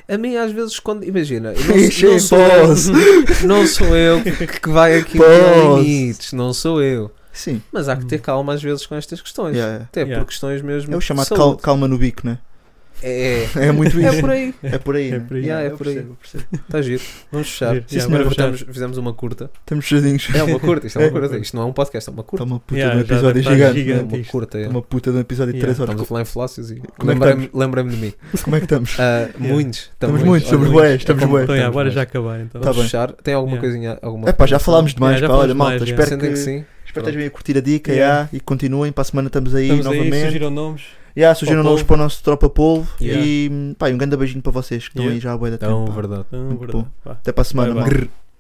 Speaker 6: é
Speaker 7: A mim, às vezes, quando. Imagina, eu
Speaker 6: Enchei
Speaker 7: não, sou- não,
Speaker 6: pause.
Speaker 7: sou, não sou eu que- que vai aqui ter
Speaker 6: Pause.
Speaker 7: limites, não sou eu.
Speaker 6: Sim.
Speaker 7: Mas há que
Speaker 6: Hum.
Speaker 7: ter calma às vezes com estas questões.
Speaker 6: Yeah, yeah.
Speaker 7: Até
Speaker 1: Yeah.
Speaker 7: por questões mesmo.
Speaker 6: É o
Speaker 7: de
Speaker 6: chamado cal-
Speaker 7: saúde.
Speaker 6: calma no bico, né?
Speaker 7: É, é.
Speaker 6: É muito isso.
Speaker 7: É por aí.
Speaker 6: É por aí.
Speaker 1: É
Speaker 6: né?
Speaker 1: por aí.
Speaker 7: Yeah, é
Speaker 6: eu
Speaker 7: por aí.
Speaker 6: percebo, eu percebo.
Speaker 7: Está giro. Vamos fechar.
Speaker 1: Giro.
Speaker 7: Sim,
Speaker 1: Yeah,
Speaker 7: senhora,
Speaker 1: vamos fechar.
Speaker 7: voltamos- fizemos uma curta.
Speaker 6: Estamos fechadinhos.
Speaker 7: É uma curta, isto é
Speaker 6: É.
Speaker 7: uma curta. Isto não é um podcast, é uma
Speaker 6: Está
Speaker 7: curta.
Speaker 6: uma puta
Speaker 1: Yeah,
Speaker 6: de um
Speaker 1: já
Speaker 6: episódio
Speaker 1: tá
Speaker 6: gigante.
Speaker 1: gigante.
Speaker 7: É
Speaker 6: né?
Speaker 7: uma
Speaker 1: isto.
Speaker 7: curta. é.
Speaker 6: Uma puta de um episódio de
Speaker 1: Yeah.
Speaker 6: 3 horas.
Speaker 7: Estamos a falar em falácias e
Speaker 6: Como é que
Speaker 7: lembrei-me lembrei-me de mim.
Speaker 6: Como é que estamos?
Speaker 7: Ah, Muitos,
Speaker 6: Estamos muitos, estamos
Speaker 7: olha,
Speaker 6: bué, estamos
Speaker 7: é como-
Speaker 6: bué.
Speaker 1: Então, yeah,
Speaker 7: estamos
Speaker 1: bora
Speaker 7: bué.
Speaker 1: já acabar então.
Speaker 6: Tá
Speaker 7: Vamos
Speaker 6: bem.
Speaker 7: fechar. Tem alguma
Speaker 1: Yeah.
Speaker 7: coisinha? Alguma
Speaker 6: É pá, já falámos demais,
Speaker 1: um Yeah, já
Speaker 6: pá. Olha,
Speaker 1: falámos
Speaker 6: malta,
Speaker 1: demais,
Speaker 6: espero
Speaker 7: Sendo que
Speaker 6: que,
Speaker 7: sim.
Speaker 6: espero
Speaker 7: Pronto.
Speaker 6: que estejam aí a curtir a dica
Speaker 1: Yeah.
Speaker 6: yeah, e continuem. Para a semana estamos aí
Speaker 1: Estamos aí,
Speaker 6: novamente.
Speaker 1: surgiram nomes.
Speaker 6: Yeah, surgiram
Speaker 1: Polvo.
Speaker 6: novos para o nosso Tropa Polvo.
Speaker 1: Yeah.
Speaker 6: E pá, e um grande beijinho para vocês que estão
Speaker 1: Yeah.
Speaker 6: aí já à boia da
Speaker 7: Então,
Speaker 6: tempo. pá.
Speaker 7: verdade.
Speaker 1: Então,
Speaker 6: Muito
Speaker 1: verdade.
Speaker 6: bom.
Speaker 1: Vá.
Speaker 6: Até para a semana,
Speaker 1: Bye, bye.
Speaker 6: malta.